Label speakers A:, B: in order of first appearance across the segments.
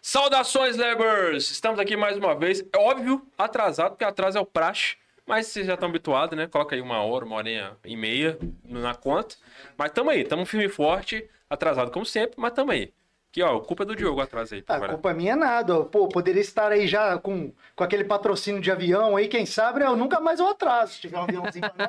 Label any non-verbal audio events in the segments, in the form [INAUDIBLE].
A: Saudações, Lebers! Estamos aqui mais uma vez. É óbvio, atrasado, porque atraso é o praxe. Mas vocês já estão habituados, né? Coloca aí uma hora, uma horinha e meia na conta. Mas tamo aí, tamo firme e forte. Atrasado como sempre, mas tamo aí. Que ó, a culpa é do Diogo atrás aí.
B: A
A: cara.
B: culpa minha é nada. ó. Pô, poderia estar aí já com, com aquele patrocínio de avião aí, quem sabe né? eu nunca mais eu atraso. Se tiver um aviãozinho pra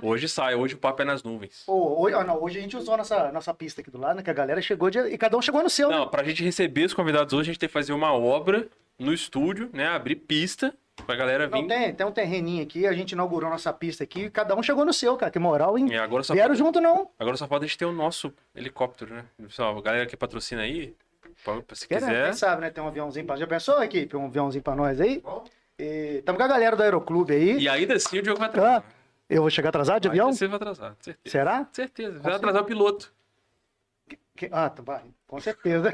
B: nós.
A: Hoje sai, hoje o papo é nas nuvens.
B: Pô, hoje, ah, não, hoje a gente usou a nossa, nossa pista aqui do lado, né? Que a galera chegou de, e cada um chegou no seu, né?
A: Não, pra gente receber os convidados hoje, a gente tem que fazer uma obra no estúdio, né? Abrir pista pra galera vir.
B: Não, tem, tem um terreninho aqui, a gente inaugurou nossa pista aqui e cada um chegou no seu, cara. Que moral, hein?
A: E agora só
B: Vieram junto, não?
A: Agora só falta a gente ter o nosso helicóptero, né? Pessoal, a galera que patrocina aí, pô, se
B: Quem
A: quiser.
B: sabe, né? Tem um aviãozinho pra. Já pensou, equipe? Um aviãozinho pra nós aí? E, tamo com a galera do Aeroclube aí.
A: E ainda assim o Diogo vai
B: Ah,
A: atrasar.
B: eu vou chegar atrasado de avião?
A: Ainda assim vai atrasar, certeza.
B: Será?
A: Certeza, vai atrasar o piloto.
B: Que- Ah, tá, vai.
A: [LAUGHS]
B: Com certeza.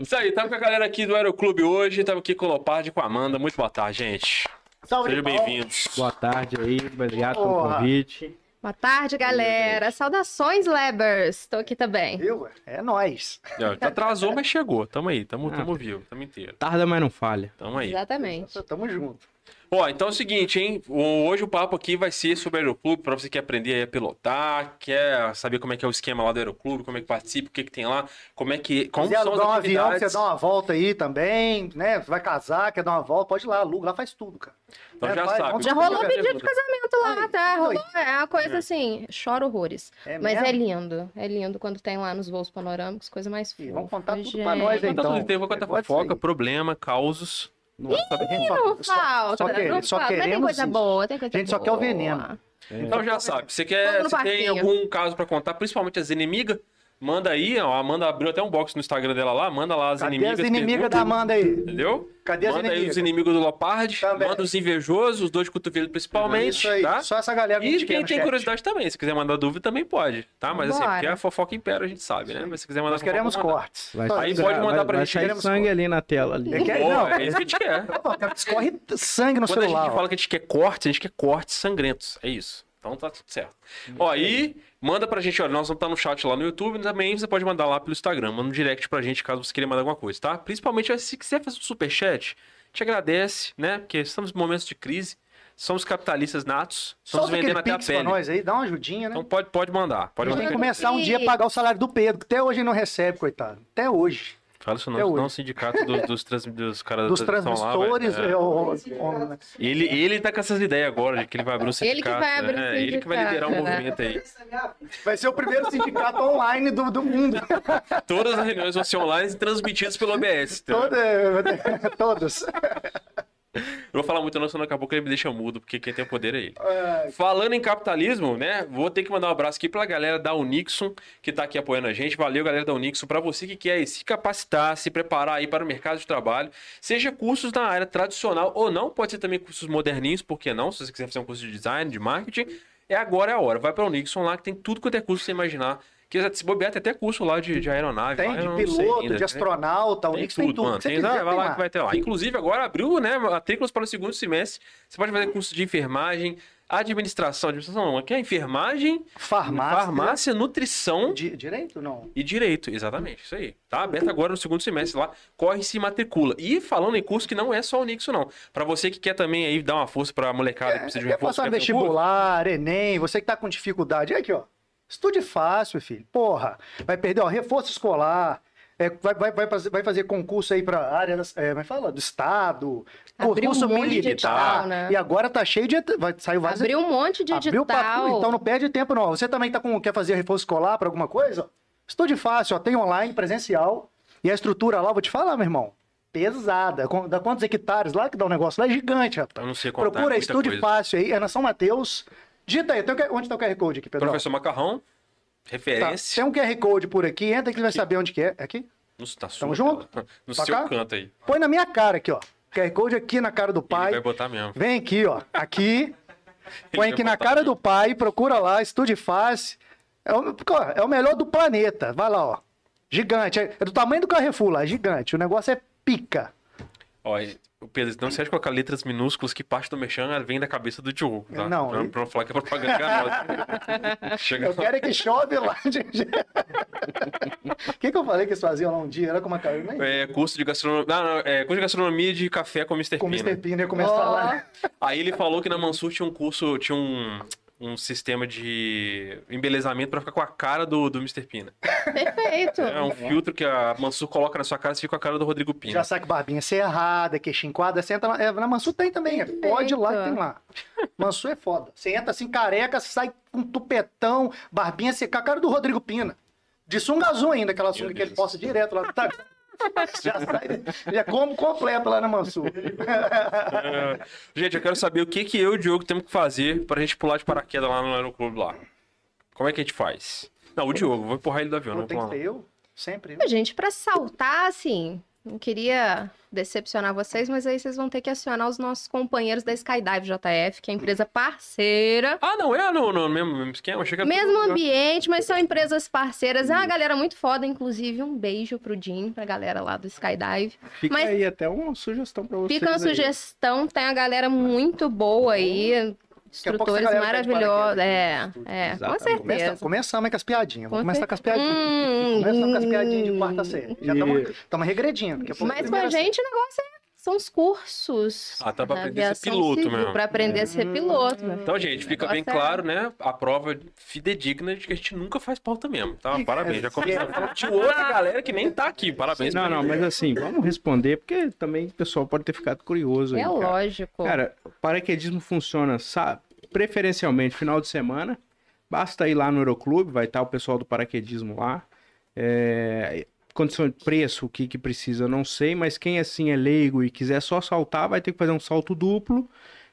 A: Isso aí, tava com a galera aqui do Aeroclube hoje, tava aqui com o Lopardi e com a Amanda. Muito boa tarde, gente.
B: Salve de
A: Sejam
B: palmas.
A: bem-vindos.
C: Boa tarde aí, obrigado pelo
B: Porra.
C: convite.
D: Boa tarde, galera. Saudações, Lebers. Tô aqui também.
B: Viu? É nóis.
A: Ó, Atrasou, mas chegou. Tamo aí, tamo,
C: Ah.
A: tamo vivo, tamo inteiro.
C: Tarda, mas não falha.
A: Tamo aí.
D: Exatamente.
B: [LAUGHS] Tamo junto.
A: Ó, então é o seguinte, hein? O- Hoje o papo aqui vai ser sobre aeroclube, pra você que quer aprender aí a pilotar, quer saber como é que é o esquema lá do aeroclube, como é que participa, o que que tem lá, como é que... Como são
B: Quiser
A: as
B: alugar um avião,
A: atividades.
B: quer dar uma volta aí também, né? Vai casar, quer dar uma volta, pode ir lá, aluga, lá faz tudo, cara.
A: Então
B: É,
A: já
B: vai,
A: sabe.
B: vamos
D: Já rolou
B: Obrigado,
D: pedido de casamento lá,
B: Ai,
D: tá?
B: foi.
D: Rolou. É uma coisa assim, choro horrores.
B: É
D: Mas
B: mesmo?
D: é lindo. É lindo quando tem lá nos voos panorâmicos, coisa mais
B: Ih,
D: fofa.
B: vamos contar tudo pra
D: gente.
B: nós aí,
A: Vou contar
B: então.
A: tudo inteiro, vou contar
B: É, pode
A: fofoca,
B: ser.
A: problema, causos.
B: Nossa, a gente só,
D: Não
B: só,
D: falta,
B: só quer-
D: não
B: só
D: falta. Mas tem
B: queremos
D: coisa
B: isso.
D: boa, tem coisa boa.
B: Gente, só quer o veneno.
A: Então já sabe, você
D: Fogo
A: quer,
D: É. no
A: se tem
D: parquinho.
A: algum caso pra contar, principalmente as inimigas, manda aí, ó, a Amanda abriu até um box no Instagram dela lá, manda lá as
B: Cadê
A: inimigas.
B: as inimigas
A: pergunta,
B: da Amanda aí?
A: Entendeu?
B: Cadê as
A: manda aí os
B: inimigas?
A: inimigos do Lopard,
B: Também.
A: manda os invejosos, os dois de cotovelo principalmente,
B: É Isso aí,
A: tá?
B: só essa galera que a
A: E
B: gente quer
A: quem
B: no
A: tem
B: chat.
A: curiosidade também, se quiser mandar dúvida também pode, tá? Mas assim,
D: Bora.
A: porque a fofoca impera, a gente sabe, né? Mas se quiser mandar
B: Nós queremos
A: fofoca, manda.
B: cortes.
C: Vai
B: Só
A: Aí
B: isso.
C: sair-
A: pode mandar
C: vai-
A: pra
C: vai
A: gente,
C: sair
B: queremos
C: sangue ali na tela. Ali.
B: É que-
A: Boa,
B: Não,
A: é isso que a gente quer.
B: Pô, cara, Escorre sangue no
A: Quando a
B: celular.
A: gente
B: ó.
A: fala que a gente quer cortes, a gente quer cortes sangrentos. É isso. Então tá tudo certo.
B: Hum,
A: Ó,
B: é
A: aí, manda pra gente, olha, nós vamos estar no chat lá no YouTube, também você pode mandar lá pelo Instagram, manda um direct pra gente caso você queira mandar alguma coisa, tá? Principalmente se quiser fazer um superchat, te agradece, né? Porque estamos em momentos de crise, somos capitalistas natos, estamos
B: Solta
A: vendendo
B: aquele
A: até a
B: pix pra
A: pele.
B: nós aí, dá uma ajudinha, né?
A: Então pode, pode mandar, pode
B: a gente tem
A: mandar.
B: que começar um dia a pagar o salário do Pedro, que até hoje ele não recebe, coitado. Até hoje.
A: Fala isso não,
B: Até hoje.
A: senão o sindicato do- dos, trans, dos caras
B: Dos
A: que estão lá, vai-
B: transmissores.
A: é.
B: eu- eu- eu-
A: Ele, ele tá com essas ideias agora, de que ele vai abrir o
D: Ele que
A: sindicato.
D: vai abrir o
A: né? ele que vai
D: sindicato,
A: liderar o
D: né?
A: movimento aí.
B: Vai ser o primeiro sindicato online do, do
A: [LAUGHS]
B: mundo.
A: Todas as reuniões vão ser online e transmitidas pelo OBS. entendeu?
B: Toda, é, todos.
A: Eu vou falar muito não, senão daqui a pouco ele me deixa mudo, porque quem tem o poder é ele.
B: Ai.
A: Falando em capitalismo, né? Vou ter que mandar um abraço aqui pra galera da Unixon, que tá aqui apoiando a gente. Valeu, galera da Unixon. Pra você que quer se capacitar, se preparar aí para o mercado de trabalho, seja cursos na área tradicional ou não, pode ser também cursos moderninhos, por que não? Se você quiser fazer um curso de design, de marketing, é agora é a hora. Vai pra Unixon lá, que tem tudo quanto é curso que você imaginar. Que se bobear, tem até curso lá de, de aeronave. lá,
B: Tem
A: eu
B: de
A: não sei
B: piloto,
A: ainda,
B: de
A: né?
B: astronauta, o
A: Tem
B: Nix
A: tudo,
B: tem tudo.
A: mano.
B: que você
A: Tem,
B: quiser,
A: vai, vai lá
B: lá.
A: que vai ter lá. Inclusive, agora abriu, né? Matrículas para o segundo semestre. Você pode fazer curso de enfermagem, administração. Administração não, aqui é enfermagem,
B: Farmácia.
A: farmácia, nutrição
B: Di- direito? Não.
A: e direito. Exatamente, isso aí. Tá aberto agora no segundo semestre lá. Corre e se matricula. E falando em curso que não é só o Nixon, não. Para você que quer também aí dar uma força para a molecada que precisa de um
B: É, Quer
A: reforço.
B: passar
A: quer fazer um curso,
B: vestibular, Enem, você que tá com dificuldade. Aqui, ó. Estude fácil, filho. Porra. Vai perder, ó, reforço escolar. é, vai, vai, vai, fazer, vai fazer concurso aí pra área, das, é, mas fala, do Estado,
D: Abriu
B: concurso
D: um monte de
B: militar.
D: edital, né?
B: E agora tá cheio de. Vai, saiu vários
D: Abriu um monte de
B: Abriu pra
D: edital.
B: tudo, então não perde tempo, não. Você também tá com, quer fazer reforço escolar para alguma coisa? Estude fácil, ó. Tem online, presencial. E a estrutura lá, vou te falar, meu irmão. Pesada. Com- Dá quantos hectares lá que dá um negócio lá? É gigante, rapaz.
A: Eu não sei contar.
B: Procura
A: muita
B: Estude
A: coisa.
B: Fácil aí, é na São Mateus. Digita aí, tem o Q- onde tá o QR Code aqui, Pedro?
A: Professor é Macarrão,
B: Tá,
A: referência.
B: Tem um QR Code por aqui, entra que você vai saber onde que é. É aqui?
A: No, na sua,
B: Tamo junto?
A: tela. tá No
B: Pra
A: seu
B: cá?
A: canto aí.
B: Põe na minha cara aqui, ó. QR Code aqui na cara do
A: Ele vai
B: pai.
A: botar mesmo.
B: Vem aqui, ó.
A: [LAUGHS]
B: Aqui. Põe
A: vai
B: aqui na
A: botar
B: cara
A: aqui.
B: do pai, procura lá, estude fácil. É o, pô, é o melhor do planeta. Vai lá, ó. Gigante. É do tamanho do Carrefour lá, é gigante. O negócio é pica.
A: Ó, e- o Pedro, não seja colocar letras minúsculas que parte do Mechan ela vem da cabeça do Diogo, tá?
B: Não,
A: Pra,
B: e- [LAUGHS]
A: pra não falar que é propaganda enganosa. [LAUGHS] Chega [LAUGHS]
B: Eu quero é que chove lá. [LAUGHS] gente. O que, que eu falei que eles faziam lá um dia? Era com uma carne né?
A: É, curso de gastronomia. Não, não, é, curso de gastronomia de café com o Mr.
B: Com o
A: Pina.
B: Mr. Pina ia começar
D: Ó.
B: lá.
A: Aí ele falou que na Mansur tinha um curso, tinha um, um sistema de embelezamento pra ficar com a cara do, do Mr. Pina.
D: Perfeito.
A: É
B: Então,
A: um filtro que a Mansur coloca na sua cara e fica com a cara do Rodrigo Pina.
B: Já sai com barbinha cerrada, queixinho enquadra, você entra lá. É, na Mansu tem também, é, pode ir lá que tem lá. Mansu é foda. Você entra assim, careca, sai com tupetão, barbinha seca, a cara do Rodrigo Pina. De sunga azul ainda, aquela sunga que
A: Deus.
B: ele posta direto lá. Tá? já sai, já como completo lá na Mansu.
A: É. Gente, eu quero saber o que, que eu e o Diogo temos que fazer pra gente pular de paraquedas lá no aeroclube lá. Como é que a gente faz? Não, o Diogo, vou empurrar ele do avião.
B: Não
A: Não
B: tem que
A: vou
B: ser
A: lá.
B: eu? Sempre eu.
D: Gente, pra saltar, assim, não queria decepcionar vocês, mas aí vocês vão ter que acionar os nossos companheiros da Skydive JF, que é a empresa parceira.
A: Ah, não, é no, no mesmo, mesmo esquema? Chega né?
D: Mesmo ambiente, mas são empresas parceiras. É uma galera muito foda, inclusive. Um beijo pro Jim, pra galera lá do Skydive.
C: Fica
D: Mas-
C: aí até uma sugestão pra vocês.
D: Fica uma
C: aí.
D: sugestão, tem uma galera muito boa aí.
B: a pouco essa
D: Instrutores
B: galera cai de
D: maravilhosos. É,
B: paraquedas.
D: é, com
C: Exatamente.
B: Começa,
D: certeza.
B: começamos aí com as piadinhas. Vamos
D: Com
B: começar com as piadinhas.
D: Hum,
B: Começamos com as
D: hum.
B: piadinhas de quarta série. Já
C: E-
B: estamos regredindo. daqui a pouco é
D: Mas com
B: primeira
D: a gente o negócio é- são os cursos.
A: Ah, tá pra
D: da
A: aprender a ser
D: aviação
A: piloto
D: civil,
A: mesmo.
D: Pra aprender a ser piloto. meu
A: Então,
D: filho.
A: gente, fica
D: O
A: bem
D: negócio é-
A: claro, né? A prova fidedigna de que a gente nunca faz pauta mesmo, tá? Parabéns. Já
B: Sim.
A: começamos falando de outra galera que nem tá aqui. Parabéns.
C: Não,
A: pra
C: não,
A: ele.
C: mas assim, vamos responder, porque também o pessoal pode ter ficado curioso aí.
D: É
C: cara.
D: lógico.
C: Cara, o paraquedismo funciona, sabe? Preferencialmente final de semana. Basta ir lá no Euroclube, vai estar o pessoal do paraquedismo lá. É, Condição de preço, o que que precisa, eu não sei, mas quem assim é leigo e quiser só saltar, vai ter que fazer um salto duplo.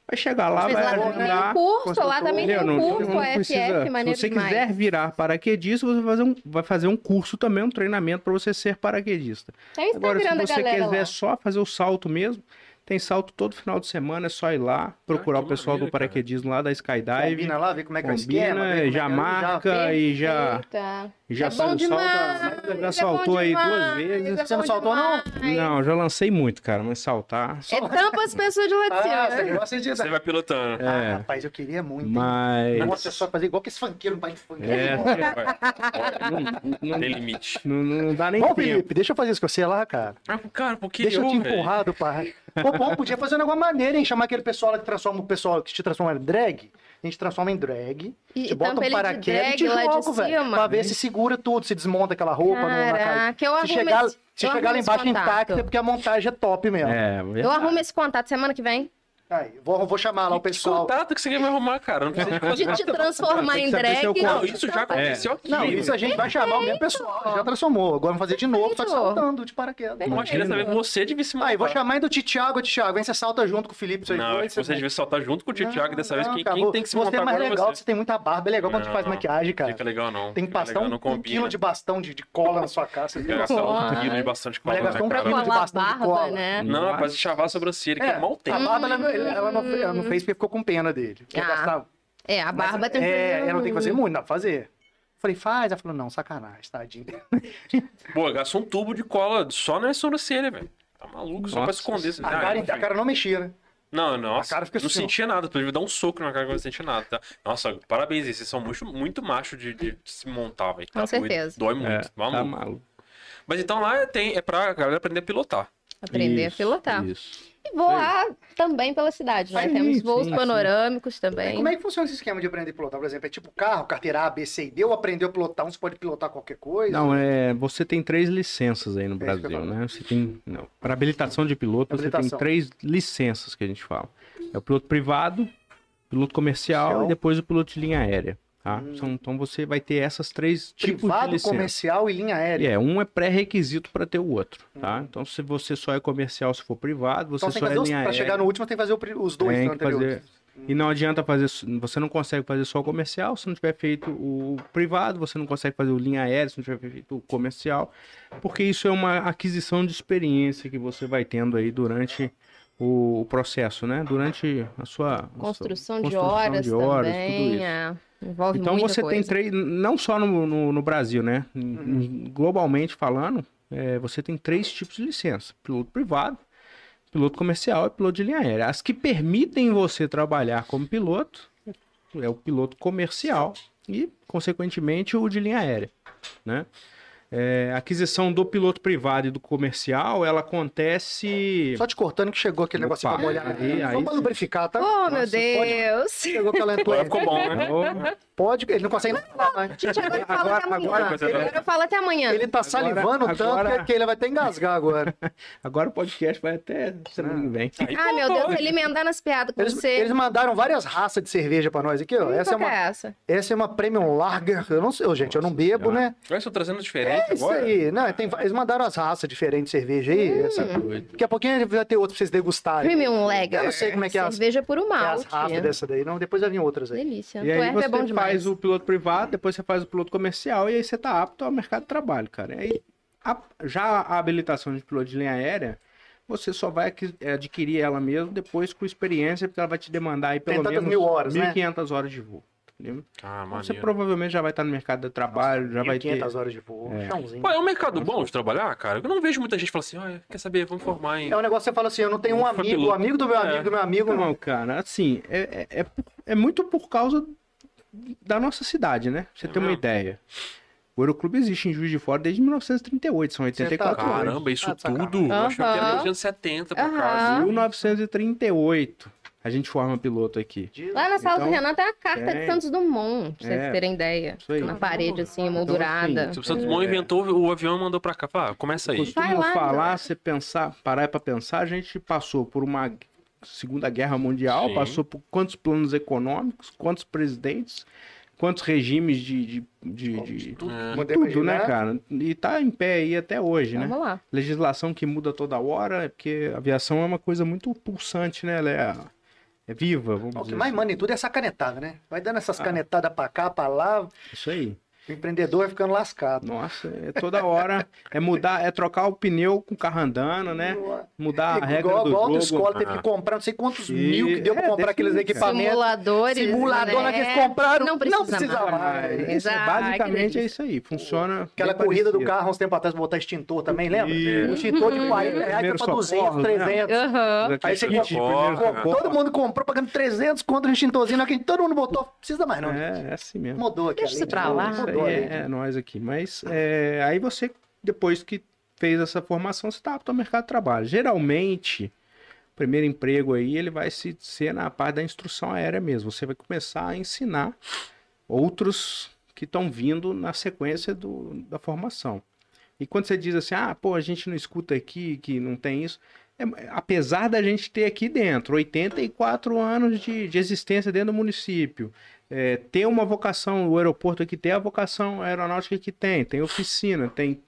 C: Vai chegar lá,
D: Mas
C: vai
D: lá também tem um
C: ajudar.
D: curso, lá
B: construtor.
D: também tem
C: Entendeu?
D: um curso, a
C: precisa-
D: FF, maneiro
C: Se você
D: demais.
C: quiser virar paraquedista, você vai fazer um, vai fazer um curso também, um treinamento para você ser paraquedista.
D: Tem o
C: Agora,
D: Instagram
C: se
D: da
C: você
D: tá galera
C: quiser
D: lá.
C: só fazer o salto mesmo, tem salto todo final de semana, é só ir
B: Ah,
C: lá, procurar
A: que
C: o pessoal
A: maravilha,
C: do paraquedismo lá da Skydive.
B: Combina lá, vê como é que é o esquema.
C: Combina,
B: vê como é que é
C: já
B: o-
C: marca e já,
D: Eita.
C: já
D: É bom
C: salta-
D: demais, é bom
C: já saltou aí duas
D: demais, é
C: vezes.
B: Você não
D: bom
B: saltou, não?
D: demais.
C: Não, já lancei muito, cara, mas saltar.
D: É tampa as pessoas de lá de
B: Ah,
D: cima.
B: você gosta de...
A: Você vai
D: É.
A: pilotando.
B: Ah, rapaz, eu queria muito. hein?
C: É. Mas.
B: Nossa, eu só fazer igual que esse funkeiro no baile de funk.
C: É,
A: Não tem limite.
C: não, não dá nem
B: Bom,
C: tempo.
B: Felipe, deixa eu fazer isso com você lá, cara.
A: Ah, cara, por que
B: Deixa eu te
A: velho?
B: empurrar do parque. Pô, bom, podia fazer um negócio maneiro, hein? Chamar aquele pessoal lá que transforma o pessoal que te transforma em drag. A gente transforma em drag.
D: E
B: te bota
D: tampa ele
B: um
D: de
B: paraquedas e
D: drag
B: te
D: lá de
B: joga, velho.
D: cima.
B: Pra ver se segura tudo, se desmonta aquela roupa. não- na cara.
D: Caraca, eu
B: Se
D: arrumo
B: chegar,
D: esse-
B: se chegar
D: eu
B: lá
D: arrumo esse
B: embaixo
D: contato.
B: intacta, é porque a montagem é top mesmo.
C: É,
D: Eu arrumo esse contato semana que vem.
B: Aí, vou, vou chamar lá o
A: Que
B: pessoal.
A: contato que você quer me arrumar, cara? Não
D: [LAUGHS]
A: precisa de
D: De
A: contato.
D: te transformar
C: Tem que
D: em
C: saber
D: drag.
C: seu
A: Não, isso já tá aconteceu aqui.
B: Não, isso a gente vai chamar o mesmo pessoal. Já transformou. Agora vamos fazer de novo, só que
D: Perfeito.
B: saltando de paraquedas.
D: Perfeito.
A: Eu queria saber você devia se
B: Aí, vou
A: montar.
B: chamar ainda o Titiago, o Titiago. Aí você salta junto com o Felipe. Vocês
A: Não,
B: dois,
A: acho que você devia saltar tá junto com o Tio Thiago dessa vez.
B: não,
A: Quem,
B: cara,
A: quem tem que se
B: Você
A: montar
B: é mais
A: agora é
B: legal,
A: você.
B: você tem muita barba. É legal quando
A: Não,
B: você faz
A: não.
B: maquiagem, cara.
A: Fica legal, não.
B: Tem que
A: Fica
B: passar
A: legal,
B: um,
A: não
B: um
A: combina.
B: quilo de bastão de, de cola na sua cara. Você tem
A: Fica
B: noção?
A: legal,
D: Nossa.
A: um quilo de bastante
B: Vai
A: cola,
B: gastar
A: né,
B: um
A: cara?
B: pouquinho.
D: Pra
B: de
D: colar a
B: bastão de
D: barba,
B: cola.
D: né?
A: Não, é pra chavar a sobrancelha, que
B: É,
A: é mal
B: a
A: tempo.
B: barba ela, não- ela não, ela não fez porque ficou com pena dele. Quer
D: Ah,
B: gastar-
D: É, a barba
B: mas,
D: tem que
B: é,
D: fazer
B: Ela não tem que fazer
D: um-
B: muito, dá pra fazer. Falei, faz. Ela falou, não, sacanagem, tadinho.
A: Pô, gastou um tubo de cola só na sobrancelha, velho. Tá maluco, só pra
C: Nossa.
A: esconder. isso.
B: A
A: Ah,
B: cara,
A: enfim.
B: a cara não mexia, né?
A: Não, nossa,
B: A cara fica
A: não
B: assim, ó.
A: sentia nada. Tu devia dar um soco na cara que eu não sentia nada, tá? Nossa, parabéns, aí, vocês são muito, muito macho de, de se montar, velho.
D: Com
A: Tá doido,
D: certeza.
A: Dói
C: é,
A: muito, vamos.
C: tá maluco.
A: Mas então lá tem, é pra galera aprender a pilotar.
D: Aprender a
C: Isso,
D: pilotar.
C: Isso.
D: E voar também pela cidade, né?
C: Sim,
D: Temos voos
C: sim,
D: panorâmicos também.
B: Como é que funciona esse esquema de aprender a pilotar? Por exemplo, é tipo carro, carteira A, B, C e D, ou aprendeu a pilotar um, você pode pilotar qualquer coisa?
C: Não, é, você tem três licenças aí no
B: É isso que eu
C: Brasil,
B: falo.
C: né? Você tem, não, para habilitação de piloto, você
B: Habilitação.
C: tem três licenças que a gente fala. É o piloto privado, piloto comercial
B: Comercial.
C: e depois o piloto de linha aérea, tá?
B: Hum.
C: São- então você vai ter essas três tipos tipo de
B: Privado,
C: licença.
B: comercial e linha aérea.
C: É, um é pré-requisito para ter o outro, tá?
B: Uhum.
C: Então se você só é comercial se for privado, você
B: Então tem que
C: só é
B: fazer os,
C: linha
B: pra
C: aérea.
B: chegar no último tem que fazer o pri- os dois
C: tem que
B: anteriores.
C: fazer. E não adianta fazer, você não consegue fazer só o comercial se não tiver feito o privado, você não consegue fazer o linha aérea se não tiver feito o comercial, porque isso é uma aquisição de experiência que você vai tendo aí durante o processo, né? Durante a sua a sua
D: Construção de
C: é construção
D: horas
C: de horas, tudo
D: também.
C: isso.
D: é. Envolve
C: Então
D: muita
C: você tem
D: coisa. Uhum.
C: três, não só no, no, no Brasil, né? Em- em- Globalmente falando, é, você tem três tipos de licença: piloto privado, piloto comercial e piloto de linha aérea. As que permitem você trabalhar como piloto é o piloto comercial e, consequentemente, o de linha aérea, né? É, a aquisição do piloto privado e do comercial, ela acontece.
B: Só te cortando que chegou aquele negócio
C: Opa,
B: pra molhar. na
C: aí-
B: grana.
C: aí
B: Só pra
C: sim.
B: lubrificar, tá?
D: Oh, meu
B: Nossa, [LAUGHS]
D: Deus.
B: Pode...
E: [LAUGHS]
B: Chegou aquela
E: Agora ficou bom, né?
C: Agora-
B: Pode, ele não consegue nem falar mais.
D: Gente, agora fala
C: Agora-
D: até amanhã.
C: agora-
D: Agora eu falo até amanhã.
B: Ele tá salivando
C: Agora-
B: tanto
C: agora-
B: que- que ele vai até engasgar agora.
C: Agora o podcast vai até semana que vem.
E: Aí,
A: Então
D: Ah,
E: pô,
D: meu
E: pô,
D: Deus, ele emendando as piadas com
B: Eles,
D: você.
B: eles mandaram várias raças de cerveja pra nós aqui, ó.
D: Hum,
B: Essa é,
D: qual que
B: uma,
D: é essa?
B: essa é uma Premium Lager. Eu não sei, ô, gente, eu não bebo,
C: Senhora.
B: né?
E: Olha, estou trazendo diferente
B: É isso
E: agora.
B: aí. Não, tem, va- eles mandaram as raças diferentes de cerveja aí. essa- Daqui a pouquinho a gente vai ter outro pra vocês degustarem.
D: Premium Lager.
B: Eu não sei como é que é as, é
D: Cerveja puro
B: as
D: malte.
B: raças dessa daí. Não, depois vai vir outras aí.
D: Delícia.
C: E aí
D: Antuérpia
C: você
D: é bom demais.
C: faz o piloto privado, depois você faz o piloto comercial e aí você tá apto ao mercado de trabalho, cara. E aí, a- já a habilitação de piloto de linha aérea, você só vai aqui- eh, adquirir ela mesmo depois com experiência, porque ela vai te demandar aí pelo
B: 300
C: menos
B: mil horas, né?
C: 1.500 horas de voo. entendeu?
E: Ah,
C: Então você
E: maneiro.
C: provavelmente já vai estar no mercado de trabalho, já vai ter...
B: 500 horas de voo.
C: É.
B: chãozinho.
E: Pô, é um mercado bom de trabalhar, cara. Eu não vejo muita gente falando assim, olha, quer saber, vamos formar em...
B: É um negócio que você fala assim, eu não tenho um
E: Foi
B: amigo,
E: piloto.
B: o amigo do meu amigo,
E: É.
B: do meu amigo.
C: Não, Então, cara, assim, é, é, é, é muito por causa da nossa cidade, né? Pra você ter uma
E: É mesmo?
C: ideia. O Euroclube existe em Juiz de Fora desde 1938, são
B: tá
C: 84 anos.
E: Caramba, isso
B: Ah, de sacanagem.
E: tudo? Eu achei que era
D: Aham.
E: 270 pra assim.
D: Aham.
E: casa.
C: 1938, a gente forma piloto aqui.
B: Diz-
D: Lá na sala
C: Então,
D: do Renan tem a carta de
C: tem.
D: Santos Dumont, pra vocês
C: É.
D: terem ideia.
C: Isso aí.
D: Na parede, assim,
C: assim,
D: emoldurada.
E: Se o Santos Dumont inventou, o avião e mandou pra cá. Fala, ah, começa aí.
C: Costuma
D: Vai lá,
C: falar,
D: né?
C: você pensar, parar pra pensar, a gente passou por uma Segunda Guerra Mundial,
E: Sim.
C: passou por quantos planos econômicos, quantos presidentes, quantos regimes de- de- de- de,
E: É.
B: Mandei pra
C: Tudo, né,
B: girar.
C: cara? E tá em pé aí até hoje, né?
D: Vamos lá.
C: Legislação que muda toda hora, é porque a aviação é uma coisa muito pulsante, né? Ela é, é viva, vamos
B: O que
C: dizer.
B: mais
C: assim.
B: manda em tudo é essa canetada, né? Vai dando essas
C: Ah.
B: canetadas pra cá, pra lá, o
C: Isso aí.
B: empreendedor vai ficando lascado.
C: Nossa, é toda hora. é mudar, é trocar o pneu com o carro andando, né? Mudar a
B: É
C: regra
B: igual,
C: do
B: igual a
C: jogo.
B: escola teve que
E: Ah.
B: comprar não sei quantos
C: E-
B: mil que deu pra
C: é,
B: comprar
C: desse
B: aqueles
C: jeito,
B: equipamentos.
D: Simuladores.
B: Simulador
D: né?
B: que eles compraram. um
D: Não precisa mais.
B: mais.
C: Mas,
D: Exato, que
C: é basicamente
D: delícia.
C: é isso aí. Funciona.
B: Aquela
C: bem
B: corrida do
C: parecido.
B: carro uns tempo atrás, botar extintor também, lembra?
C: Isso.
B: Um extintor de 40 reais foi
C: Primeiros
B: pra 200,
C: socorros,
B: 300.
D: Aham.
C: é
B: Aí você
C: Kit de
E: compra,
C: primeiro
E: cara.
C: socorro.
B: Todo mundo comprou pagando 300 contra o extintorzinho, na hora que todo mundo botou. Precisa mais, não. gente.
C: É, é assim mesmo.
B: Mudou aqui. a
D: Deixa
B: lei,
D: isso pra
B: mudou,
D: lá.
C: Isso
B: Mudou a
C: aí
B: lei. né?
C: é, é nós aqui. Mas é, aí você, depois que fez essa formação, você está apto ao mercado de trabalho. Geralmente, o primeiro emprego aí, ele vai se, ser na parte da instrução aérea mesmo. Você vai começar a ensinar outros que estão vindo na sequência do, da formação. E quando você diz assim, ah, pô, a gente não escuta aqui, que não tem isso. é- apesar da gente ter aqui dentro 84 anos de, de existência dentro do município, é, ter uma vocação, o aeroporto aqui tem a vocação aeronáutica que tem, tem oficina, tem,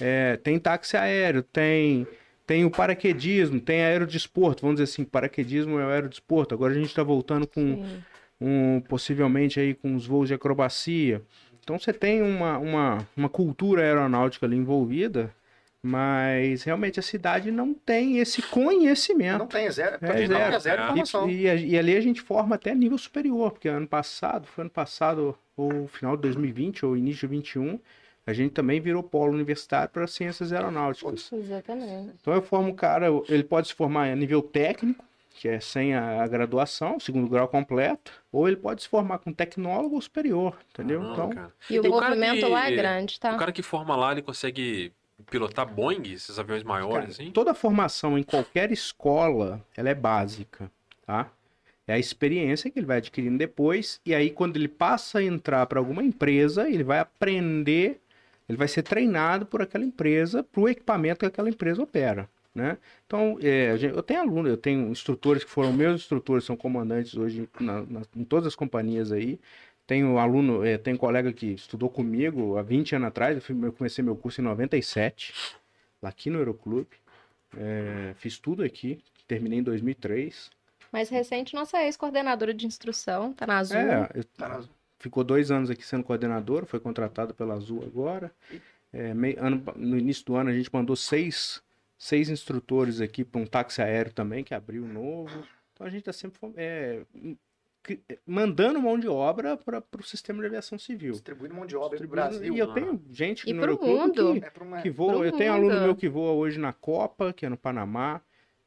C: é, tem táxi aéreo, tem, tem o paraquedismo, tem aerodesporto, vamos dizer assim, paraquedismo é o aerodesporto, agora a gente está voltando com
D: Sim.
C: um, possivelmente aí com os voos de acrobacia, então você tem uma, uma, uma cultura aeronáutica ali envolvida, mas realmente a cidade não tem esse conhecimento.
B: Não tem zero.
C: É
B: Não tem
C: zero.
B: zero
E: É.
B: informação.
C: E, e a- e ali a gente forma até nível superior, porque ano passado, foi ano passado, ou final de 2020, ou início de 2021, a gente também virou polo universitário para ciências aeronáuticas.
D: Exatamente.
C: Então eu formo o cara, ele pode se formar a nível técnico, que é sem a, a graduação, segundo grau completo, ou ele pode se formar com um tecnólogo ou superior, entendeu?
A: Ah,
E: Não,
C: então,
E: cara.
D: E o
E: Tem cara
D: movimento
E: que-
D: lá é grande,
E: O
D: tá?
E: cara que forma lá, ele consegue pilotar Boeing, esses aviões
C: Cara,
E: maiores,
A: assim?
E: hein?
C: toda formação em qualquer escola, ela é básica, tá? É a experiência que ele vai adquirindo depois, e aí quando ele passa a entrar para alguma empresa, ele vai aprender, ele vai ser treinado por aquela empresa, para o equipamento que aquela empresa opera, né? Então, é, a gente- eu tenho aluno, eu tenho instrutores que foram meus instrutores, são comandantes hoje na- na- em todas as companhias aí, tenho aluno, eh, tenho colega que estudou comigo há 20 anos atrás, eu, fui- eu comecei meu curso em 97, lá aqui no Euroclube. Eh, fiz tudo aqui, terminei em 2003.
D: Mais recente, nossa ex-coordenadora de instrução, tá na Azul.
C: É, eu- ficou dois anos aqui sendo coordenador, foi contratado pela Azul agora. Eh, mei- ano pa- no início do ano a gente mandou seis, seis instrutores aqui para um táxi aéreo também, que abriu novo. Então a gente está sempre fo- eh, em- cri- eh, mandando mão de obra para o sistema de aviação civil.
B: Distribuindo mão de obra pro
C: Distribuindo-
B: Brasil.
C: e eu
E: né?
C: tenho gente
D: E
C: no
D: pro
C: Euroclube
D: mundo.
C: que-
B: É pra uma-
C: que voa.
D: Pro
C: eu tenho aluno
D: mundo.
C: meu que voa hoje na Copa, que é no Panamá.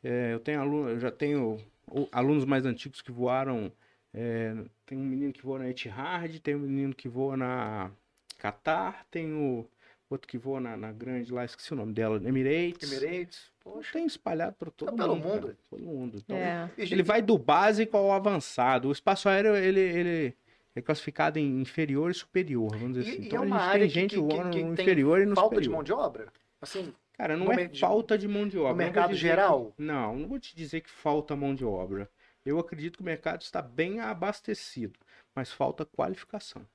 C: É, eu tenho aluno, eu já tenho o- alunos mais antigos que voaram. é, tem um menino que voa na Etihad, tem um menino que voa na Qatar, tem o, outro que voa na, na grande lá, esqueci o nome dela, Emirates.
B: Emirates.
C: Poxa,
B: Poxa.
C: Tem espalhado por todo
B: Tá pelo
C: mundo,
B: mundo.
C: cara, Pelo mundo. Então,
D: É.
C: Ele vai do básico ao avançado. O espaço aéreo, ele, ele é classificado em inferior e superior, vamos dizer
B: E-
C: assim.
B: e
C: Então,
B: é
C: a
B: uma
C: gente
B: área
C: tem
B: que-
C: gente
B: que-
C: voando
B: que- que
C: no
B: tem
C: inferior e no
B: Falta de
C: superior.
B: mão de obra? Assim,
C: Cara, não
B: no
C: é
B: mer- de-
C: falta de mão de obra.
B: no
C: não vou
B: mercado
C: dizer-
B: geral?
C: Não, não vou te dizer que falta mão de obra. Eu acredito que o mercado está bem abastecido, mas falta qualificação.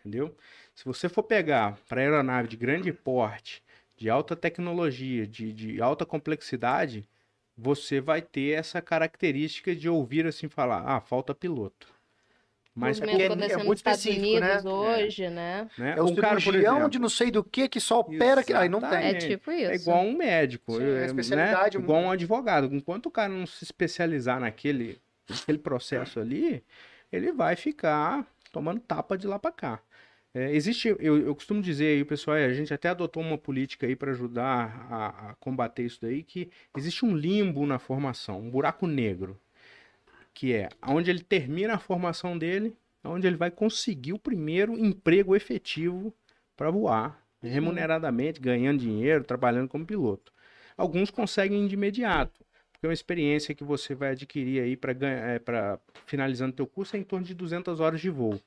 C: Entendeu? Se você for pegar para aeronave de grande porte, de alta tecnologia, de, de alta complexidade, você vai ter essa característica de ouvir assim falar: ah, falta piloto. Mas,
D: movimento
B: porque é- é
D: acontecendo
B: muito
D: nos Estados
B: específico, né?
D: Unidos hoje, né?
C: né?
B: É o
C: um cara, por
B: cirurgião
C: exemplo,
B: de não sei do que que só opera... Que... Aí não tem.
D: É,
C: Exatamente.
D: tipo isso.
C: É igual um médico,
B: Sim,
C: é,
B: é
C: né?
B: especialidade, um-
C: igual um advogado. Enquanto o cara não se especializar naquele, naquele processo ali, ele vai ficar tomando tapa de lá pra cá. É, existe, eu, eu costumo dizer aí, pessoal, é, a gente até adotou uma política aí para ajudar a, a combater isso daí, que existe um limbo na formação, um buraco negro, que é onde ele termina a formação dele, é onde ele vai conseguir o primeiro emprego efetivo para voar, remuneradamente, ganhando dinheiro, trabalhando como piloto. Alguns conseguem de imediato, porque uma experiência que você vai adquirir aí para é, pra- finalizando teu curso é em torno de 200 horas de voo.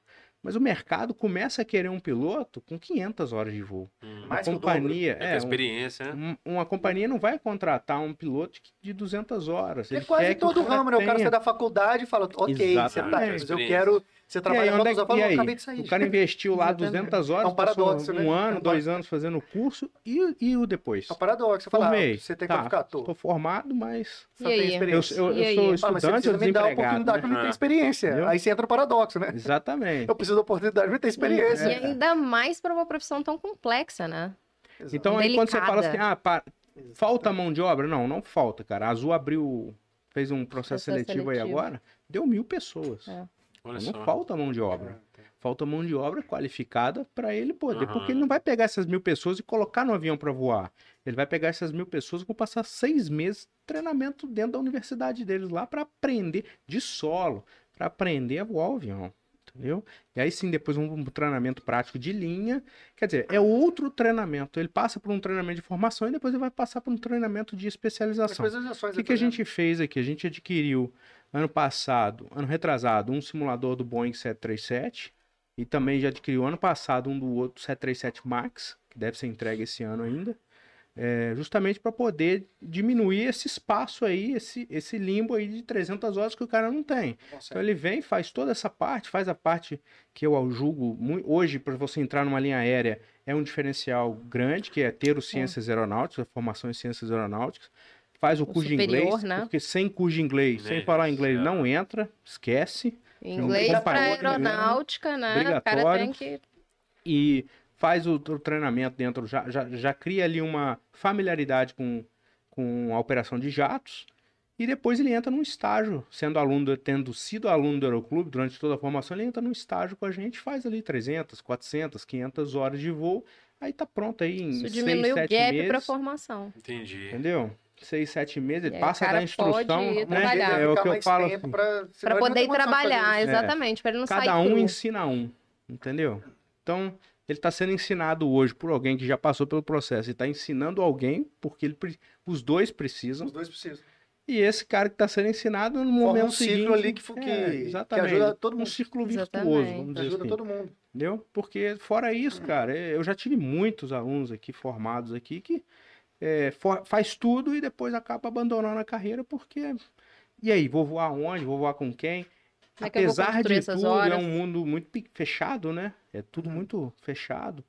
C: Mas o mercado começa a querer um piloto com 500 horas de voo. Uma
B: Mais que o dobro.
C: companhia,
E: Hum. É, com
C: é,
E: a
C: um-
E: experiência, né?
C: um- uma companhia não vai contratar um piloto de- de 200 horas.
B: É
C: Ele
B: quase
C: quer que
B: todo
C: o cara
B: ramo, né? O cara
C: tenha.
B: sai da faculdade e fala, ok, você tá,
C: Exatamente.
B: mas eu quero... Você trabalha
C: E aí,
B: com
C: onde é
B: outros, eu
C: que-
B: falo,
C: e
B: "Eu
C: aí?
B: acabei de sair.
C: O cara investiu lá
D: Exatamente.
C: 200 horas,
B: É um paradoxo,
C: passou um
B: né? É
C: ano,
B: um
C: dois anos fazendo o curso e, e o depois.
B: É um paradoxo. Você fala, ah,
C: Formei.
B: você tem
C: Tá,
B: qualificator.
C: Tô formado, mas
B: Você
D: E aí?
B: tem
C: eu,
B: experiência.
C: eu, eu
D: E aí?
C: sou
B: Ah, mas você
C: estudante,
B: precisa
C: eu
B: me dar a
C: desempregado.
B: oportunidade que eu
C: né?
B: não tenho
E: Ah.
B: experiência.
C: Entendeu?
B: Aí você entra o paradoxo, né?
C: Exatamente.
B: Eu preciso da oportunidade, mas tem experiência.
D: E
C: é.
D: ainda mais para uma profissão tão complexa, né?
B: Exato.
C: Então aí quando você
D: Delicada.
C: fala assim, ah, pa- falta mão de obra? Não, não falta, cara. A Azul abriu, fez um processo
D: Processo
C: seletivo, aí
D: seletivo.
C: agora, deu mil pessoas.
D: É.
E: Olha
C: não
E: só.
C: falta mão de obra. Falta mão de obra qualificada para ele poder,
E: Aham.
C: porque ele não vai pegar essas mil pessoas e colocar no avião para voar. Ele vai pegar essas mil pessoas e vão passar seis meses de treinamento dentro da universidade deles lá para aprender de solo, para aprender a voar o avião. Entendeu? E aí sim, depois um treinamento prático de linha. Quer dizer, é outro treinamento. Ele passa por um treinamento de formação e depois ele vai passar por um treinamento de
B: As
C: especialização.
B: coisas já são
C: O que, que a gente fez aqui? A gente adquiriu ano passado, ano retrasado, um simulador do Boeing 737 e também já adquiriu ano passado um do outro 737 Max, que deve ser entregue esse ano ainda, é, justamente para poder diminuir esse espaço aí, esse, esse limbo aí de 300 horas que o cara não tem.
B: né?
C: Então ele vem, faz toda essa parte, faz a parte que eu julgo mui- hoje para você entrar numa linha aérea é um diferencial grande, que é ter o ciências aeronáuticas, a formação em ciências aeronáuticas, faz o, curso de
D: superior,
C: inglês,
D: né?
C: porque sem curso de inglês, sem
E: Meu
C: falar
E: Deus do
C: inglês
E: céu.
C: não entra, esquece
D: Inglês
B: tem
D: para
B: companhia, né?
D: aeronáutica, né? O cara tem
C: Obrigatório.
D: que.
C: e faz o, o treinamento dentro, já, já, já cria ali uma familiaridade com, com a operação de jatos, e depois ele entra num estágio, sendo aluno, do- tendo sido aluno do Aeroclube durante toda a formação, ele entra num estágio com a gente, faz ali 300, 400, 500 horas de voo, aí tá pronto aí em
D: Isso
C: 6,
D: diminui o
C: 7
D: gap para
C: meses,
D: formação.
E: Entendi.
C: entendeu? 6, 7 meses,
D: E
C: ele
D: aí o
C: passa
D: cara
C: da instrução,
D: pode
C: né?
D: ir trabalhar.
C: é o que eu falo, assim,
D: Para poder ir trabalhar,
C: isso.
D: exatamente, para ele não
C: cada
D: sair
C: um
D: cru.
C: ensina um, entendeu? Então, ele está sendo ensinado hoje por alguém que já passou pelo processo e está ensinando alguém, porque ele pre- os dois precisam,
D: né?
B: Os dois precisam.
C: e esse cara que está sendo ensinado no
B: Forma
C: momento
B: um ciclo
C: seguinte,
B: ali que, fu-
C: é,
B: que- que
C: exatamente,
B: ajuda todo
C: um
B: mundo.
C: círculo virtuoso,
D: Exatamente.
C: vamos dizer
B: Ajuda
C: assim,
B: todo mundo.
C: entendeu? Porque fora isso, cara, é, eu já tive muitos alunos aqui, formados aqui, que é, for- faz tudo e depois acaba abandonando a carreira porque, e aí, vou voar onde? Vou voar com quem?
D: Como é que eu vou
C: Apesar
D: construir
C: de
D: essas
C: tudo, é
D: horas? Uhum.
C: um mundo muito pe- fechado, né? É tudo
B: Hum.
C: muito fechado.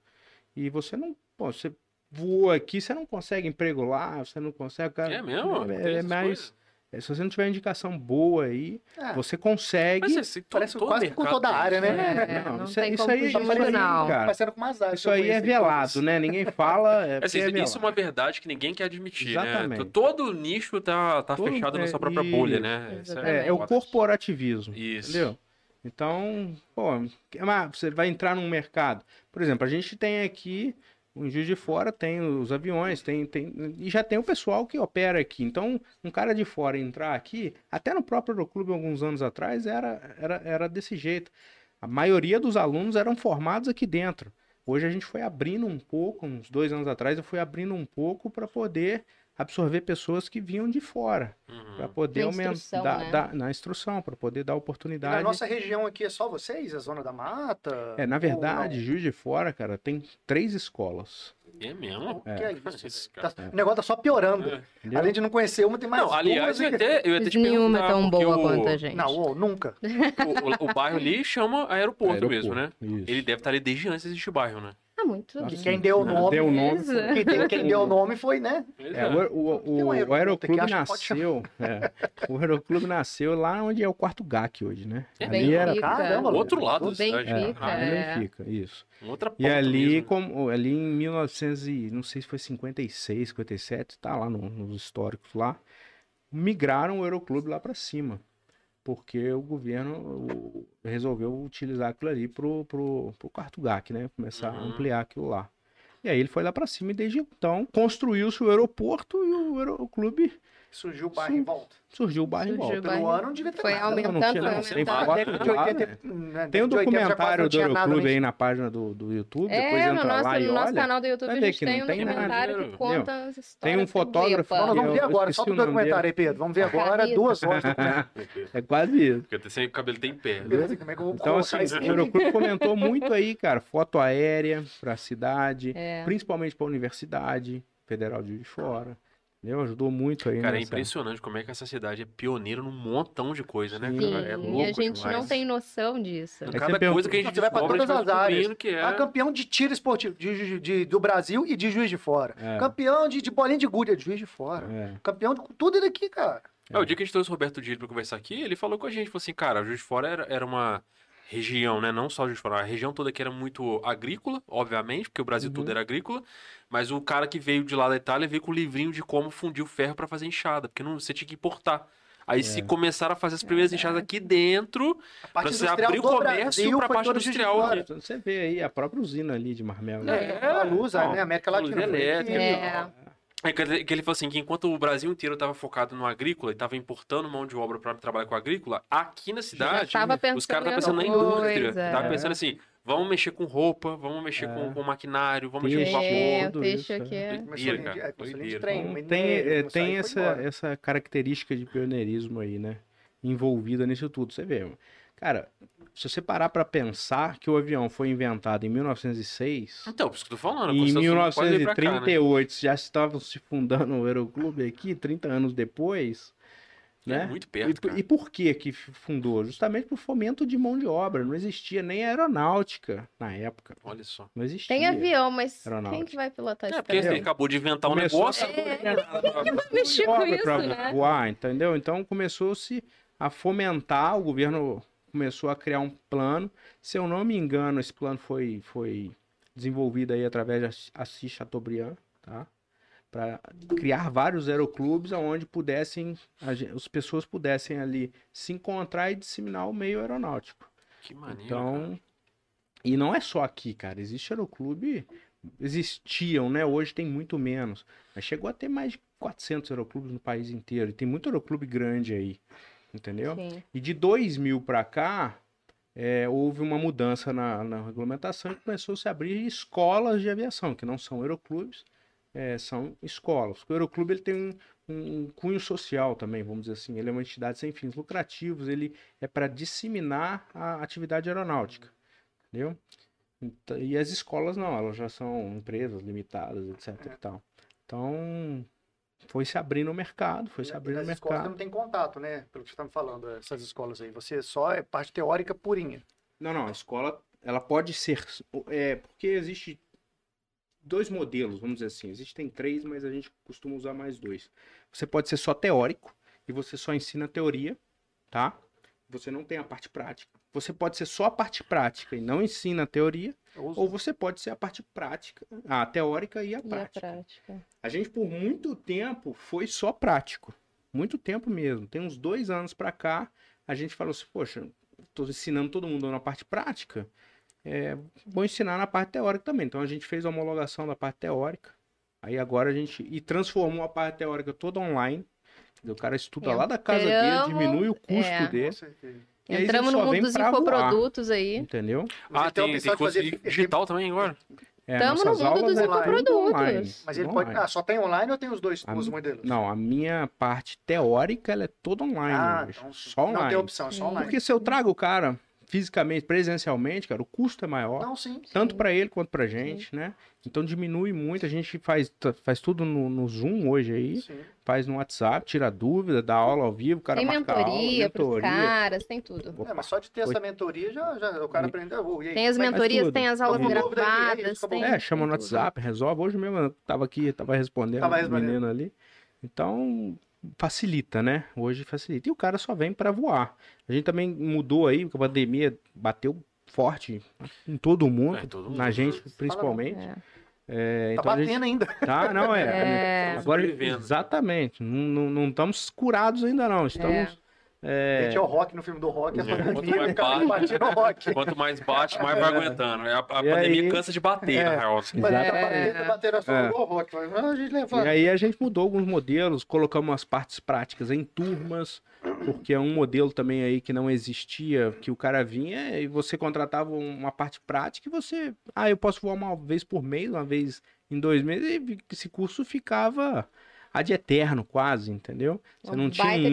C: E você não. Pô, você voa aqui, você não consegue emprego lá, você não consegue. Cara,
E: É mesmo?
C: É,
E: Tem
C: é
E: essas
C: mais.
E: coisas?
C: é, se você não tiver indicação boa aí,
D: Ah.
B: É,
C: você consegue.
E: Mas assim, to-
B: Parece
E: todo
B: quase com
E: mercado
B: toda a
E: tem
B: área,
E: isso,
B: né?
D: É, não
C: isso,
D: tem
C: isso
D: como
C: aí,
D: fugir
C: isso aí,
D: disso, não.
C: cara,
B: parecendo com umas áreas.
C: isso aí é velado, né? Ninguém fala. É,
E: É assim,
C: porque é
E: isso é
C: velado.
E: uma verdade que ninguém quer admitir,
C: Exatamente.
E: né? Todo nicho tá, tá
C: Todo-
E: fechado na
C: é,
E: sua própria
C: isso.
E: bolha, né? Isso
D: uma-
C: é, é o corporativismo.
E: Isso.
C: Entendeu? Então, pô, mas você vai entrar num mercado. Por exemplo, a gente tem aqui, em Juiz de Fora tem os aviões, tem, tem, e já tem o pessoal que opera aqui. Então, um cara de fora entrar aqui, até no próprio Aeroclube, alguns anos atrás, era, era, era desse jeito. A maioria dos alunos eram formados aqui dentro. Hoje a gente foi abrindo um pouco, uns dois anos atrás, eu fui abrindo um pouco para poder absorver pessoas que vinham de fora, para
A: Uhum.
C: poder
D: Na
C: aumentar
D: instrução, né?
C: dar- na instrução, para poder dar oportunidade.
B: Na nossa região aqui é só vocês? A Zona da Mata?
C: né? É, na
B: Ou
C: verdade, Juiz de Fora, cara, tem três escolas.
A: É
B: não? O
A: mesmo?
B: que é isso?
A: Cara.
B: Tá- O negócio tá só piorando.
C: entendeu?
B: Além de não conhecer uma, tem mais
A: É. Não, aliás, eu
B: duas
A: ia
B: e-
A: até, eu ia até te
D: Nenhuma é
A: perguntar,
D: tão
A: porque
D: boa
A: o-
D: quanto a gente.
B: Não, ô,
C: [LAUGHS]
B: nunca.
A: O, o- o bairro ali chama aeroporto, mesmo, né?
C: Isso.
A: Ele deve estar ali desde antes de existir o bairro, né?
D: É muito
C: Nossa,
B: Que quem deu o
C: né?
B: nome.
C: Deu o nome.
D: Beleza.
B: Quem, deu- quem deu o nome foi, né?
A: Pois
C: É,
A: é.
C: o, o-
B: Tem um
C: o- o
B: aeroporto
C: aeroclube
B: aqui, acho que pode
C: nasceu. é, o aeroclube nasceu lá onde é o quarto GAC hoje, né?
A: É
C: ali era
D: Benfica.
B: Caramba,
A: O outro lado da
D: Bem
A: cidade. né?
C: é,
D: Benfica,
C: ali
D: é.
C: fica, isso.
A: Outra
C: E
A: ponta
C: ali,
A: mesmo. né?
C: como, ali em 1900 e, não sei se foi 56, 57, tá lá no- nos históricos lá, migraram o Euroclube lá para cima, porque o governo o- resolveu utilizar aquilo ali pro, pro, pro quarto GAC, né? Começar a
A: Uhum.
C: ampliar aquilo lá. E aí ele foi lá para cima e desde então construiu-se o aeroporto e o Euroclube
B: Surgiu o bairro em
C: Sim.
B: volta.
C: surgiu o bairro em
D: Surgiu o
C: volta.
D: bairro.
B: Pelo ano não devia ter
D: Foi
B: nada.
D: aumentando,
C: Não tinha-
D: foi
C: não, sem
B: Na
C: falar.
D: aumentando.
B: Tá década de
C: Lá,
B: 80,
C: né?
B: né,
C: Tem um
B: de 80 já quase
C: documentário
B: não
C: do
B: tinha nada,
C: Euroclube
B: né?
C: aí na página do, do YouTube, depois
D: É, no
C: entra
D: nosso,
C: lá e
D: no nosso
C: olha.
D: canal do YouTube a
C: vai ver
D: gente
C: que não
D: tem um
C: tem nada,
D: documentário que
A: entendeu?
D: conta as histórias.
C: Tem um
D: do
C: fotógrafo
B: Não,
D: Wepa.
B: nós vamos
C: Eu
B: ver agora,
C: esqueci
B: só do
C: o nome
B: documentário aí, Pedro. Vamos ver agora,
D: Camisa.
B: duas horas. do documentário.
C: [LAUGHS] É quase isso.
A: Porque até sem o cabelo tem pé.
B: Beleza? Como é que eu vou
C: Então, assim,
B: colocar isso
C: o
B: aqui?
C: Euroclube comentou muito aí, cara. Foto aérea para a cidade,
B: É.
C: principalmente para a Universidade Federal de Juiz de Fora. Entendeu? Ajudou muito aí.
A: Cara, é
C: nessa-
A: impressionante como é que essa cidade é pioneira num montão de coisa, né,
C: Sim,
A: cara? É
D: e a
A: louco
D: gente
A: demais.
D: não tem noção disso.
A: Não,
C: você
A: Cada
C: pergunta-
A: coisa que a gente
B: Você vai pra
A: descobre, a gente
B: todas
A: vai
B: as áreas.
A: descobrindo que é.
B: Ah, campeão de tiro esportivo de Ju- de- do Brasil e de Juiz de Fora.
C: É.
B: Campeão de, de bolinha de gude de Juiz de Fora.
C: É.
B: Campeão de tudo daqui, cara.
A: É, o dia que a gente trouxe o Roberto Dias pra conversar aqui, ele falou com a gente, falou assim, cara, Juiz de Fora era, era uma região, né, não só Juiz de Fora, a região toda que era muito agrícola, obviamente, porque o Brasil todo era agrícola, mas o cara que veio de lá da Itália veio com o livrinho de como fundir o ferro pra fazer enxada, porque não, você tinha que importar. Aí se começaram a fazer as primeiras enxadas aqui dentro,
B: A
A: pra você abrir o comércio pra
B: foi
A: parte
B: toda Juiz de
A: industrial
B: Fora.
A: aqui.
C: Então, Você vê aí a própria usina ali de Marmelo. né?
A: É,
B: a luz,
A: não,
B: né? América
A: a luz
B: Latina. foi
A: elétrica,
B: aqui,
D: É.
B: ó.
A: É que ele que ele falou assim, que enquanto o Brasil inteiro estava focado no agrícola e estava importando mão de obra para trabalhar com agrícola, aqui na cidade,
D: tava
A: os caras
D: pensando
A: estão
D: em
A: pensando na
D: outra
A: indústria.
D: coisa. é.
A: Tava pensando assim, vamos mexer com roupa, vamos meixer
C: É.
A: com, com maquinário, vamos
C: Peixe.
A: mexer com
D: É,
A: vapor.
C: tudo
D: o peixe
C: isso,
D: aqui
C: é.
D: é.
B: Começou a
A: Doideira,
B: linha de-
A: cara,
B: é, começou a linha de
A: doideira.
B: trem.
C: Então,
B: mineiro,
C: tem é,
B: começou a
C: tem
B: ir, foi
C: essa,
B: embora.
C: essa característica de pioneirismo aí, né? Envolvida nisso tudo. Você vê, cara, se você parar pra pensar que o avião foi inventado em 1906.
A: Então, por isso que eu tô falando. a
C: E em
A: Constituição quase veio pra cá, né?
C: 1938 já estavam se fundando o Euroclube aqui, 30 anos depois,
A: É
C: né?
A: Muito
C: E,
A: perto,
C: e
A: cara.
C: por que que fundou? Justamente por fomento de mão de obra. Não existia nem aeronáutica na época.
A: Olha só.
C: Não existia.
D: Tem avião, mas
C: Aeronáutica.
D: quem que vai pilotar
A: É,
D: esse
A: porque
C: Entendeu?
A: ele acabou de inventar um
C: Começou a
A: negócio.
C: se-
D: [LAUGHS] mexer É. com
C: obra
D: isso,
C: pra
D: né?
C: voar, entendeu? Então começou-se a fomentar, o governo começou a criar um plano. Se eu não me engano, esse plano foi, foi desenvolvido aí através de Assis- Assis Chateaubriand, tá? Para criar vários aeroclubes onde pudessem, a gen- as pessoas pudessem ali se encontrar e disseminar o meio aeronáutico.
A: Que maneiro. cara.
C: Então, e não é só aqui, cara. Existe aeroclube, existiam, né? Hoje tem muito menos. Mas chegou a ter mais de 400 aeroclubes no país inteiro. E tem muito aeroclube grande aí, entendeu?
D: Sim.
C: E de 2000 para cá, é, houve uma mudança na, na regulamentação e começou a se abrir escolas de aviação, que não são aeroclubes, é, são escolas. O aeroclube ele tem um, um cunho social também, vamos dizer assim. Ele é uma entidade sem fins lucrativos, ele é para disseminar a atividade aeronáutica, entendeu? Ent- E as escolas não, elas já são empresas limitadas, etc. e tal. Então, foi se abrindo o mercado, foi
B: E
C: se abrindo o
B: nas escolas você
C: mercado.
B: não tem contato, né? Pelo que você tá me falando, essas escolas aí. Você só é parte teórica purinha.
C: Não, não, a escola, ela pode ser, é, porque existe dois modelos, vamos dizer assim, existem três, mas a gente costuma usar mais dois. Você pode ser só teórico e você só ensina teoria, tá? Você não tem a parte prática. Você pode ser só a parte prática e não ensina a teoria, ou você pode ser a parte prática, a teórica e a
D: E a
C: prática.
D: prática.
C: A gente, por muito tempo, foi só prático. Muito tempo mesmo. Tem uns dois anos pra cá, a gente falou assim, poxa, tô ensinando todo mundo na parte prática, é, vou ensinar na parte teórica também. Então a gente fez a homologação da parte teórica. Aí agora a gente. E transformou a parte teórica toda online. O cara estuda lá da casa dele,
D: Entramos,
C: diminui o custo
D: é.
C: dele.
B: Nossa, que-
C: E aí
D: Entramos
C: você
D: no
C: só
D: mundo
C: vem
D: dos
C: pra voar,
D: infoprodutos aí.
C: Entendeu?
E: Ah,
B: ele tem a
E: tem,
B: opção
E: tem
B: de
E: coisa
B: fazer-
E: digital também agora?
C: É,
D: Tamo no
C: nossas
D: mundo
C: aulas
D: dos
C: é tudo
D: infoprodutos.
C: online,
B: Mas ele
C: tudo
B: pode.
C: online.
B: Ah, só tem online ou tem os dois,
C: A
B: os
C: mi-
B: modelos?
C: Ah, Não, a minha parte teórica ela é toda online.
B: Ah,
C: hoje,
B: então
C: só online.
B: Não tem opção, é só online.
C: Porque se eu trago o cara fisicamente, presencialmente, cara, o custo é maior.
B: Não, Então, sim.
C: tanto
D: Então, Sim.
C: para ele quanto para gente, né? Então diminui muito. A gente faz, t- faz tudo no, no Zoom hoje aí,
B: sim.
C: faz no WhatsApp, tira dúvida, dá aula ao vivo, o cara
D: tem
C: marca
D: mentoria
C: aula,
D: pros caras, tem tudo.
C: Opa,
B: É, mas só de ter essa
C: Oito.
B: mentoria, já, já, o cara aprendeu. Oh, e aí,
D: Tem as
B: como é que-
D: mentorias,
C: tudo.
D: tem as aulas
B: Alguma dúvida aí? É isso,
D: gravadas.
B: acabou.
D: tem-
C: É, chama
D: tem
C: no
D: tudo.
C: WhatsApp, resolve. Hoje mesmo eu tava aqui, tava respondendo
B: Tava
C: o
B: respondendo.
C: menino ali. Então, facilita, né? Hoje facilita. E o cara só vem para voar. A gente também mudou aí, porque a pandemia bateu forte em todo mundo,
E: É, em todo
C: na
E: mundo.
C: gente principalmente.
D: É.
C: É,
B: Tá
C: então a gente-
B: batendo ainda.
C: Tá,
B: [LAUGHS]
C: não é.
D: É.
C: Agora,
E: Sobrevivendo.
C: exatamente. Não, não, não estamos curados ainda, não. Estamos.
B: É.
C: É.
B: Gente, é o rock no filme do rock, a
E: É, quanto
B: pandemia,
E: mais
B: o [LAUGHS] cara
E: bate-
B: batendo no rock.
E: Quanto mais bate, mais
C: [LAUGHS]
E: vai aguentando.
A: É,
E: A, a
C: É. E
E: pandemia
C: aí? É.
E: cansa de bater, na real. assim.
B: Mas
C: Exato.
B: tá batendo, bateram só
C: É.
B: no rock. Mas a gente
C: E
B: levanta.
C: aí a gente mudou alguns modelos, colocamos as partes práticas em turmas, porque é um modelo também aí que não existia, que o cara vinha e você contratava um, uma parte prática e você. Ah, eu posso voar uma vez por mês, uma vez em dois meses, e esse curso ficava ad eterno, quase, entendeu? Você
D: Um
C: não tinha
D: baita
C: um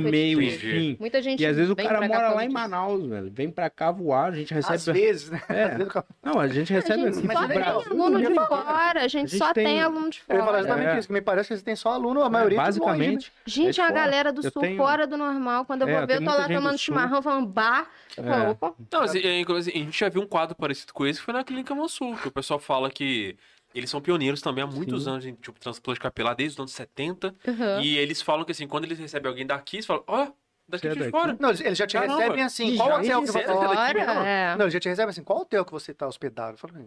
C: início, meio e
E: competitivo.
C: fim.
D: Muita gente
C: E às vezes o
D: vem
C: cara
D: pra cá
C: mora
D: por
C: lá
D: causa
C: em
D: disso.
C: Manaus, velho. Vem pra cá voar, a gente recebe.
B: Às vezes, né?
C: [LAUGHS] É.
B: Às vezes o cara-
C: Não, a gente
D: A
C: recebe. assim,
D: gente
B: Mas
D: só
B: é
D: tem
B: legal.
D: aluno de fora, a gente
C: gente
D: só
C: tem-
D: tem aluno de
B: Eu ia falar
D: fora.
B: exatamente
C: É.
B: isso, que me parece que vocês têm só aluno, a maioria de longe, né?
C: basicamente.
D: Gente,
C: de
D: a
C: É fora.
D: galera do
C: Eu
D: sul
C: tenho-
D: fora do normal. Quando eu
C: É,
D: vou ver,
C: tem
D: eu tô
C: muita
D: lá
C: gente do
D: tomando
C: sul.
D: chimarrão, falando bar. Eu
B: né?
D: falo,
C: É. [LAUGHS]
D: opa,
E: Não, mas, é, inclusive, a gente já viu um quadro parecido com esse que foi na Clínica Monsul, que o pessoal fala que eles são pioneiros também há muitos
C: Sim.
E: anos em tipo, transplante capilar, desde os anos 70.
D: uhum.
E: E eles falam que assim, quando eles recebem alguém daqui, eles falam, ó, daqui
C: Você é
E: de
C: daqui?
E: fora.
B: né? Não, eles eles já te
E: Caramba.
B: recebem assim,
C: Ih,
B: qual
C: já
B: hotel que você
E: disseram
B: tá?
E: que daqui
D: Fora,
E: mesmo?
D: é.
B: Não, eles já te recebem assim, qual hotel que você tá hospedado? Eu falo,
E: "Hum,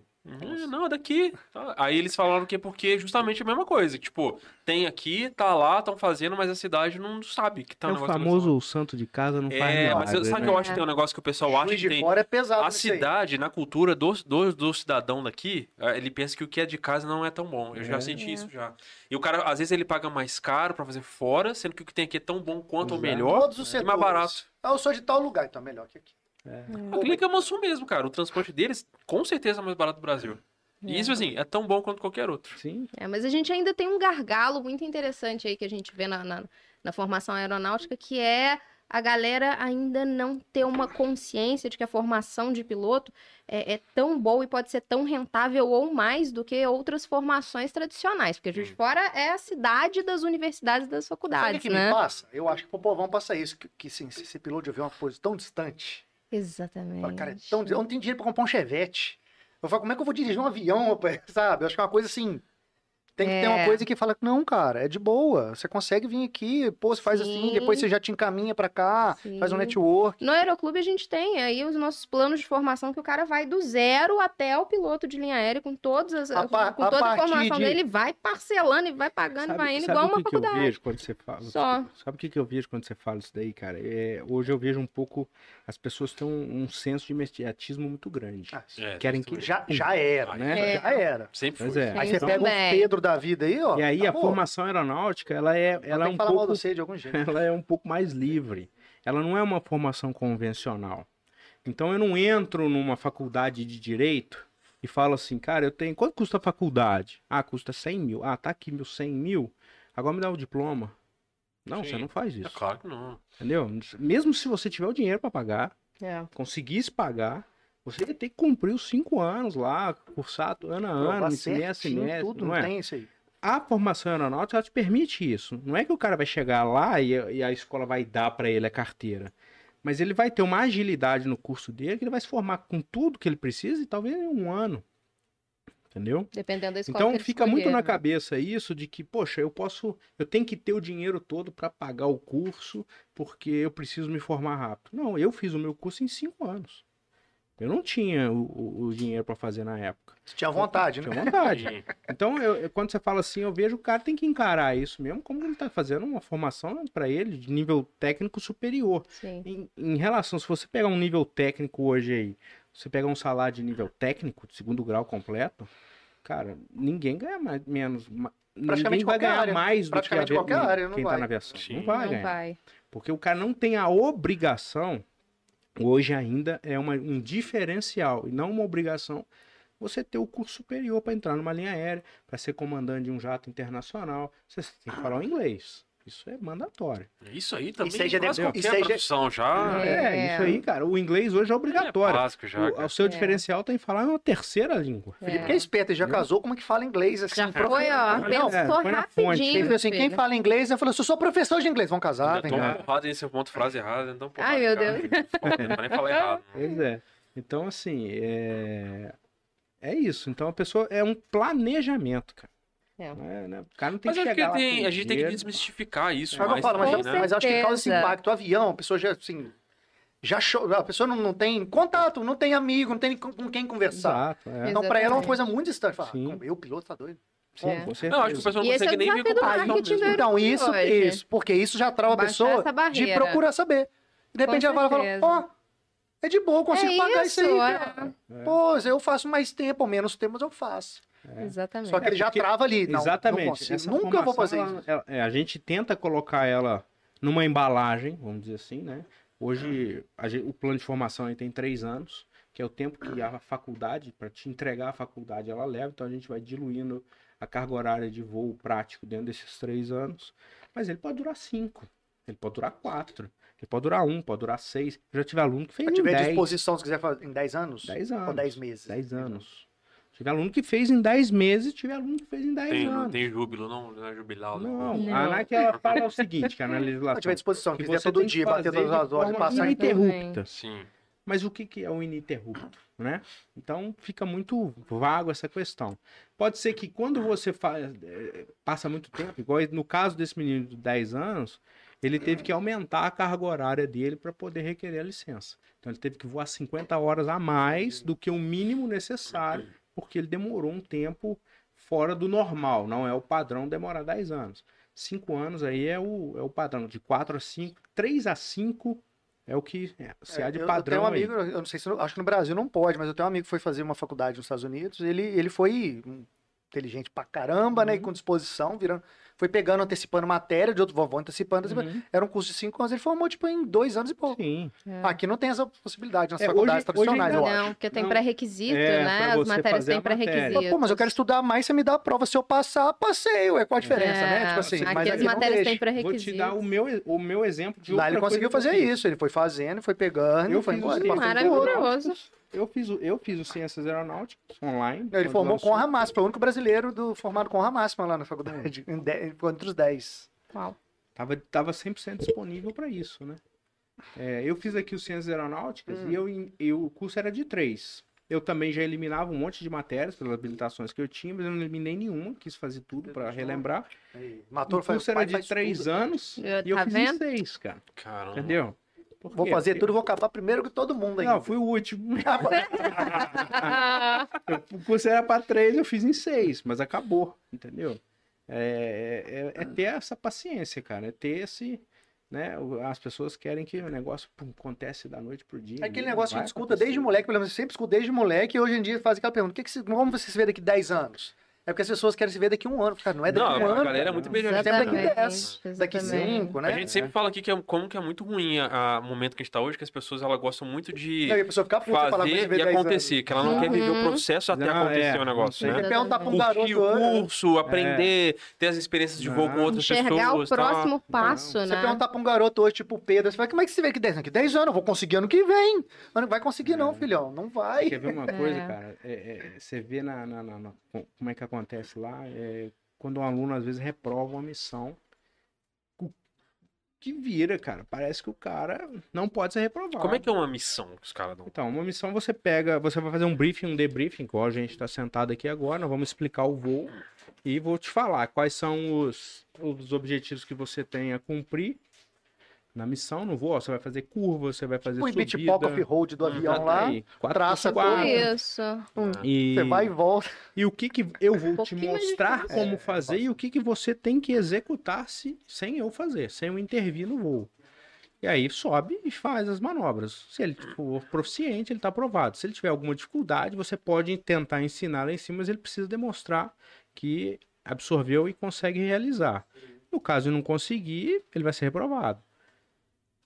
E: Não, é daqui. Tá. Aí eles falaram que é porque justamente a mesma coisa. que, Tipo, tem aqui, tá lá, estão fazendo, mas a cidade não sabe que tá um
C: É o
E: negócio
C: famoso o santo de casa não
E: desse
C: faz
E: lado. É, mas
C: milagre,
E: sabe o que
C: né?
E: eu acho que tem um negócio que o pessoal acha
B: Juiz
E: que
B: de
E: tem?
B: fora é pesado
E: A
B: nisso aí.
E: cidade, na cultura do, do, do cidadão daqui, eh, ele pensa que o que é de casa não é tão bom. Eu já
C: É.
E: senti
D: É.
E: isso já. E o cara, às vezes, ele paga mais caro pra fazer fora, sendo que o que tem aqui é tão bom quanto ou
C: Exato.
E: melhor.
B: Todos os
E: e
B: setores.
E: mais barato.
B: Ah, eu sou de tal lugar, então é melhor que aqui.
D: Hum.
C: Hum.
E: A clínica é Mansum mesmo, cara. O transporte deles, com certeza, é mais barato do Brasil. E isso, assim, é tão bom quanto qualquer outro.
C: Sim.
D: É, mas a gente ainda tem um gargalo muito interessante aí que a gente vê na, na, na formação aeronáutica, que é a galera ainda não ter uma consciência de que a formação de piloto é, é tão boa e pode ser tão rentável ou mais do que outras formações tradicionais. Porque Juiz de Fora é a cidade das universidades e das
B: Hum. Sabe o
D: faculdades,
B: que me
D: né?
B: passa? Eu acho que pro povão passa isso, que, que sim, se esse piloto de avião é uma coisa tão distante,
D: Exatamente.
B: Fala, cara, é tão... eu não tenho dinheiro pra comprar um chevette. Eu falo, como é que eu vou dirigir um avião, rapaz? [LAUGHS] sabe? Eu acho que é uma coisa assim. Tem que ter uma
D: É.
B: coisa que fala, não, cara, é de boa. Você consegue vir aqui, pô, você faz assim,
D: Sim.
B: depois você já te encaminha pra cá,
D: Sim.
B: faz um network.
D: No aeroclube a gente tem aí os nossos planos de formação que o cara vai do zero até o piloto de linha aérea com todas as
B: A par-
D: com
B: a
D: toda a,
B: partir
D: informação
B: de-
D: dele, vai parcelando e vai pagando, e vai indo igual
C: o
D: uma
C: que que eu
D: faculdade.
C: vejo quando você fala?
D: Só.
C: Sabe o que, que eu vejo quando você fala isso daí, cara? É, hoje eu vejo um pouco. As pessoas têm um, um senso de imediatismo muito grande.
B: Ah,
E: É,
C: Querem
E: isso
C: que-
E: mesmo.
B: já, já era,
C: né?
D: É.
B: já era.
E: Sempre
C: Pois
E: foi.
C: é.
B: Aí
D: Sim,
B: você pega um
D: também.
B: Pedro da vida aí, ó.
C: E aí a
B: acabou.
C: formação aeronáutica, ela é,
B: Ela
C: ela é
B: tá tem
C: um
B: que falar mal
C: pouco
B: de você de algum
C: [LAUGHS]
B: jeito.
C: ela é um pouco mais livre. Ela não é uma formação convencional. Então eu não entro numa faculdade de direito e falo assim, cara, eu tenho. Quanto custa a faculdade? Ah, custa 100 mil. Ah, tá aqui, meu 100 mil. Agora me dá o diploma. Não,
E: Sim.
C: você não faz
E: É
C: isso.
E: claro que não.
C: Entendeu? Mesmo se você tiver o dinheiro para pagar,
D: É.
C: conseguisse pagar, você ia ter que cumprir os cinco anos lá, cursar ano a ano,
B: Provar
C: semestre,
B: tá certinho
C: semestre.
B: tudo,
C: não
B: não
C: é?
B: tem isso aí.
C: a formação aeronáutica ela te permite isso. Não é que o cara vai chegar lá e, e a escola vai dar para ele a carteira. Mas ele vai ter uma agilidade no curso dele que ele vai se formar com tudo que ele precisa e talvez em um ano. Entendeu?
D: Dependendo da É, escola. que
C: Então
D: ele
C: fica muito
D: escolher,
C: na
D: né?
C: cabeça isso de que, poxa, eu posso, eu tenho que ter o dinheiro todo para pagar o curso porque eu preciso me formar rápido. Não, eu fiz o meu curso em cinco anos. Eu não tinha o- o- o dinheiro para fazer na época.
B: Você tinha vontade, né?
C: Tinha vontade.
E: E- é
C: Então, eu- eu- quando você fala assim, eu vejo o cara tem que encarar isso mesmo, como ele tá fazendo uma formação para ele de nível técnico superior.
D: Sim.
C: Em, em relação, se você pegar um nível técnico hoje aí, você pegar um salário de nível técnico, de segundo grau completo, cara, ninguém ganha mais, menos. ma-
B: Praticamente
C: ninguém vai
B: qualquer
C: ganhar
B: área.
C: mais do que a,
B: Praticamente
C: ve-
B: qualquer área, não
C: quem tá
B: vai.
C: na aviação.
E: Sim.
C: Não vai
D: não
C: ganhar.
D: vai.
C: Porque o cara não tem a obrigação Hoje ainda é uma- um diferencial e não uma obrigação você ter o curso superior para entrar numa linha aérea, para ser comandante de um jato internacional. Você tem que falar o inglês. Isso é mandatório.
A: Isso aí também
B: Isso aí já
A: em quase
B: deu-
A: qualquer
B: isso aí já-
A: profissão já.
D: É.
C: é, isso aí, cara. O inglês hoje é
A: É
C: obrigatório.
A: básico já,
C: O-
A: cara.
C: o, seu
D: É.
C: diferencial tem que falar uma terceira língua.
B: Felipe que é esperto, ele já casou com uma que fala inglês. Assim,
D: Já
B: prof-
D: foi, ó. Pensou
C: é, foi na fonte.
D: rapidinho.
B: né? Ele falou assim, quem
D: filho.
B: fala inglês, eu falei, eu sou sou professor de inglês, vão casar,
A: Ainda
B: vem
A: tô
B: cá.
A: uma porrada nesse ponto frase errada, então porrada,
D: Ai, meu
A: cara.
D: Deus.
A: Não vou nem falar errado.
C: Pois é. Então, assim, é... é isso. Então, a pessoa é um planejamento, cara.
D: É.
C: Não é, né? O cara não tem
A: Mas
C: que
A: é porque
C: chegar lá
A: tem-
C: com
A: a gente tem que
C: dinheiro.
A: desmistificar isso.
B: Mas eu
A: mais
B: falo, mas,
A: também,
D: Com
A: né?
B: mas acho que causa esse
D: certeza.
B: impacto. O avião, a pessoa já, assim, já cho- a pessoa não, não tem contato, não tem amigo, não tem com, com quem conversar.
C: Exato, é.
B: Então, pra ela é uma
D: Exatamente.
B: coisa muito distante. Fala,
C: Sim.
B: "Como eu, piloto, tá doido?
C: Sim,
D: É.
C: com
A: Não, acho que o pessoal
C: certeza.
D: E
A: não
D: esse é
A: consegue nem
D: o
A: vir
D: desafio do
A: com o paixão
D: marketing,
A: mesmo.
D: né?
B: Então, isso,
D: hoje.
B: isso. Porque isso já trava a
D: Baixar
B: é pessoa
D: essa
B: de
D: barreira.
B: procurar saber. De repente
D: Com
B: ela fala, fala,
D: certeza.
B: ó, é de boa, eu consigo
D: É
B: pagar isso, aí. né?
D: é.
B: cara. Pô, eu faço mais tempo ou menos tempo, mas eu faço.
D: Exatamente.
B: Só que
C: É
B: ele já
C: porque-
B: trava ali. Não, Não
C: Exatamente.
B: consigo,
C: Essa
B: nunca vou
C: formação,
B: fazer isso.
C: ela- ela- é, a gente tenta colocar ela numa embalagem, vamos dizer assim, né? Hoje, a gen- o plano de formação aí tem três anos, que é o tempo que a faculdade, para te entregar a faculdade, ela leva. Então, a gente vai diluindo a carga horária de voo prático dentro desses três anos. Mas ele pode durar cinco, ele pode durar quatro, ele pode durar um, pode durar seis. Eu já tive aluno que fez
B: Se
C: em
B: tiver
C: dez,
B: disposição, se quiser fazer em 10 anos,
C: dez
B: ou
C: anos.
B: 10 meses.
C: 10 anos. Tive aluno que fez em 10 meses, tive aluno que fez em 10
A: Tem, não
C: anos.
A: tem júbilo, não, não é jubilar.
C: Não, é.
D: Não.
C: a ANAC ela fala o seguinte, cara, na legislação.
B: Se tiver disposição,
C: que
B: se quiser
C: você
B: todo
C: tem que
B: dia, bater
C: fazer
B: todas as
C: de
B: horas e
C: forma
B: passar em
C: ininterrupta.
A: Sim.
C: Mas o que, que é o ininterrupto, né? Então fica muito vago essa questão. Pode ser que quando você fa- eh, passa muito tempo, igual no caso desse menino de 10 anos, ele teve que aumentar a carga horária dele para poder requerer a licença. Então ele teve que voar 50 horas a mais do que o mínimo necessário, porque ele demorou um tempo fora do normal, não é o padrão demorar 10 anos. 5 anos aí é o, é o padrão, de 4 a 5, 3 a 5 é o que é, se há de
B: eu-
C: padrão
B: Eu tenho um
C: aí.
B: amigo, eu não sei se no- acho que no Brasil não pode, mas eu tenho um amigo que foi fazer uma faculdade nos Estados Unidos. Ele, ele foi hum, inteligente pra caramba,
C: Uhum.
B: né? E com disposição, virando. Foi pegando, antecipando matéria, de outro vovô antecipando. antecipando.
C: Uhum.
B: Era um curso de cinco anos, ele formou, tipo, em dois anos e pouco.
C: Sim.
B: Aqui não tem essa possibilidade nas
C: É, hoje-
B: faculdades
C: hoje
B: tradicionais,
C: ainda
B: eu
D: Não,
B: acho.
D: porque tem
C: Não.
D: pré-requisito,
C: É,
D: né?
C: pra
D: As
C: você
D: matérias
C: fazer
D: têm
C: a matéria.
B: Mas,
D: pré-requisito.
B: pô, mas eu quero estudar mais, você me dá a prova. Se eu passar, passei, ué, qual a diferença,
D: É,
B: né? Tipo assim,
D: aqui
B: mas
D: as
B: aqui não deixa.
D: matérias têm
C: Vou te
D: pré-requisitos.
C: dar o meu, o meu exemplo de
B: Lá ele
C: outra coisa
B: conseguiu
C: que eu
B: fazer
C: fiz.
B: isso, ele foi fazendo, foi pegando,
C: Eu
B: foi
C: fiz
B: embora.
C: o
B: ele
C: seguinte.
B: passou em tudo.
D: Maravilhoso.
C: Eu fiz, o- eu fiz o Ciências Aeronáuticas online.
B: Não, ele
C: quando
B: formou
C: lançou.
B: com a Máxima, foi o único brasileiro do, formado com a Máxima lá na
C: [LAUGHS]
B: faculdade, em de- ficou entre os 10.
D: Uau.
C: Tava, tava 100% disponível para isso, né? É, eu fiz aqui o Ciências Aeronáuticas
B: Hum.
C: e, eu, em- e o curso era de três. Eu também já eliminava um monte de matérias pelas habilitações que eu tinha, mas eu não eliminei nenhuma, quis fazer tudo para relembrar.
B: Aí,
C: O
B: Matou, foi
C: Um curso era de três anos
D: Eu-
C: e eu
D: tá
C: fiz em
D: vendo?
C: seis, cara.
A: Caramba.
C: Entendeu? Por
B: Vou
C: quê?
B: fazer
C: Porque-
B: tudo, vou acabar primeiro que todo mundo ainda.
C: Não, fui o último.
B: Ah, mas-
C: O curso era para três, eu fiz em seis, mas acabou, entendeu? É,
B: Ah.
C: é- é ter essa paciência, cara. É ter esse. Né? o- As pessoas querem que o negócio pum, acontece da noite pro dia.
B: É aquele
C: mesmo,
B: negócio que a
C: vai
B: gente escuta desde
C: acontecer.
B: moleque, pelo menos eu sempre escuto desde moleque, e hoje em dia faz aquela pergunta: o que que se, como você se vê daqui 10 anos? É porque as pessoas querem se ver daqui um ano. Cara, não é daqui
A: Não,
B: um ano.
A: a galera é muito imediatista.
B: Sempre daqui
D: [LAUGHS] Exatamente,
B: 10, daqui
D: exatamente.
B: 5, né?
A: A gente sempre fala aqui que é, como que é muito ruim a- a- o momento que a gente tá hoje, que as pessoas elas gostam muito de
B: Não, e a pessoa fica puta falar você
A: fazer
B: vê
A: e
B: 10 anos.
A: acontecer, que ela não quer viver o
D: Uhum.
A: processo até
C: Não,
A: acontecer
C: é.
A: o negócio,
B: Você
A: né?
B: quer perguntar pra um
A: Curtir
B: garoto.
A: o
B: né?
A: curso, aprender, ter as experiências de voo com
C: Não.
A: outras
D: Enxergar o
A: pessoas. tá? tal.
D: próximo passo,
B: Você
D: né?
B: perguntar pra um garoto hoje, tipo o Pedro, você fala, como é que você vê que 10 anos? Que 10 anos, eu vou conseguir ano que vem. Mas não vai conseguir, não,
C: É.
B: filhão. Não
C: Você
B: vai. Tipo
C: Quer ver uma coisa,
D: É.
C: cara? É- é- você vê na, na- na- na- com- como é que acontece lá, é, quando um aluno às vezes reprova uma missão, o que vira, cara? Parece que o cara não pode ser reprovado.
A: Como é que é uma missão que os caras dão?
C: Então, uma missão você pega, você vai fazer um briefing, um debriefing, igual a gente está sentado aqui agora, nós vamos explicar o voo e vou te falar quais são os, os objetivos que você tem a cumprir na missão, no voo. Ó, Você vai fazer curva, você vai fazer
B: Tipo, em
C: subida.
B: Bitpock off-road do
A: Hum,
B: avião
C: tá
B: lá.
C: aí, quatro
B: traça
C: por quatro.
D: Isso.
C: E,
B: Você vai e volta.
C: e o que que eu vou te
D: pouquinho mais
C: mostrar
D: difícil.
C: como fazer e o que que você tem que executar se, sem eu fazer, sem eu intervir no voo. E aí sobe e faz as manobras. Se ele for proficiente, ele está aprovado. Se ele tiver alguma dificuldade, você pode tentar ensinar lá em cima, mas ele precisa demonstrar que absorveu e consegue realizar. No caso de não conseguir, ele vai ser reprovado.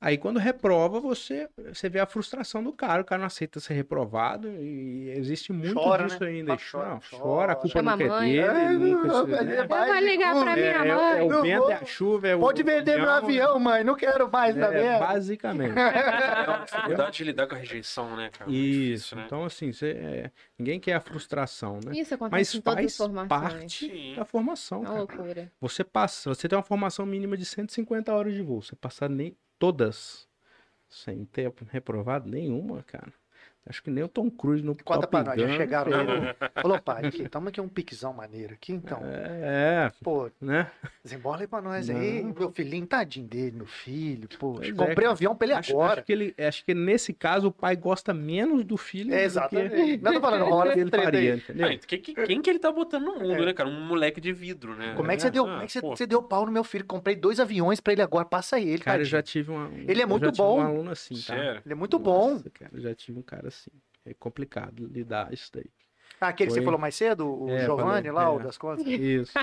C: Aí quando reprova, você, você vê a frustração do cara, o cara não aceita ser reprovado e existe muito
B: Chora,
C: disso
B: né?
C: ainda.
B: Ah,
C: E
B: chora,
C: não,
B: chora.
C: chora, a culpa
D: Chama
C: não
D: a
C: é
D: mãe.
C: dele, nunca se-
B: É,
C: né?
D: Vai ligar pra
C: É,
D: minha
C: é,
D: mãe.
C: é o
B: Não
C: vento,
B: vou.
C: é a chuva, é o
B: Pode vender meu avião, mãe. Não quero mais, tá
C: É,
B: vendo?
D: [LAUGHS]
C: basicamente.
A: É uma dificuldade de lidar com a rejeição, né, cara? É
C: Isso.
A: difícil, né?
C: Então, assim, você, é, ninguém quer a frustração, né?
D: Isso
C: Mas
D: acontece em todas as
C: faz
D: formações.
C: parte
A: Sim.
C: da formação,
D: É uma
C: cara.
D: loucura.
C: Você passa, você tem uma formação mínima de 150 horas de voo. Você passar nem todas sem ter reprovado nenhuma, cara. Acho que nem o Tom Cruise no
B: Conta
C: Top
B: pra nós, já
C: Gun
B: chegaram.
C: pegou.
B: né? Falou, pai, aqui, toma aqui um piquezão maneiro aqui, então.
C: É, é,
B: Pô,
C: né?
B: desembola aí pra nós
C: Não.
B: aí. Meu filhinho, tadinho dele, meu filho. Pô,
C: Pois é,
B: comprei um avião pra ele
C: Acho,
B: agora.
C: acho que ele, é, acho que nesse caso o pai gosta menos do filho
B: É,
C: [LAUGHS] do
B: exatamente. Não, tô falando, olha
C: que ele
B: esse treta aí.
C: faria,
A: Ah,
C: entendeu?
A: e que- que- quem que ele tá botando no mundo,
B: É.
A: né, cara? Um moleque de vidro, né?
B: Como é que você deu,
A: Ah,
B: como é que você,
A: pô,
B: você deu pau no meu filho? Comprei dois aviões pra ele agora. Passa aí, ele,
C: Cara, eu
B: tadinho.
C: já tive uma, um,
B: Ele é
C: eu
B: muito
C: já tive
B: bom.
C: um aluno assim, tá?
A: Sério?
B: Ele é muito bom.
C: Nossa, cara, eu já tive um cara assim. É complicado lidar isso daí.
B: Ah, aquele que você
C: Foi.
B: falou mais cedo, o
C: É,
B: Giovanni
C: falei,
B: lá, o
C: é.
B: das contas.
C: [LAUGHS] Isso.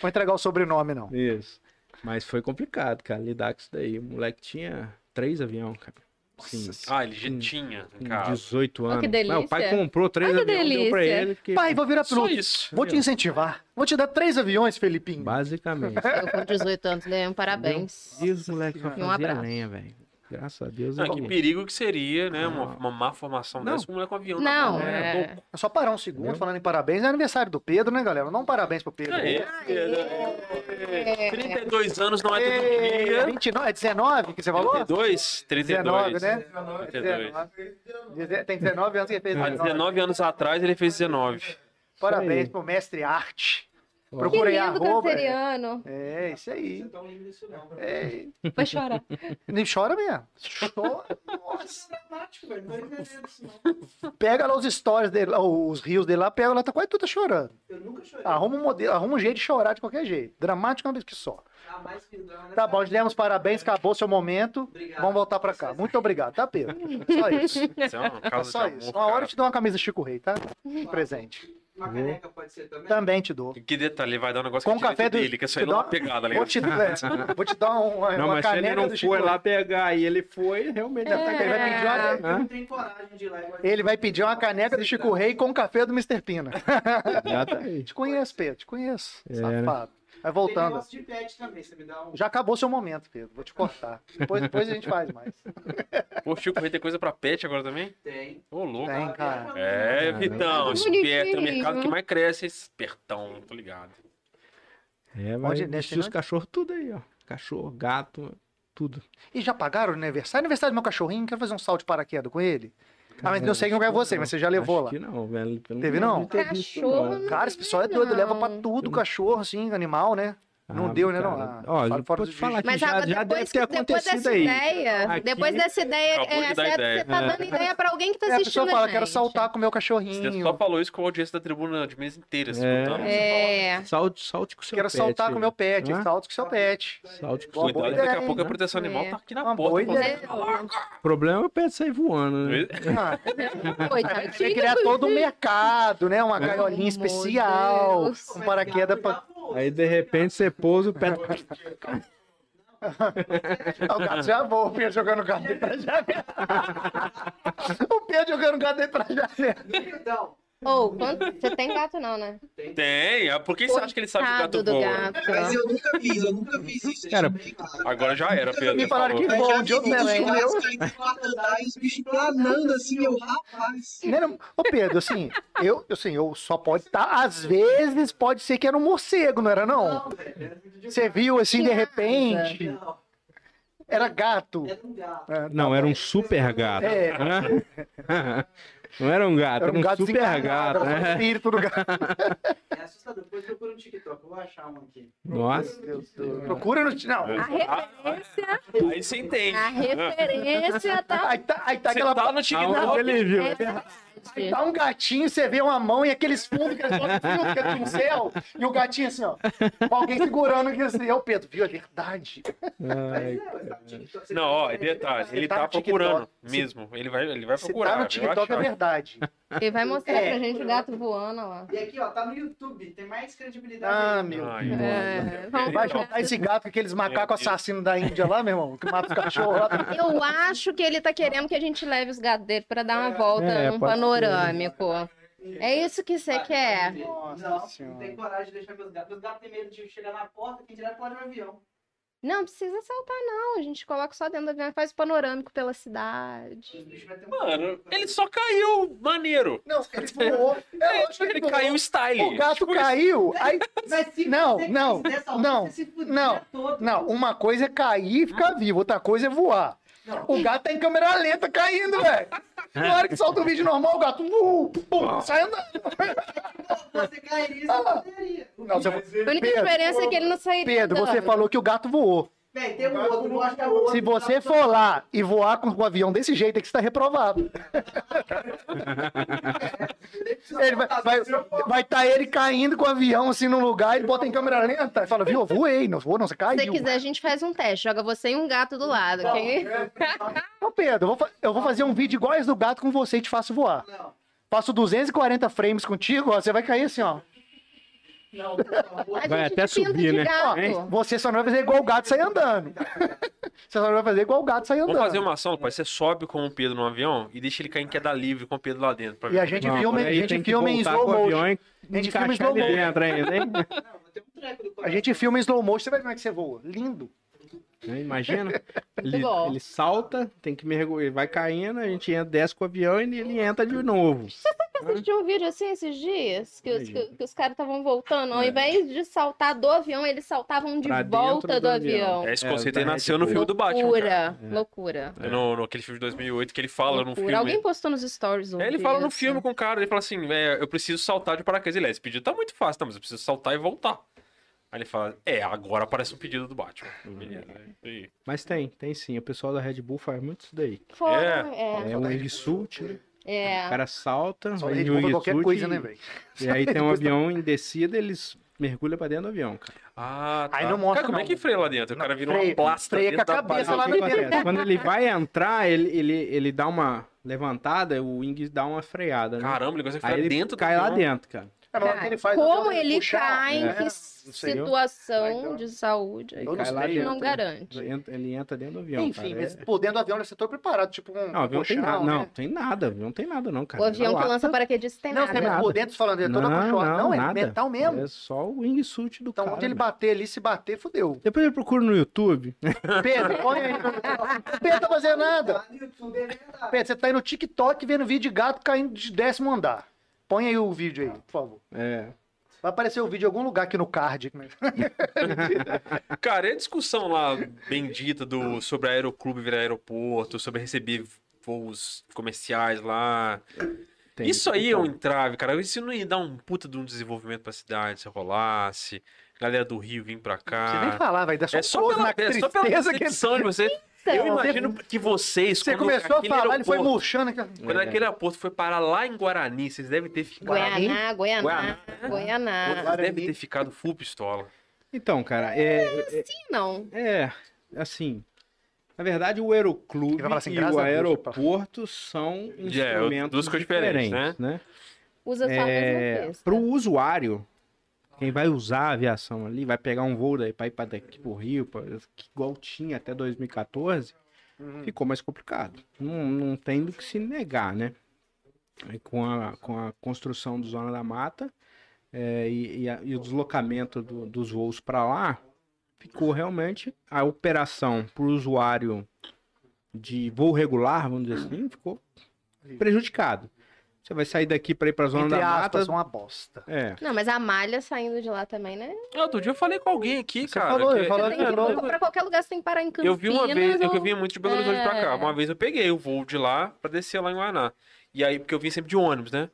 B: Vou entregar o sobrenome, não.
C: Isso. Mas foi complicado, cara, lidar com isso daí. O moleque tinha três aviões, cara. Sim.
A: Ah, ele já
C: Hum.
A: tinha,
C: com
A: cara.
C: 18
D: Olha
C: anos.
D: que delícia.
C: Não, o pai comprou três
D: Olha que
C: aviões, deu pra
D: delícia.
C: ele. Porque,
B: Pai, vou virar
A: Só
B: piloto.
A: isso.
B: Vou te incentivar. Vou te dar três aviões, Felipinho.
C: basicamente.
D: Eu com 18 anos ganhei um parabéns.
C: E os moleques só
D: Senhora. Um
C: faziam
D: abraço.
C: lenha, velho. Graças a Deus.
A: Ah,
C: eu-
A: que perigo que seria, né? Uma,
C: Não.
A: uma má formação
C: Não.
A: dessa, um moleque com um avião na
D: Não,
A: mão, né?
D: é.
A: Louco.
B: É Só parar um segundo,
C: Entendeu?
B: falando em parabéns. É aniversário do Pedro, né, galera? Não parabéns pro Pedro.
A: É,
D: É.
A: é, 32 anos não é todo
B: É,
A: dia.
B: 29, é 19 que você falou?
A: 32? 32.
B: 19, né? 19. Tem 19 anos que ele fez
A: Há
B: 19.
A: 19 anos atrás ele fez 19.
B: Parabéns
C: Isso aí.
B: pro mestre arte.
C: Ó.
D: Que
B: Procurei
D: lindo
B: arroba.
D: canceriano.
B: É, isso aí. É,
D: Vai chorar.
B: nem chora mesmo. Chora. Nossa.
F: É
B: Pega lá os stories dele, lá, os rios dele lá, pega lá, tá quase tudo chorando.
F: Eu nunca chorei.
B: Arruma um modelo, arruma um jeito de chorar de qualquer jeito. Dramático é uma vez que só.
F: Ah, mais findona.
B: Tá bom, te demos parabéns, acabou seu momento.
F: Obrigado.
B: Vamos voltar pra cá. Muito obrigado, tá, Pedro?
D: [LAUGHS]
B: Só isso.
A: Isso é
B: [LAUGHS]
A: uma causa
B: Só
C: tá
A: de amor,
B: isso. Uma hora eu
A: cara.
B: te dou uma camisa Chico Rei, tá? Um presente.
F: Uma caneca pode ser também?
B: Também te dou.
A: Que detalhe, ele vai dar um negócio
B: Com
A: que é
B: café
A: direito
B: do-
A: dele, que é só
B: te
A: ele
B: dá-
A: uma pegada,
B: Vou
A: legal.
B: te,
C: [LAUGHS]
B: é, vou te dar uma,
C: Não,
B: uma
C: mas se ele
B: caneca
C: não
B: do Chico
C: foi
B: Rei. Tá,
C: lá pegar e ele foi, realmente
D: É.
C: até que ele vai pedir uma-
F: Ah, eu
C: Hã?
F: não tenho coragem de ir lá igual
B: Ele vai pedir uma caneca do Chico Rei com café do Mr.
C: [LAUGHS]
B: Pina.
C: Exatamente.
B: Te conheço, Pedro, te conheço.
C: É,
B: Safado. Vai
F: Tem
B: voltando.
F: negócio de pet também, você me dá um...
B: Já acabou seu momento, Pedro. Vou te cortar. Depois, depois a gente faz mais.
A: Pô, o Chico vai ter coisa pra pet agora também?
F: Tem. Tá
A: Ô, louco.
B: Tem, cara.
A: É,
B: né?
C: Caramba.
A: Vitão,
B: Tá
D: Bonitinho.
A: esperto. É o mercado que mais cresce, é espertão, tô ligado.
C: É, vai
B: Pode
C: vestir
B: deixar,
C: os
B: né?
C: cachorros tudo aí, ó. Cachorro, gato, tudo.
B: E já pagaram o aniversário? Aniversário do meu cachorrinho, quero fazer um salto de paraquedas com ele? Ah, mas
C: Cara,
B: não sei quem
C: acho
B: é
C: que
B: você,
C: não.
B: mas você já levou
C: Acho
B: lá.
C: que não, velho. Pelo
B: Teve,
C: menos
B: não?
C: de ter visto,
D: Cachorro não
B: Cara, esse pessoal é doido,
D: Não.
B: leva pra tudo, cachorro, assim, animal, né? Não
C: Ah,
B: deu, né,
C: cara.
B: não? Ah, fora-
C: Olha,
B: fora
C: pode
B: do
C: falar que
D: Mas
C: já,
D: agora,
C: já
D: depois,
C: deve ter
D: que- depois
C: acontecido
D: dessa
C: aí.
D: ideia,
C: Aqui-
D: depois dessa ideia,
A: Acabou
D: é
A: de dar
D: certo que
A: ideia.
D: você tá
C: É.
D: dando ideia pra alguém que tá
B: É, a
D: assistindo
B: pessoa fala,
D: gente.
B: quero saltar com o
A: Você
B: meu
A: só
B: cachorrinho.
A: falou isso com a audiência da tribuna de mesa inteira, assim, tá?
C: É.
A: escutando.
D: É.
C: Salte, salte com o seu
B: Quero
C: pet.
B: saltar com o meu pet,
C: Hã?
B: salto com o seu pet.
F: um
C: Salte com o
B: Boa,
A: Cuidado,
C: seu
B: boa
A: daqui
B: ideia,
A: a pouco a
B: hein?
A: proteção animal
D: É.
A: tá aqui na
B: Uma boa
A: porta.
B: ideia.
C: O problema é o pet sair voando, né?
B: Ah, Aí vai
D: Coitadinho
B: criar
D: do
B: todo um mercado, né? Uma gaiolinha
D: Pelo amor de
B: especial,
D: Deus.
B: um paraquedas pra...
C: Aí de repente você pousa o pet.
B: Ah, o gato já voa, o Pedro jogando o gato dentro pra janela. [LAUGHS] o Pedro jogando o gato dentro pra janela.
F: Perdão.
D: Ou, quanto- você tem gato não, né?
A: Tem, ah, por que você acha que ele sabe que o
D: Coitado
A: gato
B: né?
D: do
A: voa?
B: É
F: Mas
D: gato.
F: eu nunca fiz, eu nunca fiz isso.
C: Cara,
A: Agora já era, Pedro.
B: Me falaram que
A: falou.
B: voa, um dia outro
D: vi,
B: mestre
D: mas-
B: meu.
F: Os bichos planando assim, eu, rapaz.
B: Né, não? Ô Pedro, assim, eu, assim, eu só pode estar. às vezes pode ser que era um morcego, não era não?
F: Não, velho. é
B: Você viu assim de repente?
F: Não,
B: Era gato.
F: era um gato.
B: É,
C: Não, era um super gato.
B: É.
C: né? [LAUGHS] Não era um gato, era um, super
B: desencarnado, era
C: gato.
B: só o
C: né?
B: espírito do gato.
F: É assustador. Depois procura um TikTok, eu vou achar um aqui.
C: Nossa.
B: Meu Deus do céu. Procura no.
C: [LAUGHS]
B: Não.
D: A
B: Ah,
D: referência,
A: Aí você entende.
D: a referência
B: [LAUGHS]
D: tá...
B: Aí tá, aí tá
A: Você
B: aquela.
A: tá no TikTok.
C: Aonde ele viu?
D: É verdade.
B: Aí
D: acontecer.
B: dá um gatinho, você vê uma mão e aqueles fundos que eles botam filtro, que é pincel, e o gatinho assim, ó. Com alguém segurando aqui assim. Eu, Pedro, viu? É verdade.
C: Ai,
A: Não, ó, e detalhe,
B: tá Você
A: ele
B: tá
A: tá
B: no TikTok,
A: procurando
B: se-
A: mesmo. Ele vai, ele vai
B: Se tá
A: procurar.
B: no
A: vai
B: TikTok é
A: achar.
B: verdade.
D: Ele vai mostrar
B: É.
D: pra gente o gato voando lá.
F: E aqui, ó, tá no YouTube, tem mais credibilidade.
B: Ah,
F: ainda.
B: meu
A: Ai,
C: Deus.
D: É, vamos
B: Vai
D: procurar.
B: juntar esse gato com aqueles macacos
A: Deus.
B: assassinos da Índia lá, meu irmão, que mata os cachorros lá.
D: Eu acho que ele tá querendo que a gente leve os gatos dele pra dar uma volta
C: É,
D: num
C: pode ser.
D: panorâmico. É isso que você quer.
B: Nossa
F: não, não
B: Senhora.
F: tem coragem de deixar meus gatos. Meus gatos têm medo de chegar na porta, quem dirá pode no avião.
D: Não precisa saltar, não. A gente coloca só dentro do avião e faz panorâmico pela
F: Os
D: cidade.
F: bichos vai ter um-
E: Mano, ele só caiu maneiro.
B: Não, ele voou. É lógico que
E: Ele caiu style.
B: O gato
E: Tipo,
B: caiu, aí
F: Mas se
B: Não,
F: você
B: não,
F: quiser salvar,
B: não,
F: você se fudia
B: não,
F: todo.
B: Não, uma coisa é cair e ficar vivo, outra coisa é voar.
F: Não.
B: O gato tá em câmera lenta caindo, velho. Na hora que solta o vídeo normal, o gato uh, pum, sai andando.
F: Você cairia,
B: Ah.
F: você poderia.
B: Não, você-
D: A única
B: Pedro,
D: diferença é que ele não sairia.
B: Pedro, você
D: andando.
B: falou que o gato voou.
F: Véi, tem um outro, não acho que é o outro.
B: Se você for lá e voar com o avião desse jeito, é que você tá reprovado. Ele vai estar vai, vai tá ele caindo com o avião assim num lugar, ele bota em câmera lenta e fala, viu, eu voei, não voou, não, você
D: Se
B: caiu.
D: você quiser, a gente faz um teste. Joga você e um gato do lado, ok?
B: Não, Pedro, eu vou, fa- eu vou fazer um vídeo igual esse do gato com você e te faço voar.
F: Não,
B: Faço 240 frames contigo, ó, você vai cair assim, ó.
F: não, por favor.
D: A
C: Vai
D: gente
C: até
D: te pinta
C: subir,
D: de
C: né?
D: gato.
C: Hein?
B: Você só não vai fazer igual o gato sair andando. Você só não vai fazer igual o gato sair
A: Vamos fazer
B: andando.
A: uma ação, rapaz. Você sobe com o Pedro no avião e deixa ele cair em queda livre com o Pedro lá dentro. Pra
B: E
A: ver.
B: a gente
C: um- Não,
B: filma,
C: por
B: a
C: aí
B: gente
C: tem que
B: filma em
C: voltar
B: slow
C: com o
B: motion.
C: avião e
B: A gente filma em
C: encaixar
B: slow
C: ele
B: motion.
C: dentro ainda, hein?
F: Não, vou ter um treco do
B: A
F: coração.
B: gente filma em slow motion, você vai ver como é que você voa. Lindo. [LAUGHS]
C: Né, Imagina. Ele,
D: bom.
C: ele salta, tem que mergulhar, ele vai caindo, a gente entra, desce com o avião e ele entra de novo.
D: Eu assisti um vídeo assim esses dias, que os,
C: Imagina.
D: que, que os caras estavam voltando. Ao invés de saltar do avião, eles saltavam de
C: Pra
D: volta
C: dentro
D: do,
C: do avião.
D: avião.
A: É, esse
C: É,
A: conceito
C: da
A: aí
C: Red
A: nasceu no
C: Bull.
A: filme do Batman. cara.
D: Loucura, loucura.
A: No, no aquele filme de 2008 que ele fala no
D: loucura.
A: filme.
D: Alguém postou nos stories um
A: É, ele fala no
D: disso.
A: filme com o cara, ele fala assim, é, eu preciso saltar de paraquedas. Ele, é, esse pedido tá muito fácil, tá, mas eu preciso saltar e voltar. Aí ele fala, é, agora parece um pedido do Batman. Beleza. é E-
C: Mas tem, tem sim. O pessoal da Red Bull faz muito isso daí.
D: Foi,
C: É,
D: é.
C: um wingsuit, né? O
D: é.
C: cara salta,
B: Só
C: vai
B: Red
C: de
B: Bull foi qualquer
C: wingsuit
B: coisa,
C: e-
B: né, velho?
C: E aí tem um avião em descida, eles mergulham pra dentro do avião, cara.
A: Ah, tá.
B: Aí não mostra,
A: Cara, como é
B: não.
A: que freia lá dentro? O cara vira
B: freia-
A: uma plasta
B: freia
A: dentro
B: com a
A: da parede.
B: cabeça lá
C: O que
B: dentro.
C: acontece? Quando ele vai entrar, ele, ele, ele dá uma levantada, o wing dá uma freada, né?
A: Caramba, ele consegue
C: aí
A: ficar
C: ele
A: dentro um- do
C: cai lá
A: avião.
C: dentro, cara.
B: É, na hora que ele faz
D: Como
B: aquela-
D: ele
B: puxar,
D: cai, em
B: né?
D: que
B: Não sei eu.
D: situação
B: Aí dá-
D: de saúde, aí
B: Eu não
D: cara,
B: sei,
D: não,
C: eu-
D: garante.
C: Ele entra, ele entra dentro do avião,
B: Enfim,
C: cara.
B: mas
C: É-
B: por dentro do avião, você tá preparado, tipo um
C: Não, avião tem
B: colchão,
C: nada.
B: né?
C: Não, tem nada. Avião tem nada, não, cara.
D: o avião
C: Era
D: que
C: lá.
D: lança paraquedas tem
B: Não,
D: nada.
B: você vê por dentro falando, é toda
C: Não,
B: acolchoada.
C: não,
B: Não, é
C: nada.
B: metal mesmo.
C: É só o wingsuit do
B: Então,
C: cara.
B: onde ele
C: velho.
B: bater ali, se bater, fudeu.
C: Depois eu procuro no YouTube.
B: Pedro, põe aí. Pedro tá fazendo nada.
F: Tá no YouTube, é verdade.
B: Pedro, você tá aí no TikTok vendo vídeo de gato caindo de décimo andar. Põe aí o vídeo aí, por favor.
C: É.
B: Vai aparecer o vídeo em algum lugar aqui no card. né?
A: Cara, e a discussão lá
B: [LAUGHS]
A: bendita do, sobre aeroclube virar aeroporto, sobre receber voos comerciais lá.
C: tem- Então,
A: isso aí é um
B: então.
A: entrave, cara. Isso não ia dar um puta de um desenvolvimento pra cidade se rolasse. Galera do Rio vir pra
B: Você nem
C: Ah.
A: cá.
B: falar, vai dar só, um
A: É só pela,
B: na
A: é só pela
B: tristeza que Então,
A: percepção de você. Eu imagino que vocês.
B: Você
A: quando
B: começou a
A: aquele
B: falar, ele foi É.
A: aeroporto-
B: murchando aqui.
A: Quando aquele aeroporto foi parar lá em Guarani, vocês devem ter ficado.
D: Guianá, Guianá,
A: Guianá. Vocês
D: Guianá.
B: Guarani.
A: devem ter ficado full pistola.
C: Então, cara, é,
D: Sim, não.
C: é, é, assim. Na verdade, o aeroclube
B: Ele vai falar assim,
C: e
B: "Graças
C: o
B: a Deus", tipo assim."
C: aeroporto são instrumentos
A: É, duas coisas
C: diferentes,
A: diferentes,
C: né?
D: Usa só a
C: É,
D: mesma
C: Para
D: pista.
C: o usuário, quem vai usar a aviação ali, vai pegar um voo daí para ir para daqui pro Rio, pra, que igual tinha até 2014, ficou mais complicado. Não, não tem do que se negar, né? Aí com, a, com a construção do Zona da Mata é, e, e a- e o deslocamento do- dos voos para lá, ficou realmente a operação para o usuário de voo regular, vamos dizer assim, ficou prejudicado. Você vai sair daqui para ir para a Zona
B: Entre
C: da
B: aspas,
C: Mata.
B: uma bosta.
C: É.
D: Não, mas a malha saindo de lá também, né?
A: Ah, Outro dia eu falei com alguém aqui,
B: Você
A: cara.
B: falou,
A: que-
B: eu falei-
D: Você
B: Fala
D: tem
B: de
D: que
B: novo.
D: ir pra qualquer lugar, você tem que parar em Campinas.
A: Eu vi uma vez, é que eu
D: ou-
A: vim muito de Belo Horizonte pra
D: É.
A: cá. Uma vez eu peguei o voo de lá pra descer lá em Guaraná. E aí, porque eu vim sempre de ônibus, né?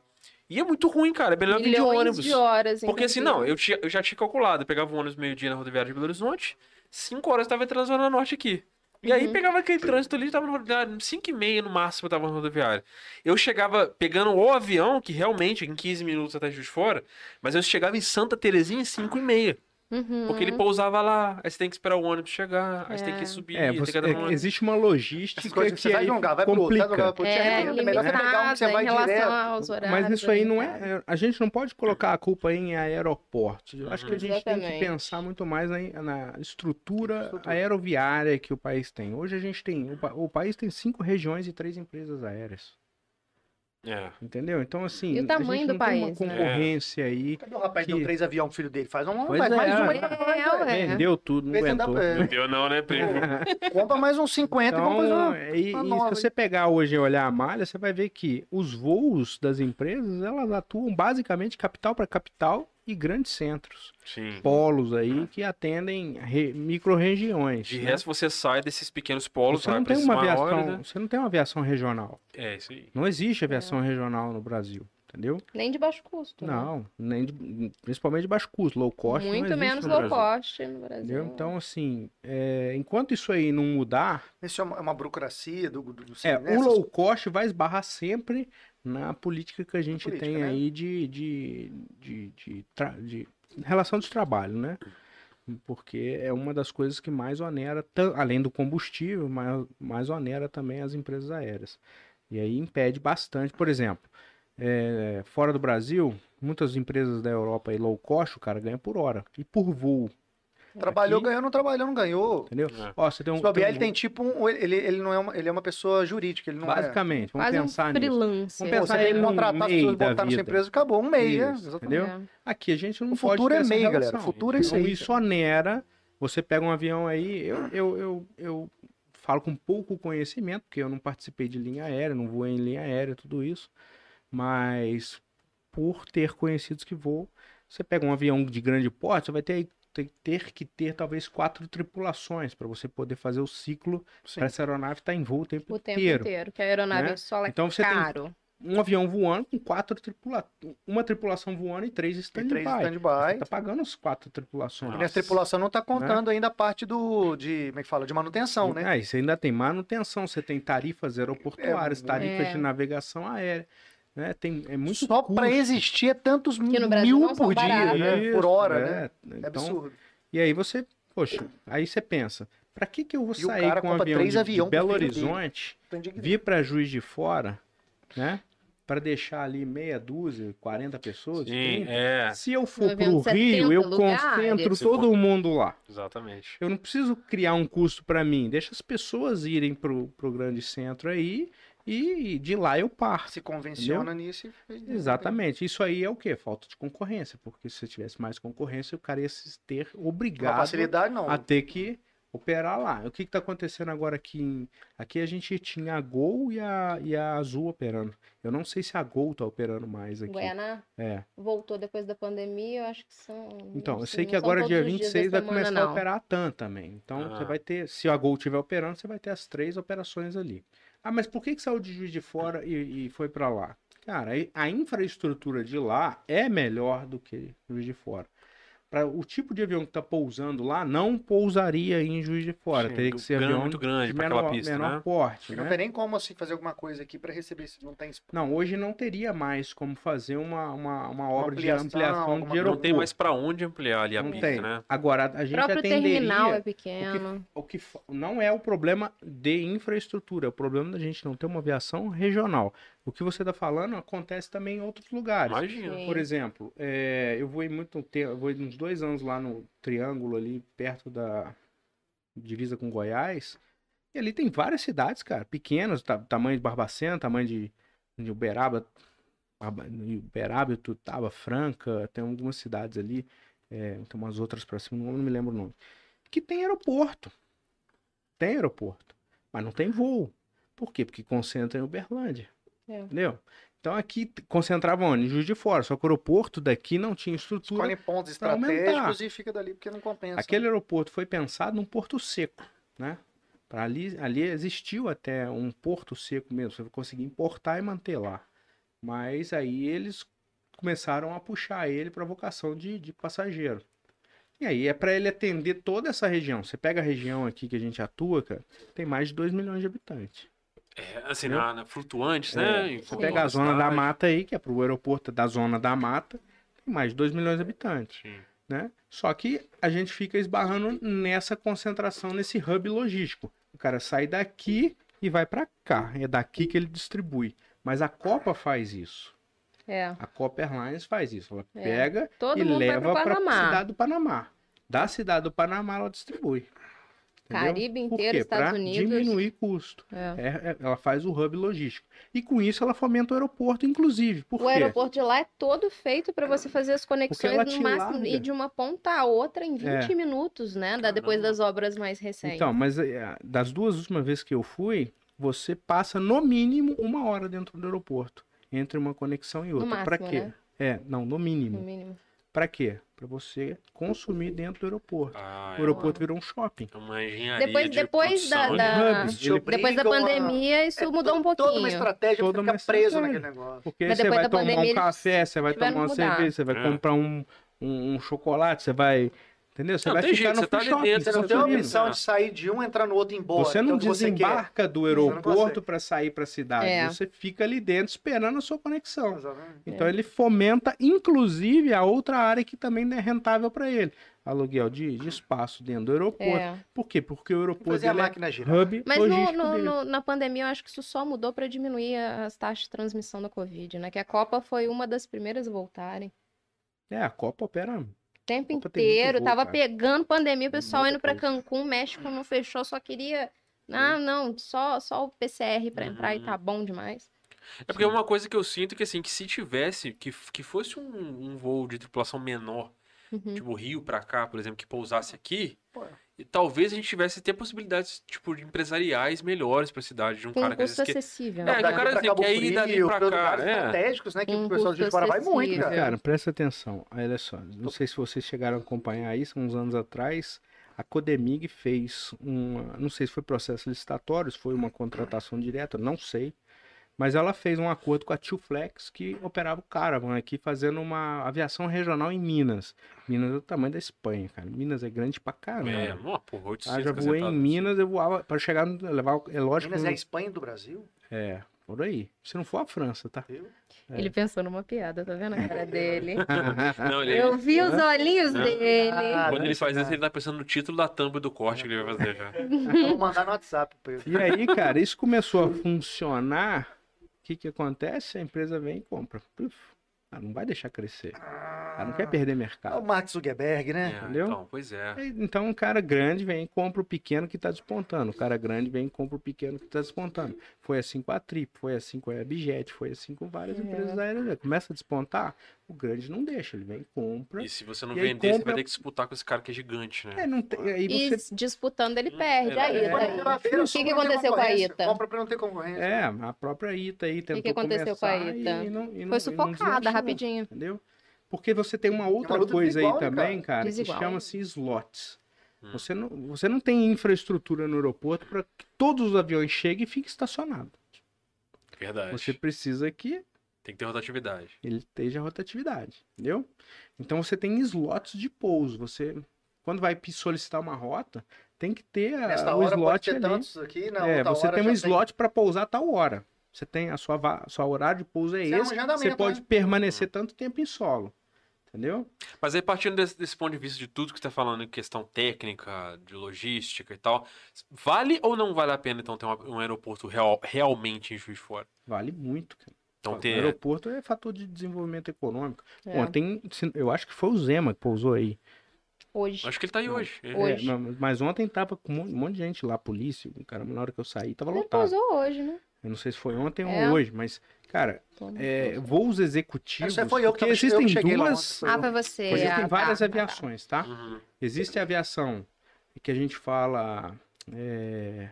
A: E é muito ruim, cara. É melhor vir de
D: Milhões
A: ônibus.
D: de horas, em
A: Porque assim,
D: Campinas.
A: não, eu, tinha- eu um já tinha calculado. Eu pegava o ônibus meio-dia na rodoviária de Belo Horizonte, 5 horas eu tava entrando na Zona Norte aqui. E aí
D: Uhum.
A: pegava aquele trânsito ali, tava no rodoviário, 5 e meia no máximo eu tava no rodoviário. Eu chegava pegando o avião, que realmente em 15 minutos até Juiz de Fora, mas eu chegava em Santa Terezinha em 5 e meia,
D: Uhum.
A: porque ele pousava lá, aí você tem que esperar o ônibus chegar, aí você tem
D: É.
A: que
B: um
A: subir,
C: É,
A: tem
C: você-
A: que andar no
C: é,
A: ônibus.
C: existe uma logística
B: Essas coisas,
C: que é
B: você vai
C: aí
B: de um lugar, vai pro outro, vai de um lugar pro outro,
D: é,
B: te
C: né?
B: arrebenta. melhor você pegar um que
D: limitada
B: você vai
D: em relação
B: direto.
D: aos horários.
C: Mas isso aí não
D: limitada.
C: é. A gente não pode colocar a culpa em aeroportos. Eu acho que a gente tem
D: Uhum. Exatamente.
C: que pensar muito mais na, na estrutura aeroviária que o país tem. Hoje a gente tem. O, pa- o país tem cinco regiões e três empresas aéreas.
A: É.
C: Entendeu? Então, assim.
D: E o
C: a
D: tamanho
C: gente
D: do
C: não
D: país,
C: Tem
D: né?
C: uma concorrência aí.
B: Cadê o rapaz que
C: Que-
B: deu três aviões pro filho dele? Faz um,
C: Pois
B: faz
C: é,
B: mais um aí.
C: é.
B: rapaz,
D: É,
B: ué.
D: ué.
C: Vendeu tudo, não
B: Vê se dá
C: aguentou.
B: pra-
A: Deu não, né, primo?
D: É.
B: Compra mais uns 50 e vamos fazer
C: Então,
B: uma...
C: e, e se
B: nova
C: você pegar hoje e olhar a malha, você vai ver que os voos das empresas, elas atuam basicamente capital para capital e grandes centros.
A: Sim.
C: Polos aí que atendem re, micro-regiões.
A: De
C: né?
A: resto, você sai desses pequenos polos,
C: você
A: vai
C: não
A: pra
C: tem
A: esses
C: uma
A: maiores,
C: aviação,
A: né?
C: você não tem uma aviação regional.
A: É, isso aí.
C: Não existe aviação regional no Brasil, entendeu?
D: Nem de baixo custo. né?
C: Não, nem de- principalmente de baixo custo, low cost. não
D: Muito
C: existe
D: menos
C: no
D: low
C: Brasil,
D: cost no Brasil.
C: Entendeu? Então, assim, é, enquanto isso aí não mudar,
B: Isso é uma, é uma burocracia do... do, do
C: É,
B: né?
C: o low cost vai esbarrar sempre na política que a gente
B: Política,
C: tem
B: né?
C: aí de, de, de, de, tra- de relação de trabalho, né? Porque é uma das coisas que mais onera, tan- além do combustível, mais, mais onera também as empresas aéreas. E aí impede bastante. Por exemplo, é, fora do Brasil, muitas empresas da Europa e low cost, o cara ganha por hora e por voo,
B: Trabalhou,
C: aqui-
B: ganhou, não trabalhou, não ganhou.
C: entendeu?
A: É.
C: Ó, você tem um,
B: Se bobear,
C: um
B: ele tem tipo um... Ele, ele, não é uma, ele é uma pessoa jurídica, ele não é...
C: basicamente, vamos
D: Quase um
C: pensar nisso.
D: freelancer.
C: Vamos
B: Pô,
C: pensar
B: você tem
C: em
B: que
C: um
B: contratar as
C: MEI
B: pessoas,
C: da
B: botar na sua
C: vida.
B: empresa, acabou. Um mês, né?
C: Isso,
B: Exatamente.
C: entendeu?
D: É.
C: Aqui a gente não
B: O
C: pode
B: futuro
C: ter
B: é
C: essa
B: MEI, galera.
C: relação.
B: O futuro é isso
C: Então,
B: aí,
C: Isso onera. Você pega um avião aí, eu, eu, eu, eu falo com pouco conhecimento, porque eu não participei de linha aérea, não voei em linha aérea, tudo isso. Mas por ter conhecidos que voam, você pega um avião de grande porte, você vai ter, ter, ter que ter talvez quatro tripulações para você poder fazer o ciclo
B: Sim.
C: para essa aeronave estar em voo o tempo,
D: O tempo
C: inteiro.
D: inteiro. que a aeronave
C: né?
D: só ela é
C: Então você tem
D: caro.
C: Um avião voando com quatro tripulações. Uma tripulação voando e três
B: Tem três
C: stand-by. Você
B: stand-by.
C: tá pagando as quatro tripulações.
B: E nessa tripulação não
C: Né?
B: tá contando ainda a parte do... De, como é que fala? De manutenção, né?
C: Ah, e você ainda tem manutenção, você tem tarifas aeroportuárias,
B: É,
C: tarifas
D: é.
C: de navegação aérea. Né? Tem, é muito
B: Só
C: custo,
B: pra existir é tantos
D: no Brasil
B: mil
D: não são
B: por dia,
D: baratos.
B: né?
C: isso,
B: Por hora, né? É
C: Então,
B: absurdo.
C: E aí você, poxa, aí você pensa, pra que que eu vou
B: E o
C: sair
B: cara
C: com um
B: compra
C: avião
B: três
C: de,
B: avião pro
C: de Belo
B: filho dele.
C: Horizonte,
B: Tô indignado.
C: vir pra Juiz de Fora, né? Pra deixar ali meia dúzia, 40 pessoas,
A: Sim,
C: 30?
A: é.
C: Se eu for
D: Um
C: pro
D: avião de
C: Rio,
D: 70
C: eu
D: lugares.
C: concentro
A: Se
C: todo mundo lá.
A: Exatamente.
C: Eu não preciso criar um custo para mim. Deixa as pessoas irem pro, pro grande centro aí e de lá eu parto.
B: Se convenciona nisso e... né?
C: Exatamente. Isso aí é o quê? Falta de concorrência. Porque se tivesse mais concorrência, o cara ia se ter
B: Uma
C: obrigado
B: facilidade, não.
C: a ter que operar lá. O que está acontecendo agora aqui? em- Aqui a gente tinha a Gol e a, e a Azul operando. Eu não sei se a Gol tá operando mais aqui.
D: Guianá
C: É.
D: voltou depois da pandemia, eu acho que são.
C: Então,
D: não
C: eu sei
D: não
C: que
D: são
C: agora
D: todos
C: dia
D: os dias da
C: 26 vai
D: semana,
C: começar a
D: não.
C: operar a TAM também. Então
A: Ah.
C: você vai ter, se a Gol estiver operando, você vai ter as três operações ali. Ah, mas por que que saiu de Juiz de Fora e, e foi para lá? Cara, aí a infraestrutura de lá é melhor do que Juiz de Fora. Para o tipo de avião que está pousando lá, não pousaria em Juiz de Fora.
A: Sim,
C: Teria que
A: do-
C: ser
A: grande-
C: avião
A: muito grande
C: de
A: pra
C: menor,
A: aquela pista,
C: menor
A: né?
C: porte,
B: Não
C: né?
B: tem nem como assim fazer alguma coisa aqui pra receber, se não tem espaço.
C: Não, hoje não teria mais como fazer uma, uma, uma obra
B: ampliação,
C: de ampliação
B: alguma
C: de
B: coisa.
A: Não tem
C: aeroporto.
A: mais pra onde ampliar ali a
C: Não
A: pista,
C: tem.
A: né?
C: Agora, a
D: O
C: gente
D: próprio
C: atenderia...
D: terminal é pequeno.
C: o que fa- não é o problema de infraestrutura, é o problema da gente não ter uma aviação regional. O que você está falando acontece também em outros lugares.
A: Imagina.
D: Sim.
C: Por exemplo, é, eu vou em muito tempo, vou uns dois anos lá no Triângulo ali perto da divisa com Goiás. E ali tem várias cidades, cara, pequenas, ta- tamanho de Barbacena, tamanho de, de Uberaba, Barba- Uberaba, Tutaba, Franca, tem algumas cidades ali, é, tem umas outras pra cima, não me lembro o nome, que tem aeroporto. Tem aeroporto, mas não tem voo. Por quê? Porque concentra em Uberlândia.
D: É.
C: Entendeu? Então aqui t- concentrava onde? Em Juiz de Fora, só que o aeroporto daqui não tinha estrutura.
B: Escolhe pontos
C: pra aumentar.
B: estratégicos e fica dali porque não compensa.
C: Aquele aeroporto foi pensado num porto seco, né? Pra ali, ali existiu até um porto seco mesmo, você conseguia importar e manter lá. Mas aí eles começaram a puxar ele para vocação de, de passageiro. E aí é pra ele atender toda essa região. Você pega a região aqui que a gente atua, cara, tem mais de 2 milhões de habitantes.
A: É, assim, na, na flutuantes, né? Em
C: Você
A: flutuantes,
C: pega a zona
A: tá?
C: da mata aí, que é pro aeroporto da zona da mata, tem mais de 2 milhões de habitantes.
A: Sim.
C: né? Só que a gente fica esbarrando nessa concentração, nesse hub logístico. O cara sai daqui e vai para cá. É daqui que ele distribui. Mas a Copa faz isso.
D: É.
C: A Copa Airlines faz isso. Ela
D: É.
C: pega
D: Todo
C: e
D: mundo
C: leva
D: vai pro
C: para a
D: Panamá.
C: cidade do Panamá. Da cidade do Panamá ela distribui. Entendeu?
D: Caribe
C: Por
D: inteiro,
C: quê?
D: Estados
C: Pra
D: Unidos.
C: diminuir custo.
D: É.
C: É, é, ela faz o hub logístico. E com isso ela fomenta o aeroporto, inclusive. Por
D: O
C: quê?
D: aeroporto de lá é todo feito para você fazer as
C: ela
D: conexões
C: te
D: no máximo e
C: larga.
D: de uma ponta a outra em 20
C: É.
D: minutos, né? Da, depois
A: Caramba.
D: das obras mais recentes.
C: Então, mas é, das duas últimas vezes que eu fui, você passa no mínimo uma hora dentro do aeroporto, entre uma conexão e outra. Pra
D: máximo,
C: quê?
D: né? Hum.
C: É, não, no
D: no
C: mínimo.
D: mínimo.
C: Pra quê? Pra você consumir dentro do aeroporto.
A: Ah,
C: O
A: é
C: aeroporto virou um shopping.
A: uma engenharia
D: Depois,
A: de
D: depois da,
A: produção,
D: da-
A: né?
C: hubs.
B: Te obrigam
D: depois da
B: a-
D: pandemia, isso
B: Tipo, É
D: mudou um
B: to- Toda uma
D: pouquinho.
B: estratégia
C: Toda
B: pra
C: uma
B: ficar preso
C: estratégia.
B: naquele negócio.
C: Porque
D: Mas
C: você
D: depois
C: vai
D: da
C: tomar
D: pandemia,
C: um café, você vai
D: tiveram
C: tomar uma
D: que mudar.
C: cerveja, você vai
A: É.
C: comprar um, um, um chocolate, você vai. Entendeu? Você
A: Não,
C: vai
A: tem
C: ficar
A: jeito,
C: no
A: você tá
C: free
A: ali
C: shopping,
A: dentro,
B: Você não
A: Sim,
B: tem a
A: sim.
B: opção de sair de um, entrar no outro e ir embora.
C: Você não
B: que é o que você quer.
C: desembarca do
B: não
C: aeroporto
B: consegue.
C: pra sair pra cidade.
D: É.
C: Você fica ali dentro esperando a sua conexão.
B: Exatamente.
C: Então ele fomenta, inclusive, a outra área que também não é rentável para ele. Aluguel de, de espaço dentro do aeroporto.
D: É.
C: Por quê? Porque o aeroporto
B: Fazer a
C: ele é
B: máquina girar.
C: hub
D: Mas no-
C: logístico
D: no-
C: dele.
D: no- na pandemia, eu acho que isso só mudou para diminuir a- as taxas de transmissão da Covid, né? Que a Copa foi uma das primeiras a voltarem.
C: É, a Copa opera.
D: O tempo
C: Copa tem muito
D: inteiro,
C: voo,
D: tava
C: cara.
D: pegando pandemia, o
C: Tem
D: pessoal
C: muita
D: indo para
C: coisa.
D: Cancún, México não fechou, só queria. Ah, não, só, só o PCR para entrar e tá bom demais.
A: É porque uma coisa que eu sinto é que assim, que se tivesse, que, que fosse um, um voo de tripulação menor,
D: Uhum.
A: tipo Rio pra cá, por exemplo, que pousasse aqui,
B: Pô.
A: e talvez a gente tivesse até possibilidades, tipo, de empresariais melhores pra cidade, de um
D: Com um
A: cara que às
D: custo
A: vezes que-
D: acessível.
A: É,
D: né?
A: que o cara
B: pra
A: assim,
B: Cabo
A: que aí
B: Frio,
A: dali pra
B: pra
A: cá,
B: lugares
A: é.
B: estratégicos, né? Que
D: Um
B: o pessoal de
D: custo
B: fora vai muito,
D: acessível.
B: cara.
C: Cara, presta atenção. Olha só. Não sei se vocês chegaram a acompanhar isso uns anos atrás. A Codemig fez uma. Não sei se foi processo licitatório, se foi uma contratação direta, não sei. Mas ela fez um acordo com a Tio Flex, que operava o Caravan aqui, fazendo uma aviação regional em Minas. Minas é do tamanho da Espanha, cara. Minas é grande pra caramba.
A: É, uma porra,
C: Ah,
A: 800
C: já voei em
A: cacetadas.
C: Minas, eu voava. Pra chegar, no- levar. o- É lógico.
B: Minas é a
C: não-
B: Espanha do Brasil.
C: É, por aí. Se não for a França, tá?
B: viu?
D: Ele pensou numa piada, tá vendo a
C: É.
D: cara
C: [LAUGHS]
D: dele?
A: Não, ele,
D: Eu vi
C: né?
D: os olhinhos
A: Ah.
D: dele.
B: Ah,
A: quando ele faz
B: ah,
A: isso, ele tá pensando no título da thumb do corte que ele vai
C: [LAUGHS]
A: fazer já.
B: eu
C: É,
B: Então, Vou mandar no WhatsApp pra ele.
C: E aí, cara, isso começou a funcionar. O que que acontece? A empresa vem e compra. Puf, ela não vai deixar crescer. Ela Ah, não quer perder
B: É o
C: mercado.
B: Mark Zuckerberg, né?
A: É,
C: entendeu?
A: Então, pois é.
C: Aí, Então, um cara grande vem e compra o pequeno que tá despontando. O cara grande vem e compra o pequeno que tá despontando. Foi assim com a Trip, foi assim com a Abijet, foi assim com várias
D: É.
C: empresas aéreas. Começa a despontar, o grande não deixa. Ele vem e compra.
A: E se você não
C: Uhum. E aí
A: vender, você vai
C: compra-
A: ter que disputar com esse cara que é gigante, né?
C: É, não tem, aí
D: E
C: você
D: disputando, ele
A: Hum,
D: perde.
A: é,
D: Aí,
C: é.
D: daí.
B: Compra pela
D: O que, que
B: feira,
D: aconteceu
B: não
D: com a
B: tem
D: Ita?
B: concorrência. Compra pra não ter concorrência.
C: É, a própria Ita aí tentou
D: aconteceu com a
C: começar
D: Ita?
C: E não, e não-
D: Foi
C: e não
D: sufocada
C: deslanchou,
D: rapidinho.
C: Entendeu? Porque você tem uma outra
B: luta
C: coisa aí
B: desigual, né, cara?
C: também,
B: Ah.
C: cara,
D: Desigual.
C: que chama-se slots.
A: Hum.
C: Você, não, você não tem infraestrutura no aeroporto para que todos os aviões cheguem e fiquem estacionados.
A: Verdade.
C: Você precisa que
A: Tem que ter rotatividade.
C: ele esteja rotatividade, entendeu? Então você tem slots de pouso. Você, quando vai pe- solicitar uma rota, tem que ter a-
B: Nesta
C: o
B: hora pode
C: slot
B: ter
C: ali.
B: tantos aqui, na
C: é,
B: outra
C: você
B: hora
C: tem
B: já
C: um slot para pousar a tal hora. Você tem a sua, va- sua horário de pouso é
B: Isso é um Hum.
C: esse. você
B: agendamento,
C: pode permanecer tanto tempo em solo. Entendeu?
A: Mas aí, partindo desse, desse ponto de vista de tudo que você tá falando, em questão técnica, de logística e tal, vale ou não vale a pena, então, ter uma- um aeroporto real- realmente em Juiz de Fora?
C: Vale muito, cara.
A: Então,
C: O
A: ter...
C: aeroporto é fator de desenvolvimento econômico.
D: É,
C: Ontem, se- eu acho que foi o Zema que pousou aí.
D: hoje.
A: Acho que ele tá aí
C: Não.
A: hoje. É.
D: Hoje.
C: É, não, mas ontem tava com um mon- um monte de gente lá, polícia, um cara, na hora que eu saí, tava
D: Ele
C: lotado.
D: pousou hoje, né?
C: Eu não sei se foi ontem
D: É.
C: ou hoje, mas, cara,
D: Tô-
C: é, voos executivos.
B: Isso foi eu que
C: porque
B: tava- eu que
C: existem
B: cheguei lá
C: duas.
B: ontem.
D: Ah, foi você. ah,
C: Existem
D: tá,
C: é, várias
D: tá, tá.
C: aviações, tá?
A: Uhum.
C: Existe a aviação que a gente fala é,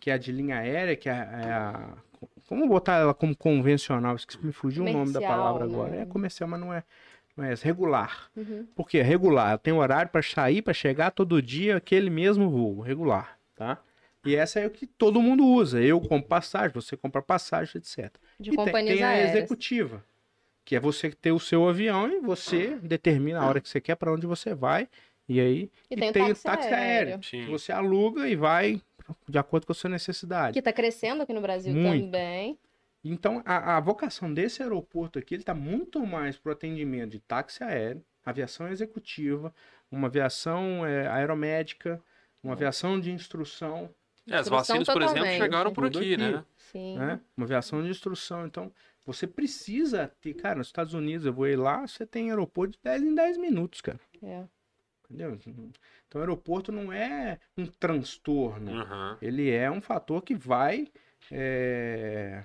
C: que é a de linha aérea, que é, a- é a. Como botar ela como convencional? Esqueci, me fugiu o nome da
D: Comercial,
C: palavra
D: né?
C: agora. É comercial, mas não é. Não é essa, regular.
D: Uhum.
C: Porque é regular, tem horário para sair, para chegar todo dia, aquele mesmo voo, regular, tá? E essa é o que todo mundo usa. Eu compro passagem, você compra passagem, etc.
D: De
C: E tem-
D: companhias
C: tem, a
D: aéreas.
C: executiva, que é você ter o seu avião e você determina a hora que você quer, para onde você vai E aí
D: E tem o táxi aéreo.
A: Sim.
C: que você aluga e vai de acordo com a sua necessidade.
D: Que tá crescendo aqui no Brasil
C: Muito.
D: também.
C: Então, a, a vocação desse aeroporto aqui, ele está muito mais para o atendimento de táxi aéreo, aviação executiva, uma aviação eh, aeromédica,
D: Uhum.
C: uma aviação de instrução,
A: É, as
D: Instrução
A: vacinas, por exemplo,
D: totalmente.
A: chegaram por
C: Tudo
A: aqui,
C: aqui.
A: né?
D: Sim.
C: né? Uma aviação de instrução. Então, você precisa ter, cara, nos Estados Unidos, eu vou ir lá, você tem aeroporto de 10 em 10 minutos, cara.
D: É.
C: Entendeu? Então, aeroporto não é um transtorno.
A: Uhum.
C: ele é um fator que vai. é,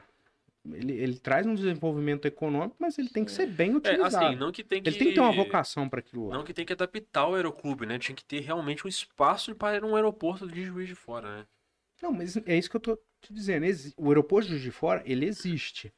C: Ele, ele traz um desenvolvimento econômico, mas ele tem que ser bem
A: É,
C: utilizado.
A: assim, não que tem que...
C: Ele tem que ter uma vocação para aquilo lá.
A: Não que tem que adaptar o aeroclube, né? Tinha que ter realmente um espaço para um aeroporto de Juiz de Fora, né?
C: Não, mas é isso que eu tô te dizendo. Exi- O aeroporto de Juiz de Fora, ele existe.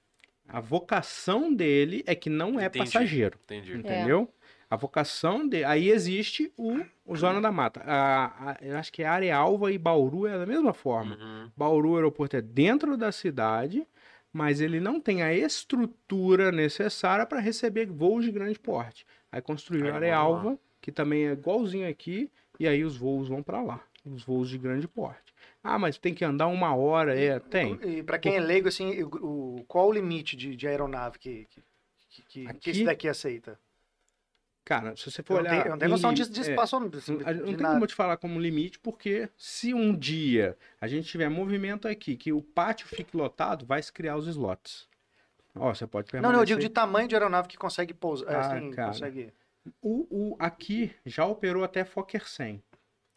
C: A vocação dele é que não é
A: Entendi.
C: passageiro,
B: É.
A: Entendi.
C: entendeu? A vocação dele. Aí existe o, o Zona da Mata. A, a- eu acho que é Arealva e Bauru é da mesma forma.
B: Hum.
A: Uhum.
C: Bauru Aeroporto é dentro da cidade, mas ele não tem a estrutura necessária para receber voos de grande porte. Aí construiu
A: Aí
C: a
A: manda lá.
C: Arealva, que também é igualzinho aqui, e aí os voos vão para lá, os voos de grande porte. Ah, mas tem que andar uma hora, é, tem.
B: E pra quem é leigo, assim, o, o- qual o limite de, de aeronave que, que, que, que-
C: Aqui?
B: que esse daqui aceita?
C: Cara, se você for
B: Eu não
C: olhar...
B: tenho, eu não tenho
C: em-
B: noção de, de
C: é,
B: espaço. assim,
C: A- Não
B: de
C: tem
B: nada.
C: como eu te falar como limite, porque se um dia a gente tiver movimento aqui, que o pátio fique lotado, vai se criar os slots. Ó, você pode
B: Não, não, eu digo
C: permanecer-
B: de tamanho de aeronave que consegue pousar.
C: Ah,
B: assim,
C: cara.
B: consegue...
C: O, o- aqui já operou até Fokker 100,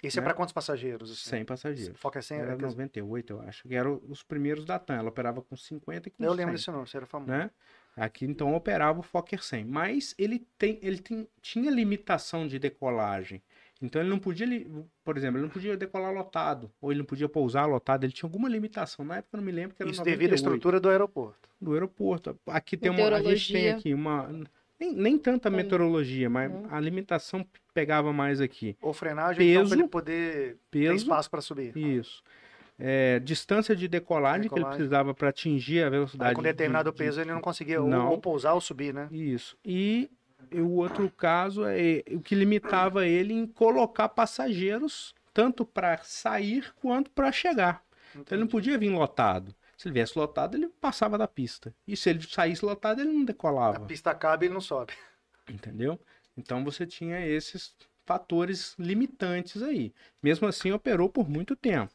B: Isso é,
C: Né?
B: pra quantos passageiros? assim?
C: 100 passageiros.
B: Foca 100.
C: Era
B: é que-
C: 98, eu acho. que Eram os primeiros da TAM. Ela operava com 50 e com
B: Eu lembro
C: 100,
B: desse nome, você era famoso.
C: né? Aqui então operava o Fokker 100, mas ele tem ele tem, tinha limitação de decolagem. Então ele não podia, li- por exemplo, ele não podia decolar lotado, ou ele não podia pousar lotado, ele tinha alguma limitação. Na época eu não me lembro que era
B: Isso devido à
C: 98
B: estrutura do aeroporto.
C: do aeroporto. Aqui tem uma. A gente tem
D: Meteorologia.
C: aqui uma. Nem, nem tanta
D: Hum.
C: meteorologia, mas
D: Hum.
C: a limitação pegava mais aqui.
B: Ou frenagem, então,
C: Peso.
B: pra ele poder ter
C: Peso.
B: espaço pra subir.
C: Isso. É, distância de decolagem, que ele
B: Decolagem.
C: precisava para atingir a velocidade.
B: Aí, com determinado
C: de- de-
B: peso, ele não conseguia ou-
C: Não.
B: ou pousar ou subir, né?
C: Isso. E o outro caso é o que limitava ele em colocar passageiros tanto para sair quanto para chegar. Então ele não podia vir lotado. Se ele viesse lotado, ele passava da pista. E se ele saísse lotado, ele não
B: A
C: decolava.
B: pista acaba e ele não sobe.
C: Entendeu? Então você tinha esses fatores limitantes aí. Mesmo assim, operou por muito tempo.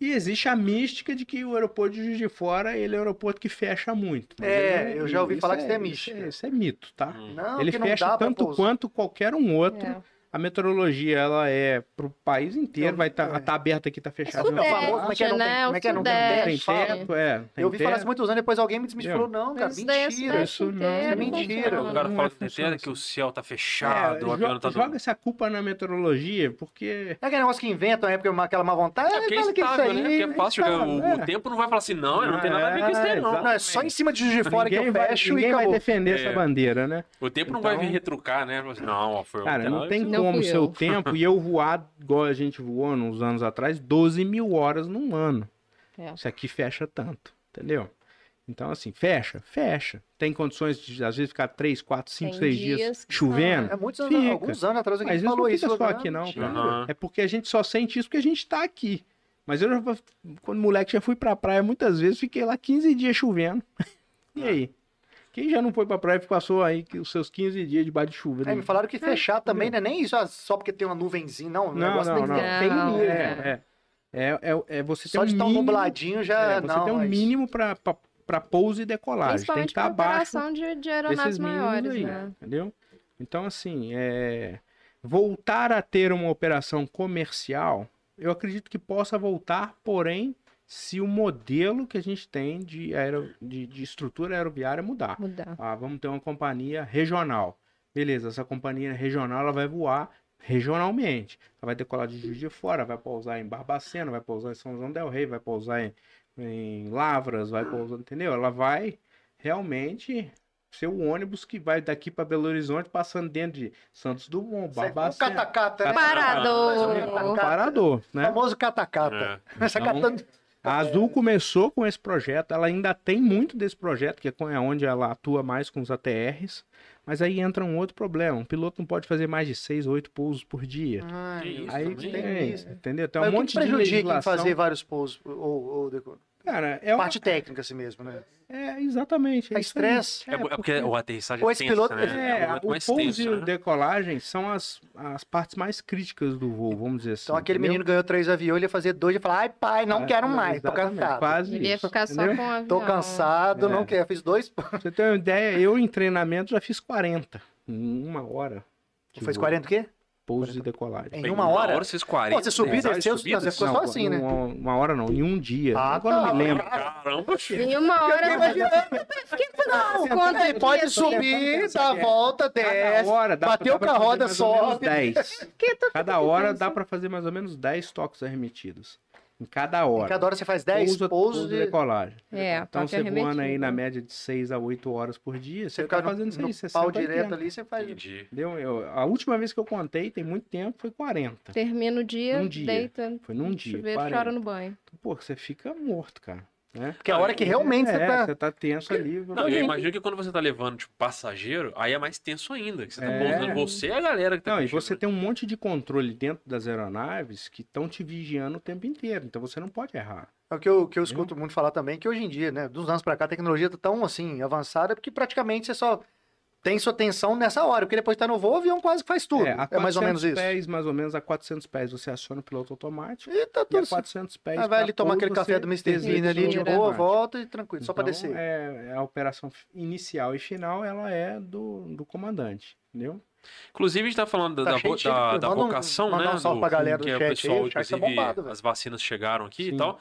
C: E existe a mística de que o aeroporto de Juiz de Fora ele é o aeroporto que fecha muito. Mas
B: É,
C: ele não-
B: eu já ouvi falar que isso é
C: Isso
B: mística.
C: é, isso é mito, tá?
A: Uhum.
B: Não,
C: ele
B: que Ah, não
C: fecha
B: dá pra
C: tanto
B: pousar.
C: quanto qualquer um outro.
D: É.
C: A meteorologia ela é pro país inteiro,
B: Eu-
C: vai tá,
B: é.
C: tá aberta aqui, tá fechada.
B: Fica
D: Sudeste,
B: famoso, como é que é? Não tem-
D: né?
B: como é que é?
D: O
B: Não tem
C: Não
B: ideia?
C: tem
D: Sudeste, fala.
C: teto, é. tem
B: Eu ouvi falar
C: teto.
B: isso muitos anos, depois alguém me desmentiu. Não, cara,
D: Mas isso daí é
A: né?
B: mentira.
D: Sudeste
C: Isso não,
D: inteiro,
B: isso é mentira.
D: não
A: O cara
C: Não
A: fala
C: é,
A: que
C: funciona
A: detera
C: assim.
A: que o céu tá
C: É,
A: fechado, o
C: jo-
A: avião
C: joga,
A: tá
C: essa culpa na meteorologia, porque
B: É aquele negócio que inventam, é porque uma- aquela má vontade.
A: É porque é
B: fala que isso
A: estável, né?
B: aí-
A: Porque é fácil jogar. O,
C: é. Ah,
A: o tempo não vai falar assim, não, não tem nada a ver com isso aí, não.
C: É,
B: Não, é só em cima de Juiz de Fora que
C: ninguém,
B: eu
C: vai,
B: fecho e
C: ninguém vai
B: acabou.
C: defender
A: É.
C: essa bandeira, né?
A: O tempo não vai
C: Então-
A: vir retrucar, né? Fala assim, Não, ó, foi
C: Cara, não
A: nada a
C: tem
A: ver.
D: Não
C: como
D: fui
C: o seu
D: eu. [LAUGHS]
C: tempo e eu voar igual a gente voou uns anos atrás, 12 mil horas num ano.
D: É.
C: Isso aqui fecha tanto, entendeu? Então, assim, fecha, fecha. Tem condições de, às vezes, ficar 3, 4, 5,
D: Tem
C: 6 dias,
D: dias que
C: chovendo.
B: É muitos anos,
C: Fica.
B: alguns anos atrás alguém
C: Mas isso
B: falou
C: não fica
B: isso. eu
C: só
B: falei,
C: aqui,
B: ah,
C: não,
B: mentira.
C: cara.
A: Aham.
C: É porque a gente só sente isso porque a gente tá aqui. Mas eu já, quando moleque já fui pra praia muitas vezes, fiquei lá 15 dias chovendo.
A: Ah.
C: [LAUGHS] E aí? Quem já não foi pra praia e passou aí que os seus 15 dias debaixo de chuva?
B: Aí me falaram que fechar também não é nem isso, ah, só porque tem uma nuvenzinha, não. O
C: então. Não,
B: um negócio
C: não,
B: tem
C: não.
B: que ter.
D: ver.
C: Tem
D: Não,
C: limite.
D: é.
C: É, é, é, é você
B: Só
C: ter
B: de
C: um
B: estar um
C: mínimo,
B: nubladinho já.
C: é, você
B: não,
C: tem um
B: mas-
C: mínimo pra, pra, pra pouso e decolagem. Tem que
D: Principalmente
C: estar
D: para
C: tá abaixo
D: operação de, de
C: desses
D: aeronaves
C: mínimos
D: maiores,
C: aí,
D: né?
C: entendeu? Então, assim, é... voltar a ter uma operação comercial, eu acredito que possa voltar, porém, se o modelo que a gente tem de, aero... de, de estrutura aeroviária mudar.
D: Mudar.
C: Ah, vamos ter uma companhia regional. Beleza, essa companhia regional ela vai voar regionalmente. Ela vai decolar de Juiz de Fora, vai pousar em Barbacena, vai pousar em São João del Rei, vai pousar em, em Lavras, vai pousar, entendeu? Ela vai realmente ser o ônibus que vai daqui para Belo Horizonte, passando dentro de Santos Dumont,
B: Isso é um
C: Barbacena.
B: catacata, né?
D: Parador.
B: Mais ou menos,
C: Parador,
B: O
C: né?
B: famoso catacata.
A: É.
B: Essa
C: Então-
B: catando
C: A Azul começou com esse projeto, ela ainda tem muito desse projeto, que é onde ela atua mais com os ATRs, mas aí entra um outro problema. Um piloto não pode fazer mais de seis ou oito pousos por dia.
B: Ai,
A: Que isso
C: aí
A: também?
C: tem isso, entendeu? Tem um
B: é Mas o que
C: monte
B: que
C: de
B: prejudica em
C: legislação.
B: fazer vários pousos ou, ou deco-
C: Cara, é, uma-
B: parte técnica assim mesmo, né?
C: é exatamente.
B: É
C: isso aí.
B: estresse.
A: É, bo- é porque o aterrissagem
B: Ou
A: é
B: esse
A: tensa,
B: piloto-
A: né?
C: É,
A: um momento
C: o
A: mais
C: pouso
A: tenso,
C: e
A: né?
C: o decolagem são as, as partes mais críticas do voo, vamos dizer assim.
B: Então aquele
C: entendeu?
B: menino ganhou três aviões, ele ia fazer dois e falar, ai pai, não
C: É,
B: quero mais, tô
C: exatamente,
B: cansado.
C: Quase
D: Ele ia
C: isso,
D: ficar só
C: entendeu?
D: com a.
B: Tô cansado,
C: É.
B: não quero. Fiz dois,
C: Pra você ter uma ideia, eu em treinamento já fiz 40 em uma hora. de
B: fez
C: voo,
B: 40 o quê?
C: Pousos e decolagem.
B: Em
A: Bem,
B: uma hora?
A: vocês 40.
B: Pô, você subiu e
A: né?
B: desceu,
A: Subidas?
B: É, você ficou só assim, né?
C: Uma, uma hora não, em um dia.
B: Ah,
C: Agora
B: tá.
C: não me lembro.
A: Caramba, filho.
D: Em uma hora.
B: Eu fiquei
C: assim,
D: Não,
B: Ele
D: conta
B: pode
D: disso.
B: subir, dá a volta,
C: Cada
B: desce.
C: hora dá
B: bateu
C: pra-
B: com a
C: dá pra
B: roda, tá
C: fazer mais ou
B: sobe.
C: menos
B: [LAUGHS]
C: 10. Cada hora dá pra fazer mais ou menos 10 toques arremetidos. Em cada
B: Em
C: hora.
B: cada hora você faz 10
C: Pouso,
B: pousos
C: pouso e
B: de...
C: decolagem.
D: É,
C: Então
D: toque
C: você voando aí
D: arremetido.
C: na média de 6 a 8 horas por dia,
B: Você
C: você,
B: ficar
C: tá
B: no,
C: fazendo isso aí,
B: no
C: 60
B: pau
C: e
B: direto
C: 80.
B: ali, você faz...
A: Entendi.
C: Entendeu? Eu- a última vez que eu contei, tem muito tempo, foi 40.
D: Termina o dia,
C: Num dia.
D: deita.
C: Foi num
D: no
C: dia,
D: chuveiro,
C: 40.
D: chora no banho.
C: Pô, você fica morto, cara. Né?
B: Porque a hora que realmente
C: é,
B: você tá...
C: Você tá tenso ali.
A: Não, eu imagino que quando você tá levando, tipo, passageiro, aí é mais tenso ainda. Que você tá
C: É.
A: pousando você e a galera que tá
C: Não, e
A: contigo,
C: você tem um monte de controle dentro das aeronaves que estão te vigiando o tempo inteiro. Então você não pode errar.
B: É o que eu, que eu escuto muito falar também, que hoje em dia, né, dos anos pra cá, a tecnologia tá tão, assim, avançada, porque praticamente você só tem sua atenção nessa hora, porque depois tá no voo, o avião quase que faz tudo. É,
C: a
B: mais ou
C: 400
B: menos isso.
C: pés, mais ou menos a 400 pés você aciona o piloto automático.
B: E tá
C: E a
B: tudo...
C: 400 pés.
B: Aí vai
C: pra
B: ali tomar
C: pouso,
B: aquele café
C: você
B: do Mr. Bean
C: desliga
B: ali,
C: o
B: de
D: Desliga.
B: boa,
C: automático.
B: volta e tranquilo, só pra
C: Então,
B: descer.
C: É, a operação inicial e final, ela é do, do comandante, entendeu?
A: Inclusive, a gente tá falando da,
B: Tá
A: da,
B: cheio
A: vo-
B: de
A: da-
B: tiro.
A: da
B: Manda um-
A: vocação,
B: manda
A: né?
B: um salve pra galera do
A: que é
B: chat aí,
A: o pessoal,
B: o chat tá
A: inclusive,
B: bombado, velho.
A: as vacinas chegaram aqui
C: Sim.
A: e tal.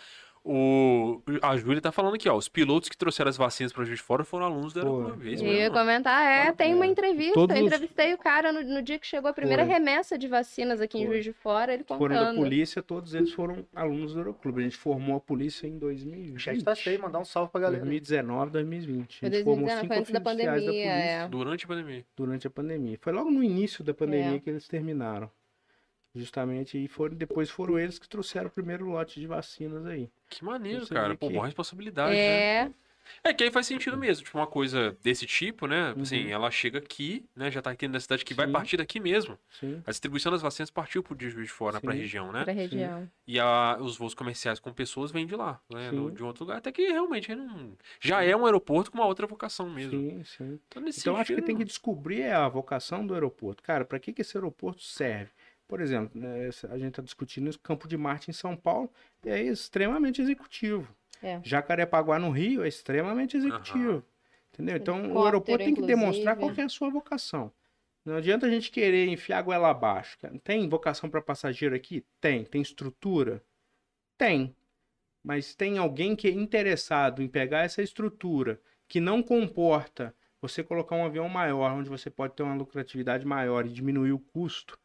A: O, a Júlia tá falando aqui, ó. Os pilotos que trouxeram as vacinas pra Juiz de Fora foram alunos do
C: Foi.
A: Aeroclube. é isso
D: Eu
A: mesmo.
D: ia comentar, é, tem uma entrevista.
C: Todos
D: Eu
C: os-
D: entrevistei o cara no, no dia que chegou a primeira
C: Foi.
D: remessa de vacinas aqui em
C: Foi.
D: Juiz de Fora, ele
C: Foram da
D: contando.
C: polícia, todos eles foram alunos do Euroclube. A gente formou a polícia em 2020.
B: O chat tá cheio, mandar um salve pra galera.
C: 2019, 2020.
D: Foi
C: A gente formou
D: 2019,
C: cinco
D: foi antes da
C: oficiais polícia
D: pandemia, é.
A: Durante a pandemia.
C: durante a pandemia. Foi logo no início da pandemia
D: É.
C: que eles terminaram. Justamente, e foram, depois foram eles que trouxeram o primeiro lote de vacinas aí.
A: Que maneiro,
C: Você
B: é
A: cara.
C: vê
A: Pô,
C: que-
A: boa responsabilidade, né?
D: É,
A: É que aí faz sentido mesmo, tipo, uma coisa desse tipo, né? Assim,
C: Uhum.
A: ela chega aqui, né? Já tá aqui na cidade que vai
C: Sim.
A: partir daqui mesmo.
C: Sim.
A: A distribuição das vacinas partiu pro Juiz de Fora, né, pra
C: Sim.
A: região, né?
D: pra região.
A: E a- os voos comerciais com pessoas vêm de lá, né? do-
C: Sim.
A: de outro lugar. Até que realmente aí não, já é um aeroporto com uma outra vocação É mesmo.
C: Sim, sim.
A: Então, nesse
C: Então acho que
A: sentido,
C: tem que descobrir é a vocação do aeroporto. Cara, para que, que esse aeroporto serve? Por exemplo, né, essa- a gente está discutindo o Campo de Marte em São Paulo, é extremamente executivo.
D: É.
C: Jacarepaguá no Rio é extremamente executivo. Entendeu? Então o
D: Helicóptero,
C: aeroporto tem que demonstrar
D: inclusive.
C: qual que é a sua vocação. Não adianta a gente querer enfiar a goela abaixo. cara. Tem vocação para passageiro aqui? Tem. Tem estrutura? Tem. Mas tem alguém que é interessado em pegar essa estrutura que não comporta você colocar um avião maior, onde você pode ter uma lucratividade maior e diminuir o custo,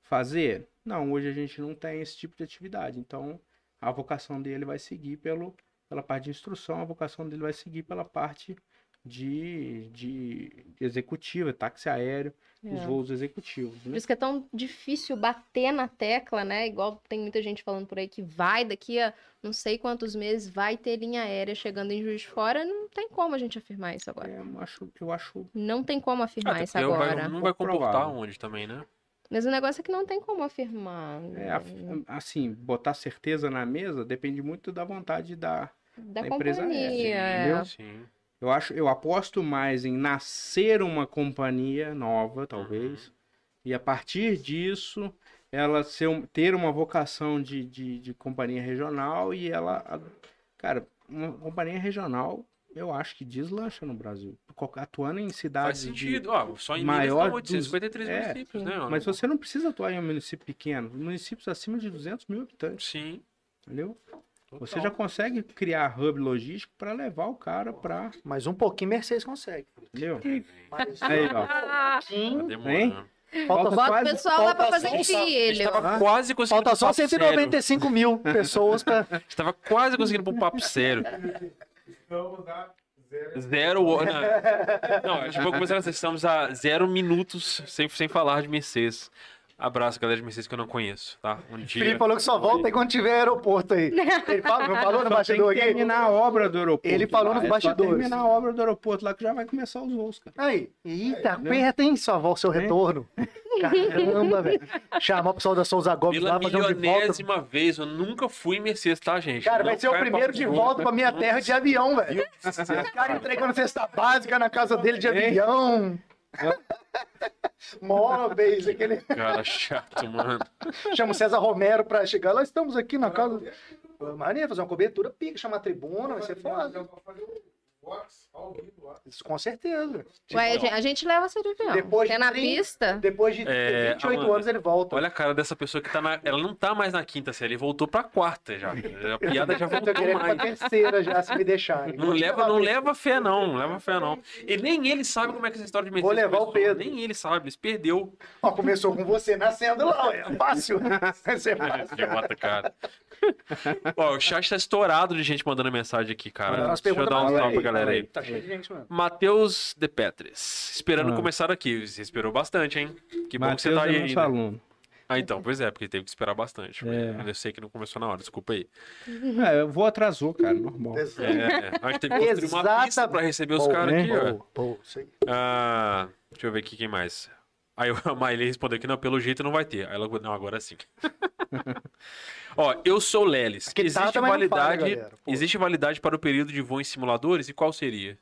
C: fazer? Não, hoje a gente não tem esse tipo de atividade. Então, a vocação dele vai seguir pelo, pela parte de instrução, a vocação dele vai seguir pela parte de, de executiva, táxi aéreo, os
D: é.
C: voos executivos.
D: Por
C: Né?
D: isso que é tão difícil bater na tecla, né? Igual tem muita gente falando por aí que vai daqui a não sei quantos meses vai ter linha aérea chegando em Juiz de Fora. Não tem como a gente afirmar isso agora.
C: É, eu acho, eu acho
D: Não tem como afirmar
C: Ah,
A: até
D: isso
C: um
A: porque ah, vai-
D: agora.
A: não vai comportar
C: Provável.
A: onde também, né?
D: Mas o negócio é que não tem como afirmar. né?
C: é, a- assim, botar certeza na mesa depende muito da vontade da,
D: da
C: da
D: companhia.
C: empresa aérea,
D: é.
C: entendeu?
A: Sim.
C: Eu acho, eu aposto mais em nascer uma companhia nova, talvez,
A: Uhum.
C: e a partir disso ela ser um- ter uma vocação de, de, de companhia regional e ela, a- cara, uma companhia regional eu acho que deslancha no Brasil, Co- atuando em
A: Faz
C: cidades de,
A: sentido. Ó, só em Minas tá
C: maior
A: estão 853
C: dos- é,
A: municípios, né?
C: mas você não precisa atuar em um município pequeno, municípios acima de 200 mil habitantes,
A: Sim.
C: entendeu? Você
A: total.
C: já consegue criar hub logístico para levar o cara para,
B: Mas um pouquinho Mercedes consegue.
C: entendeu?
B: Mas
C: Aí, ó.
D: Ah,
A: Tá
B: sim,
A: demorando.
B: falta,
C: Falta
B: só-
D: bota
C: quase-
D: o pessoal lá pra
B: falta
D: fazer
B: só um sal-
D: filho.
A: Tava
C: Ah.
A: quase conseguindo
B: falta
A: um
B: só
A: papo sério.
B: 195
C: [LAUGHS]
B: mil pessoas pra...
A: A gente tava quase conseguindo pra um papo sério. Zero hora. tipo, Não, a gente vai começar nessa. Estamos a zero minutos sem, sem falar de Mercedes. Abraço, galera de Mercedes que eu não conheço, tá? Um dia.
B: Felipe falou que só volta aí quando tiver aeroporto
D: [LAUGHS]
B: aí. Ele falou, não falou no
C: Só tem
B: bastidor
C: que
B: aqui?
C: terminar a obra do aeroporto.
B: Ele falou
C: lá.
B: nos
C: É só
B: bastidores.
C: terminar a obra do aeroporto lá que já vai começar os
A: [LAUGHS]
C: voos, cara.
B: Aí, eita, aperta, hein, sua avó, seu
C: É.
B: retorno. Caramba, velho. Chamar o pessoal da Souza Gomes
A: Pela
B: lá, fazer um de volta.
A: milionésima vez, eu nunca fui em Mercedes, tá, gente?
B: Cara, vai
A: Não
B: ser o
A: caia em
B: primeiro
A: papo
B: de
C: tá
A: jogo.
B: volta pra minha terra de avião, velho. O cara entregando cesta básica na casa dele
C: É.
B: de avião. [LAUGHS] Móveis, aquele.
A: Cara, chato, mano.
B: Chama o César Romero pra chegar lá. Estamos aqui na casa. Pô, Maria, fazer uma cobertura, pica, chamar a tribuna, vai ser foda. Isso com certeza.
C: Tipo,
D: Ué, a gente- a gente leva você de avião.
B: Depois de
D: é na
B: 30
D: pista.
B: Depois de
A: É,
B: 28
A: Amanda,
B: anos ele volta.
A: Olha a cara dessa pessoa que tá na. Ela não tá mais na quinta série, voltou pra quarta já. A piada já
B: Eu tô
A: voltou
B: querendo
A: mais.
B: pra terceira já, se me deixarem.
A: Não leva, não leva fé, não. Não leva fé, não. E nem ele sabe como é que essa história de Mercedes.
B: Vou levar o
A: começou. né?
B: Pedro.
A: Nem ele sabe, ele se
B: [LAUGHS]
A: perdeu.
B: Ó, começou com você nascendo lá, ué.
A: [LAUGHS]
B: Fácil. Vai ser fácil.
A: Idiota, cara. [LAUGHS] Ó, o chat tá estourado de gente mandando mensagem aqui, cara.
B: Umas
A: Deixa eu
B: perguntas
A: dar um
B: pra
A: salve pra
B: galera
A: galera aí.
B: Tá cheio de gente, mano.
A: Matheus De Petres. Esperando
C: Ah.
A: começar aqui. Você esperou bastante, hein? Que bom que você
C: Matheus
A: tá aí
C: é nosso
A: ainda.
C: aluno.
A: Ah, então, pois é, porque teve que esperar bastante.
C: É.
A: Eu sei que não começou na hora, desculpa
B: [LAUGHS]
A: aí.
C: É, o voo atrasou, cara, normal.
A: É, é. A gente teve que construir uma pista
B: Exatamente.
A: pra receber os
B: Bom,
A: caras
C: né?
A: aqui, ó.
B: Pô, pô, isso aí.
A: Ah, deixa eu ver aqui quem mais. Aí [LAUGHS] a Maile respondeu que não, pelo jeito não vai ter. Aí ela, não, agora sim. Ó, eu sou Lelis.
B: Que
A: existe
B: data, mas não fala,
A: validade,
B: galera, pô.
A: existe validade para o período de voo em simuladores e qual seria?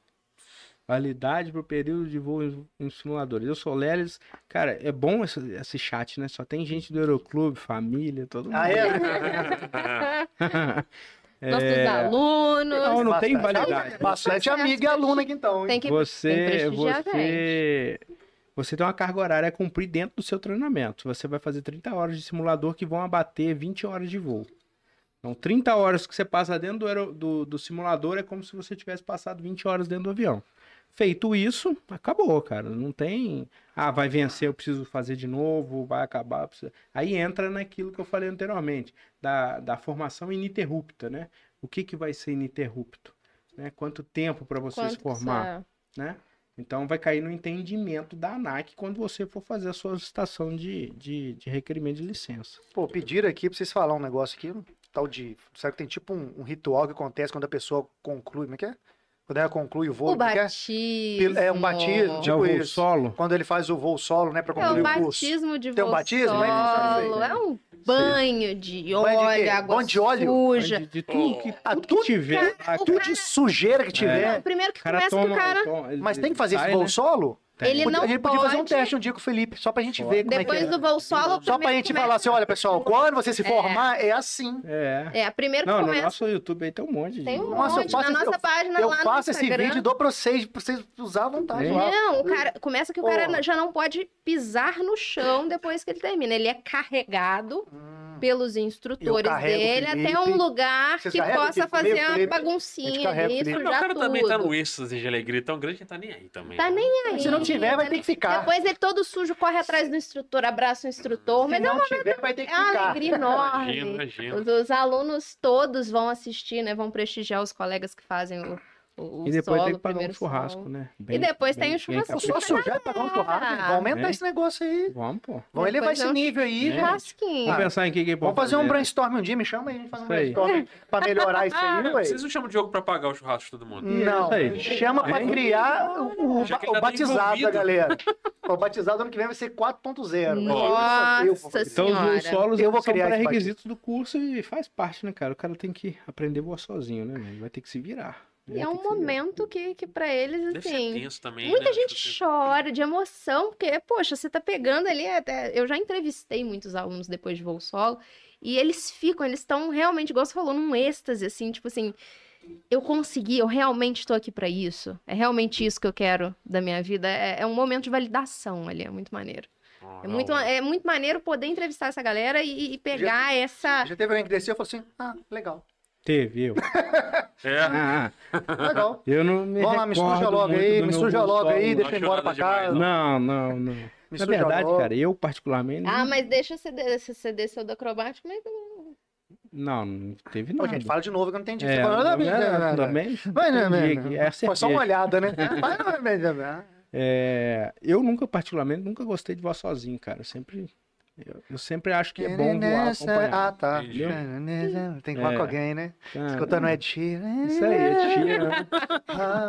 C: Validade pro período de voo em- em simuladores. Eu sou Lelis. Cara, é bom esse, esse chat, né? Só tem gente do Aeroclube, família, todo mundo.
B: Ah,
A: [LAUGHS]
B: é?
C: [LAUGHS] É.
D: Nossos alunos.
C: Não, não tem
B: Bastante.
C: validade.
B: Bastante amigo e aluno aqui então, hein?
D: Tem que tem que
C: Você,
D: prestigiar, velho.
C: você, você tem uma carga horária a cumprir dentro do seu treinamento. Você vai fazer 30 horas de simulador que vão abater 20 horas de voo. Então, 30 horas que você passa dentro do, aero- do, do simulador é como se você tivesse passado 20 horas dentro do avião. Feito isso, acabou, cara. Não tem. Ah, vai vencer, eu preciso fazer de novo, vai acabar. eu preciso-" Aí entra naquilo que eu falei anteriormente, da, da formação ininterrupta, né? O que, que vai ser ininterrupto? Né? Quanto tempo para você se
D: Quanto que
C: formar?
D: essa-
C: né? Então vai cair no entendimento da ANAC quando você for fazer a sua solicitação de, de, de requerimento de licença.
B: Pô, pediram aqui pra vocês falar um negócio aqui, um tal de. Sabe que tem tipo um, um ritual que acontece quando a pessoa conclui, como é que é? Quando ela conclui o voo,
D: O
B: como é que é?
D: batismo.
B: É um batismo,
C: é
B: Tipo
C: o voo
B: isso.
C: solo?
B: Quando ele faz o voo solo, né, pra
D: É
B: concluir
D: um
B: o curso.
D: batismo de
B: Tem um
D: voo
B: batismo, é isso?
D: solo,
B: Sei.
D: é um banho de óleo,
B: Banho de quê?
D: água
B: Banho de óleo?
D: suja.
C: De, de tudo que,
B: Ah,
C: tudo que
B: tudo-
C: tiver. lá,
D: o
C: que
B: Tudo de sujeira que tiver.
D: Não, primeiro que
C: o cara
D: começa
C: toma- um
D: com o cara.
C: toma- ele-
B: Mas tem
C: ele
B: que fazer esse
C: É. sai,
B: voo
C: né?
B: solo?
D: Ele
B: Podia-
D: não
B: a gente podia fazer um
D: pode-
B: teste um dia com o Felipe, só pra gente ver como é
D: Depois
B: que é.
D: do voo solo, o
B: Só pra
D: primeiro
B: gente
D: começa-
B: falar assim, olha, pessoal, quando você se formar, é, assim.
C: É.
D: É, a primeira que
C: Não, no
D: começa.
C: nosso YouTube aí tem um monte de.
D: Tem um
B: Nossa, eu
D: monte.
B: faço
D: Na
B: esse-
D: nossa página
B: eu
D: lá
B: faço
D: no
B: esse
D: Instagram.
B: vídeo e dou pra vocês, pra vocês usar à vontade.
C: Tem.
B: lá.
D: Não, o cara. Começa que o
B: Pô.
D: cara já não pode pisar no chão depois que ele termina. Ele é carregado
B: Hum,
D: pelos
B: Eu
D: instrutores
B: carrego o
D: dele
B: Felipe.
D: até um lugar
B: Vocês
D: que
B: carregam o
D: possa
B: Felipe comigo,
D: fazer uma
B: Felipe? A gente
D: baguncinha
B: carrega o
D: ali,
B: Felipe.
A: Mas o
D: sujar
A: cara também tá no
D: tudo.
A: êxtase de alegria tão grande que tá nem aí também.
D: Tá
A: né?
D: nem aí.
B: se não tiver, vai ter que ficar.
D: Depois ele todo sujo corre atrás do instrutor, abraça o instrutor,
B: Se
D: mas
B: não tiver, vai ter que
D: é uma
B: ficar.
D: alegria
A: Imagina,
D: enorme.
A: imagina.
D: Os, os alunos todos vão assistir, né? Vão prestigiar os colegas que fazem o, o, o
C: E depois
D: solo,
C: tem que pagar um
D: primeiro
C: churrasco,
D: solo.
C: né?
D: E depois tem o
B: Eu
D: churrasquinho.
B: só sujar pra dar um churrasco. Vamos aumentar
C: Bem.
B: esse negócio aí.
C: Vamos, pô.
B: Vamos elevar
D: Ah! Depois é
B: esse
D: um
B: nível aí, gente.
D: Churrasquinho.
C: Vamos pensar em que que
B: Vamos fazer um
C: branco.
B: brainstorm um dia, me chama aí, a gente faz um
C: né? Isso aí.
B: brainstorm pra melhorar isso
D: [LAUGHS]
B: aí, ué.
A: Vocês não chamam o Diogo pra pagar o churrasco de todo mundo.
B: Não,
C: um Isso aí.
B: chama pra criar o, o-
A: Já que
B: o
A: ainda tá
B: batizado da
A: envolvido.
D: galera.
B: galera. O batizado ano que vem vai ser 4.0.
D: Nossa
B: Eu vou fazer.
C: Então, os voos
D: Senhora.
C: solos
B: Eu vou
C: são
B: criar esse
C: pré-requisitos do curso e faz parte, né, cara? O cara tem que aprender a voar sozinho, né, velho? Vai ter que se virar. Ele
D: E é
C: vai
D: um
C: ter que se virar.
D: momento que, que para eles,
A: Deve ser
D: assim.
A: tenso também.
D: Muita
A: né?
D: gente
A: Tipo,
D: chora de emoção, porque, poxa, você tá pegando ali. Até... Eu já entrevistei muitos alunos depois de voo solo, e eles ficam, eles estão realmente, igual você falou, num êxtase, assim, tipo assim. Eu consegui, eu realmente tô aqui pra isso. É realmente isso que eu quero da minha vida. É, é um momento de validação ali, é muito maneiro.
A: "Ah,
D: É
A: não,
D: muito, é muito maneiro poder entrevistar essa galera e, e pegar essa.
B: Já teve alguém que desceu e falou assim: ah, legal,
C: Teve, eu.
A: É.
C: Ah,
B: legal.
C: [LAUGHS] eu não [LAUGHS] me
B: Vamos lá, me
C: recordo
B: suja logo
C: muito
B: aí,
C: do
B: me
C: meu
B: suja
C: voo
B: logo
C: solo,
B: aí,
C: não.
B: deixa eu ir embora pra
A: Acho nada
B: casa.
A: demais,
C: Não, não, não.
B: Me
C: Na
B: suja
C: verdade,
B: logo.
C: cara, eu particularmente...
D: Ah,
C: não-
A: um
D: mas deixa você descer você desceu do acrobático, mas
C: Não, não teve
B: Ô,
C: nada.
B: gente, fala de novo que eu não entendi.
C: É,
B: Você falou,
C: não,
B: "Ah,
C: não,
B: bem, né, né,
C: não,
B: né?"
C: também não
B: Vai, né,
C: entendi
B: né,
C: aqui.
B: né. Foi só
C: É certeza.
B: uma olhada, né?
C: [LAUGHS]
B: Vai, né, né, né, né.
C: É, eu nunca, particularmente, nunca gostei de voar sozinho, cara. Eu sempre Eu, eu sempre acho que é bom voar
B: Ah,
C: acompanhado.
B: tá.
A: Entendi.
B: Tem que voar
C: É.
B: com alguém, né?
C: Cara,
B: Escutando Ed Sheeran.
C: Isso aí, é tia. né?
B: Ah,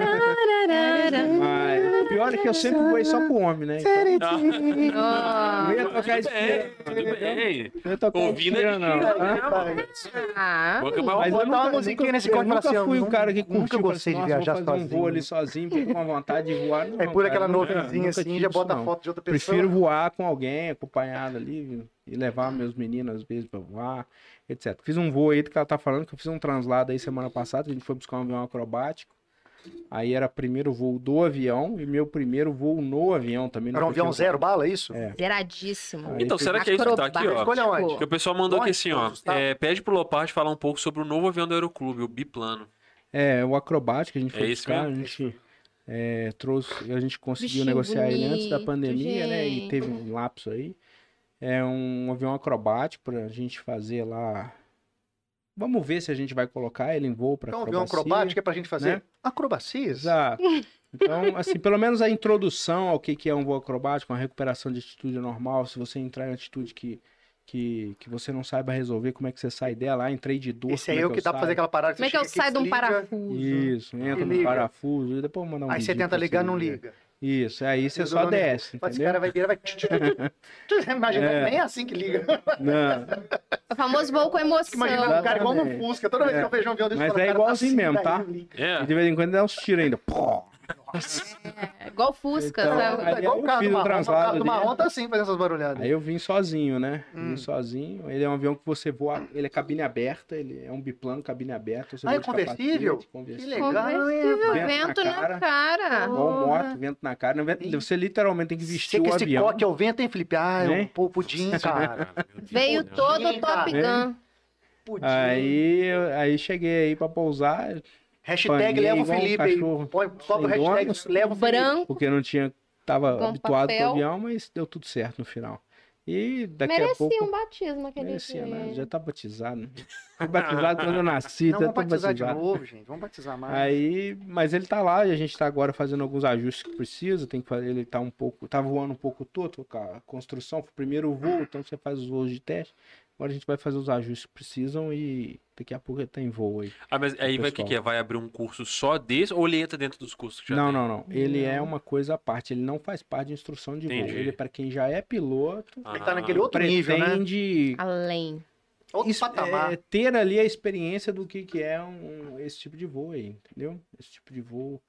D: Tararara.
C: Mas o pior é que eu sempre voei só pro homem, né? Então, não
D: Ó.
C: ia tocar esse piano,
A: Tudo bem.
C: não ia tocar esse
A: Ouvindo
C: piano,
A: é
C: não.
B: né?
C: Hã?
D: Ah,
A: Vou acabar-
C: Mas
B: Botar
C: eu nunca,
B: uma musiquinha
C: nunca-
B: nesse
C: eu
B: corte e falar
C: nunca
B: assim, ó,
C: fui o
B: nunca-
C: cara que curtiu.
B: nunca gostei de
C: falei assim,
B: viajar
C: "Nossa, vou fazer um voo
B: sozinho."
C: ali sozinho, fiquei com a vontade de voar. Não,
B: Aí pula
C: cara,
B: É aquela
C: nunca-
B: nuvenzinha
C: nunca
B: assim
C: tive
B: já
C: isso,
B: bota a
C: não.
B: foto de outra pessoa.
C: Prefiro voar com alguém, acompanhado ali, viu? e levar meus meninos às vezes pra voar, etc. Fiz um voo aí do que ela tá falando, que eu fiz um translado aí semana passada, a gente foi buscar um avião acrobático. Aí era primeiro voo do avião e meu primeiro voo no avião também.
B: Era um
C: nunca
B: avião
C: tinha
B: zero bala, é isso?
C: É.
D: zeradíssimo.
C: Aí
A: Então,
C: fica-
A: será que é isso que tá aqui, ó?
B: Escolha onde?
A: Que o pessoal mandou aqui assim, ó.
B: Todos, tá?
A: é, pede pro Loparte falar um pouco sobre o novo avião do Aeroclube, o biplano.
C: É, o acrobático a gente
A: É
C: foi
A: isso
C: buscar,
A: mesmo?
C: a gente é, trouxe, a gente conseguiu
D: Bichinho
C: negociar ele antes da
D: bonito,
C: pandemia, né? E
D: gente.
C: teve um lapso aí. É um avião acrobático pra gente fazer lá. Vamos ver se a gente vai colocar ele em voo pra
B: Então, o avião
C: acrobacia.
B: acrobático é pra gente fazer
C: né?
B: acrobacias.
C: Exato. Então, assim, pelo menos a introdução ao que que é um voo acrobático, uma recuperação de atitude normal, se você entrar em atitude que, que, que você não saiba resolver, como é que você sai dela, ah, entrei de dor,
B: Esse
C: como
B: aí
C: é
B: é o que dá pra fazer
C: saio?
B: aquela parada.
D: Como é que eu
B: você chega
D: saio
B: aqui,
D: de um
B: desliga,
D: parafuso?
C: Isso, entra no
B: liga.
C: parafuso, e depois manda um
B: Aí você
C: vídeo
B: tenta
C: pra
B: ligar, não
C: ver.
B: liga.
C: Isso, aí você
B: Eu
C: só
B: dou na minha-
C: desce,
B: Mas esse
C: entendeu?
B: cara vai virar, vai... [LAUGHS] Imagina,
C: É.
B: nem é assim que liga.
C: Não,
D: É O famoso voo com emoção.
B: Imagina um cara igual no
C: Exatamente.
B: Fusca. Toda vez que
C: É.
B: eu vejo um avião desse,
C: Mas
B: eu falo,
C: é
B: cara,
C: igualzinho
B: assim,
C: mesmo,
B: daí
C: tá?
B: não liga.
A: É.
C: e de vez em quando dá uns tiros ainda. Pô!
D: É, igual Fusca,
C: Então,
D: sabe?
C: aí
B: É igual
C: eu
B: o carro
C: fiz
B: do Marrom. O
C: o
B: carro
C: translado
B: do
C: dele.
B: Marrom tá assim, fazendo essas barulhadas.
C: Aí eu vim sozinho, né?
B: Hum.
C: Vim sozinho. Ele é um avião que você voa, ele é cabine aberta, ele é um biplano, cabine aberta. Você
B: Ah,
C: voa
B: é
C: de capacete,
B: conversível? Que
C: conversível.
B: legal, né?
D: Conversível,
C: Vento
D: vento
C: na
D: na cara.
C: Igual um moto, vento na cara. Não, vento- Você literalmente tem que vestir
B: Sei que
C: o
B: esse
C: avião.
B: coque é o vento, hein, Felipe? Ah,
C: Né?
B: eu pô,
C: [LAUGHS]
B: pudim, cara.
A: Cara, meu Deus
D: Veio
A: do céu.
D: todo
B: Sim, cara.
D: Top Gun.
B: Pudim.
C: Aí, eu- aí cheguei aí pra pousar,
B: hashtag
C: Panguei
B: leva o
C: igual um
B: Felipe aí.
C: cachorro
B: Põe- Sobe o
C: sem
B: hashtag
C: dono.
B: leva o Felipe.
D: Branco.
C: porque não tinha. Tava
D: Com
C: habituado com
D: papel.
C: o avião, mas deu tudo certo no final. E daqui a
D: Merecia
C: pouco.
D: um batismo aquele
C: Merecia,
D: dia.
C: né? Já
B: [LAUGHS]
C: tá batizado, né? Fui batizado quando eu nasci,
B: Não,
C: já
B: vamos
C: tô
B: batizar de
C: batizado.
B: novo, gente. Vamos batizar mais.
C: Aí, mas ele tá lá e a gente tá agora fazendo alguns ajustes que precisa, tem que fazer, ele tá um pouco, tá voando um pouco todo, cara, a construção, foi o primeiro voo, então você faz os voos de teste, agora a gente vai fazer os ajustes que precisam e daqui a pouco ele tá em voo aí.
A: Ah, mas aí vai o que,
C: Pessoal.
A: que é? Vai abrir um curso só desse ou ele entra dentro dos cursos que já
C: Não,
A: tem?
C: não, não, ele é uma coisa à parte, ele não faz parte de instrução de
A: Entendi.
C: voo, ele é pra quem já é piloto,
A: Ah,
B: Ele tá naquele outro nível, né?
C: pretende
D: Além.
B: Outro
C: Isso,
B: patamar.
C: é, ter ali a experiência do que, que é um, esse tipo de voo aí, entendeu? Esse tipo de voo,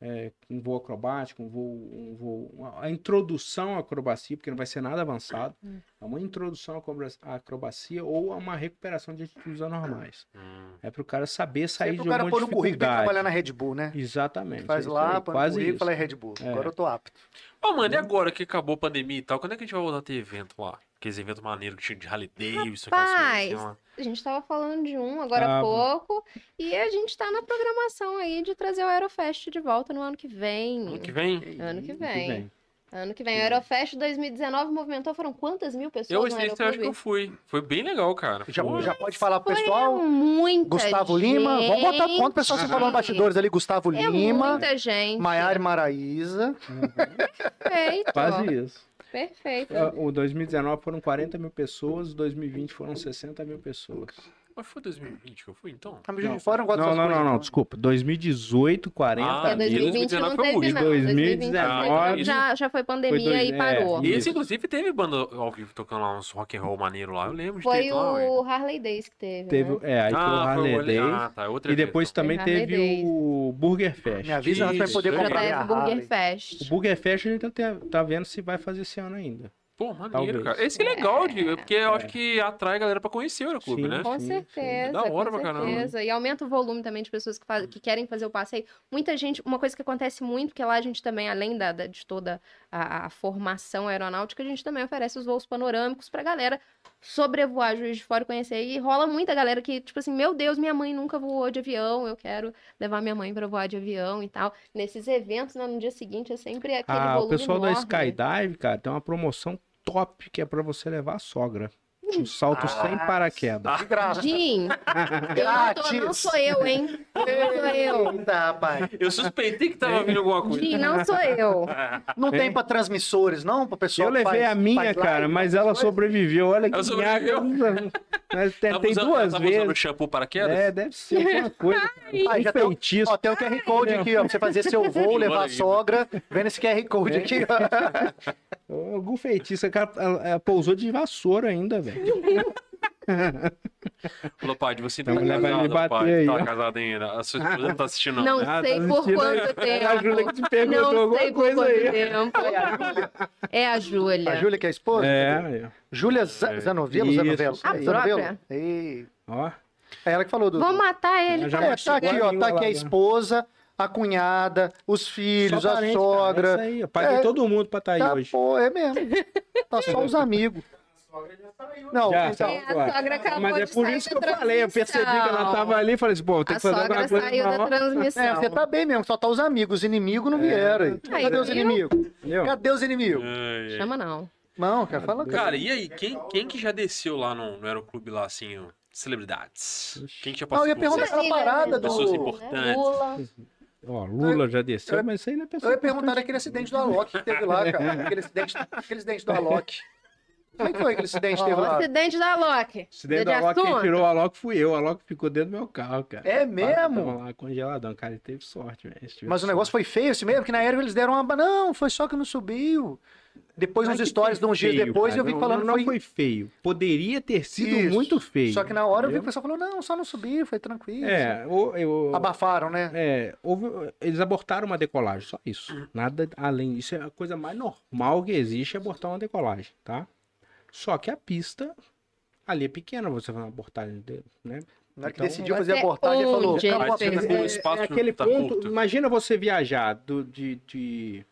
C: é, um voo acrobático, um voo, um voo- uma- a introdução à acrobacia, porque não vai ser nada avançado,
B: Hum.
C: é uma introdução à acroba- à acrobacia ou a uma recuperação de atitudes anormais.
A: Hum.
C: É para o cara saber sair
B: Sempre
C: de
B: o cara
C: uma
B: pôr no currículo tem que
C: dificuldade.
B: trabalhar na Red Bull, né?
C: Exatamente.
B: Faz
C: é isso
B: lá,
C: aí,
B: põe no
C: quase
B: currículo e
C: isso.
B: fala é Red Bull. Agora eu tô apto.
A: Ô, mano, e agora que acabou a pandemia e tal, quando é que a gente vai voltar a ter evento lá? Aqueles eventos maneiros que tinha de Harley Davidson, aquelas coisas assim,
D: Rapaz,
A: lá.
D: A gente tava falando de um agora há
C: Tava.
D: pouco. E a gente tá na programação aí de trazer o Aerofest de volta no ano que vem.
A: Ano que vem?
D: Ano que vem. [LAUGHS] Ano que vem. O Aerofest 2019 movimentou, foram quantas mil pessoas
A: Eu,
D: no
A: esse eu acho que eu
D: Aeroclube?
A: fui. Foi bem legal, cara.
B: Já,
A: Pô,
B: já pode falar pro pessoal.
D: Muita
B: Gustavo Lima. Vamos botar
D: gente.
B: quanto o pessoal se falou nos bastidores ali. Gustavo
D: É
B: Lima,
D: muita gente.
B: Maiara e Maraísa.
D: Perfeito.
C: Quase isso.
D: Perfeito.
C: O 2019 foram 40 mil pessoas, 2020 foram 60 mil pessoas.
A: Mas foi 2020 que eu fui, então?
B: Tá me
C: Não.
B: fora, eu gosto
C: Não,
B: dessas
C: não, não,
B: coisas,
C: não, desculpa. 2018, 40
A: Ah,
D: Porque
A: Tá,
C: mil.
D: 2020 não
A: 2019 foi
D: teve,
A: muito.
D: não.
C: 2019
D: já, já foi pandemia
C: foi dois-
D: e
C: é,
D: parou.
C: e-
A: Esse,
C: Isso.
A: inclusive, teve banda ao vivo tocando lá uns rock and roll maneiro lá. Eu lembro de
D: Foi
A: ter lá, ué.
D: o Harley Days que teve,
C: Teve,
D: né?
C: é, aí foi o Harley
A: Ah, um Harley-
C: Days.
A: Ah, tá, outra
C: e depois também
D: Foi Harley
C: teve o Burger Fest.
B: Ah, Me avisa antes pra eu
A: Isso,
B: poder
A: isso
D: Já
B: comprar
D: teve
B: minha
D: o
B: Harley.
D: Burger
C: O
D: Fest.
C: Burger Fest a gente tá, te- tá vendo se vai fazer esse ano ainda.
A: Pô, maneiro,
C: Talvez.
A: cara. Esse é legal, de, porque eu acho que atrai a galera pra conhecer o Euroclube,
C: Sim.
A: né?
D: Com
C: Sim, sim.
D: certeza,
A: Da hora
D: com
A: pra caramba.
D: certeza. E aumenta o volume também de pessoas que, faz- que querem fazer o passeio. Muita gente, uma coisa que acontece muito, que lá a gente também, além da, da- de toda a, a formação aeronáutica, a gente também oferece os voos panorâmicos pra galera sobrevoar Juiz de Fora e conhecer. E rola muita galera que, tipo assim, meu Deus, minha mãe nunca voou de avião, eu quero levar minha mãe pra voar de avião e tal. Nesses eventos, né, no dia seguinte, é sempre aquele
C: Ah, o
D: volume
C: pessoal da
D: enorme. né?
C: Skydive, cara, tem uma promoção top que é pra você levar a sogra.
B: Hum.
C: Um salto sem paraquedas.
B: Ah, De graça.
C: [LAUGHS]
D: Jim, quem matou não sou eu, hein? Não sou eu.
B: Eita, rapaz.
A: Eu suspeitei que
C: É.
A: tava vindo alguma coisa.
D: Jim, não sou eu.
B: Não tem pra transmissores, não? Pra pessoal
C: Eu
B: que
C: levei
B: faz-
C: a minha,
B: faz live,
C: cara, mas ela
B: essas coisas?
C: sobreviveu. Olha que
A: Ela sobreviveu?
C: minhaca. [LAUGHS] Mas
A: Tava
C: tentei
A: usando-
C: duas
A: tava usando
C: vezes.
A: shampoo paraquedas?
C: É, deve ser alguma coisa.
B: Aí
C: um
B: já tem o-
C: feitiço.
B: Ó, tem o QR Code aqui, ó. Pra você fazer
C: [LAUGHS]
B: seu voo, levar a sogra, vendo esse QR Code aqui, ó.
C: Algum feitiço. A cara ela- ela pousou de vassoura ainda, velho.
A: Falou, Padre, você
C: Então,
A: não tá
C: ele vai me
A: casado,
C: bater
A: Padre.
C: aí,
A: Tá
C: ó.
A: casado ainda. A sua esposa não tá assistindo, não.
D: Não
C: Ah, tá
D: sei por
C: assistindo aí? É
D: quanto
C: A Júlia que
D: tempo.
C: te perguntou
D: Não
C: alguma
D: sei por
C: coisa
D: quanto
C: aí.
D: tempo. É a Júlia.
B: A Júlia, que é a esposa?
C: É,
B: Júlia Z- Zanovelo?
C: Isso,
B: Zanovelo?
C: isso aí.
D: A própria?
B: Ei.
C: ó.
B: É ela que falou do.
D: Vou matar ele.
C: Já
B: É,
C: machucou
B: tá aqui,
C: a
B: ó.
C: língua
B: Tá aqui
C: lá,
B: a
C: né?
B: esposa, a cunhada, os filhos,
C: Só
B: a
C: parente, cara,
B: sogra.
C: é isso aí, eu paguei
B: É.
C: todo mundo pra estar aí
B: Tá,
C: hoje.
B: pô, é mesmo. Tá só os amigos. Não,
C: Já,
B: então.
D: É, a sogra acabou
C: Mas é
D: de
C: por
D: sair
C: isso que
D: da
C: eu falei, eu percebi que ela
D: transmissão.
C: tava ali e falei assim, pô, tem
D: A
C: que fazer
D: sogra
C: alguma coisa.
D: saiu
C: pra
D: da
C: ela,
D: transmissão.
B: É, você tá bem mesmo, só tá os amigos. Os inimigos não
C: É.
B: vieram.
D: Aí,
B: Cadê os
D: viu?
B: inimigos?
C: entendeu?
B: Cadê os inimigos?
A: Ai, ai.
D: Chama não.
B: Não, cara, fala, cara.
A: Cara, e aí, quem, quem que já desceu lá no, no Aeroclube lá, assim, ó? celebridades? Quem que já
B: Não,
A: passou
B: eu ia
A: por
B: perguntar
A: vocês?
B: aquela parada
A: né? Pessoas
B: do.
A: importantes.
D: Lula.
C: Ó, Lula já desceu,
B: eu-
C: mas isso aí não é
B: Eu
C: pessoa.
B: ia perguntar daquele acidente do Alok que teve lá, cara. Aquele acidente, aquele acidente do Alok. Como é que foi aquele acidente que teve
D: O
B: lá?
D: acidente da Loki.
C: Se dentro da Alok, quem tirou o Alok fui eu. O Alok ficou dentro do meu carro, cara.
B: É
C: Tava
B: mesmo?
C: lá congeladão, cara. Ele teve sorte, velho. Esse
B: Mas o negócio foi feio esse mesmo, que na aérea eles deram uma. ba- Não, foi só que não subiu. Depois,
C: Mas
B: uns
C: que
B: stories de uns dias
C: feio,
B: depois,
C: cara.
B: eu vi
C: Não-
B: falando
C: não,
B: que
C: foi... feio. Poderia ter sido
B: Isso.
C: muito feio.
B: Só que na hora eu vi que o
C: entendeu?
B: pessoal falou, não, só não subiu, foi tranquilo.
C: É, o- eu-
B: Abafaram, né?
C: é, houve- eles abortaram uma decolagem, só isso. Nada além disso. É a coisa mais normal que existe é abortar uma decolagem, tá? Só que a pista ali é pequena, você vai abortar, entendeu? né?
B: Na hora que
C: Então,
B: decidiu
D: mas
B: fazer a
D: é
B: abordagem, ele falou,
D: onde ele
B: acabou a
D: fez
B: pena.
A: Com o
B: É,
A: espaço
C: é aquele
A: tá
C: ponto.
A: curto.
C: Imagina você viajar do, de. de-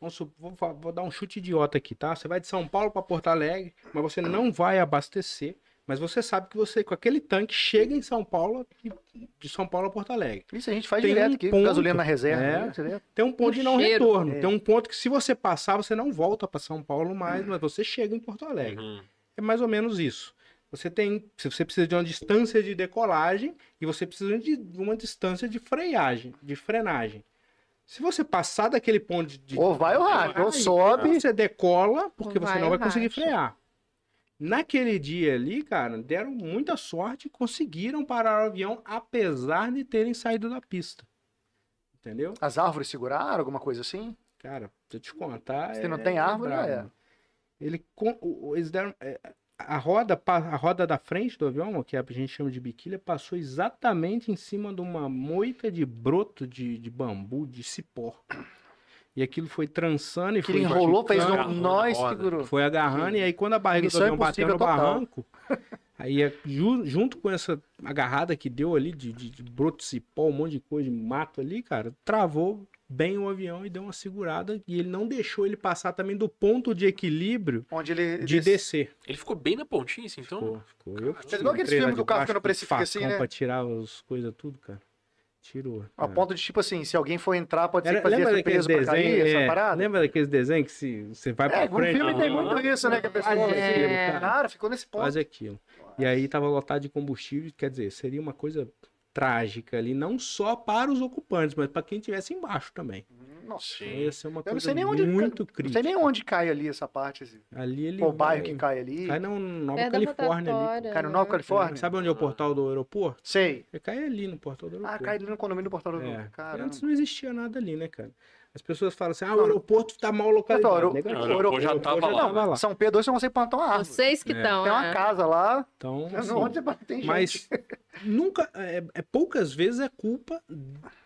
C: vamos su- vou, fa- vou dar um chute idiota aqui, tá? Você vai de São Paulo para Porto Alegre, mas você não vai abastecer. Mas você sabe que você, com aquele tanque, chega em São Paulo e de São Paulo a Porto Alegre.
B: Isso a gente faz
C: Tem
B: direto
C: um
B: aqui,
C: ponto,
B: gasolina na reserva.
C: né?
B: né? Direto.
C: Tem um ponto de não
D: cheiro,
C: retorno.
B: é.
C: Tem um ponto que, se você passar, você não volta para São Paulo mais, mas você chega em Porto Alegre.
A: Uhum.
C: É mais ou menos isso. Você tem, se você precisa de uma distância de decolagem e você precisa de uma distância de freagem, de frenagem. Se você passar daquele ponto de, de-
B: Ou vai ou racha, ou sobe.
C: você decola porque
D: Ou
C: você
D: vai
C: não vai
D: ou
C: conseguir
D: racha.
C: frear. Naquele dia ali, cara, deram muita sorte e conseguiram parar o avião apesar de terem saído da pista. Entendeu?
B: As árvores seguraram, alguma coisa assim?
C: Cara, se eu te contar.
B: Se não tem árvore,
C: brabo,
B: já é.
C: mano. Ele, com- o- o- eles deram. é, a roda, pa- a roda da frente do avião, que a gente chama de biquília, passou exatamente em cima de uma moita de broto de, de bambu, de cipó. E aquilo foi trançando e
B: Que
C: foi.
B: ele enrolou, fez
C: esticando,
B: um
A: agarrou na
B: nó e
A: roda.
B: segurou.
C: Foi agarrando, e aí quando a barriga
B: Missão
C: do avião bateu no
B: impossível total.
C: barranco, aí é ju- junto com essa agarrada que deu ali de, de, de broto de cipó, um monte de coisa, de mato ali, cara, travou bem o avião e deu uma segurada. E ele não deixou ele passar também do ponto de equilíbrio
B: Onde ele...
C: de
B: desse-
C: descer.
A: Ele ficou bem na pontinha, assim, então?
C: Ficou, ficou. Eu que
B: É igual aqueles
C: entrei lá
B: filmes do
C: de
B: carro
C: baixo
B: que não
C: com
B: precifica assim,
C: facão
B: né?
C: Pra tirar as coisas tudo, cara. Tirou.
B: A
C: cara.
B: ponto de, tipo assim, se alguém for entrar, pode ser
C: Era-
B: que fazia
C: lembra daqueles
B: surpresa pra
C: desenhos?
B: cair, essa
C: é,
B: parada?
C: lembra daqueles desenhos que se, você vai
B: É,
C: pra
B: algum
C: frente... Uhum.
B: filme tem
A: aham.
B: muito isso, né? Que a pessoa...
C: faz
D: É.
C: aquilo, cara.
B: Cara, ficou nesse ponto.
C: quase aquilo. E aí tava lotado de combustível, quer dizer, seria uma coisa trágica ali, não só para os ocupantes, mas para quem estivesse embaixo também. Então,
B: Nossa.
A: Sim.
C: Ia ser uma
B: Eu não
C: coisa
B: sei nem onde-
C: muito
B: Não
C: crítica.
B: sei nem onde cai ali essa parte, assim.
C: Ali ele
B: Qual bairro
C: vai-
B: que cai ali.
C: cai no Nova
D: Perto da
C: Califórnia ali.
D: rotatória,
B: Cai no
D: né?
B: Nova Califórnia?
C: Sabe onde é o portal do aeroporto?
B: Sei.
C: Ele cai ali no portal do
B: Ah,
C: aeroporto.
B: cai ali no condomínio do Portal do
C: É.
B: Aeroporto. Caramba.
C: Antes não existia nada ali, né, cara? As pessoas falam assim: "Ah, o
B: Não.
C: aeroporto tá mal
B: Eu
C: localizado".
B: falo, aero-
C: Negativo.
A: aeroporto já
C: aeroporto
A: tava lá. né?
C: lá.
B: São Pedro, você não consegue plantar uma árvore.
D: Vocês que
C: É.
D: estão.
B: Tem uma casa lá,
C: Então,
B: mas
C: assim,
B: onde você tem gente.
C: Mas nunca, é, é poucas vezes é culpa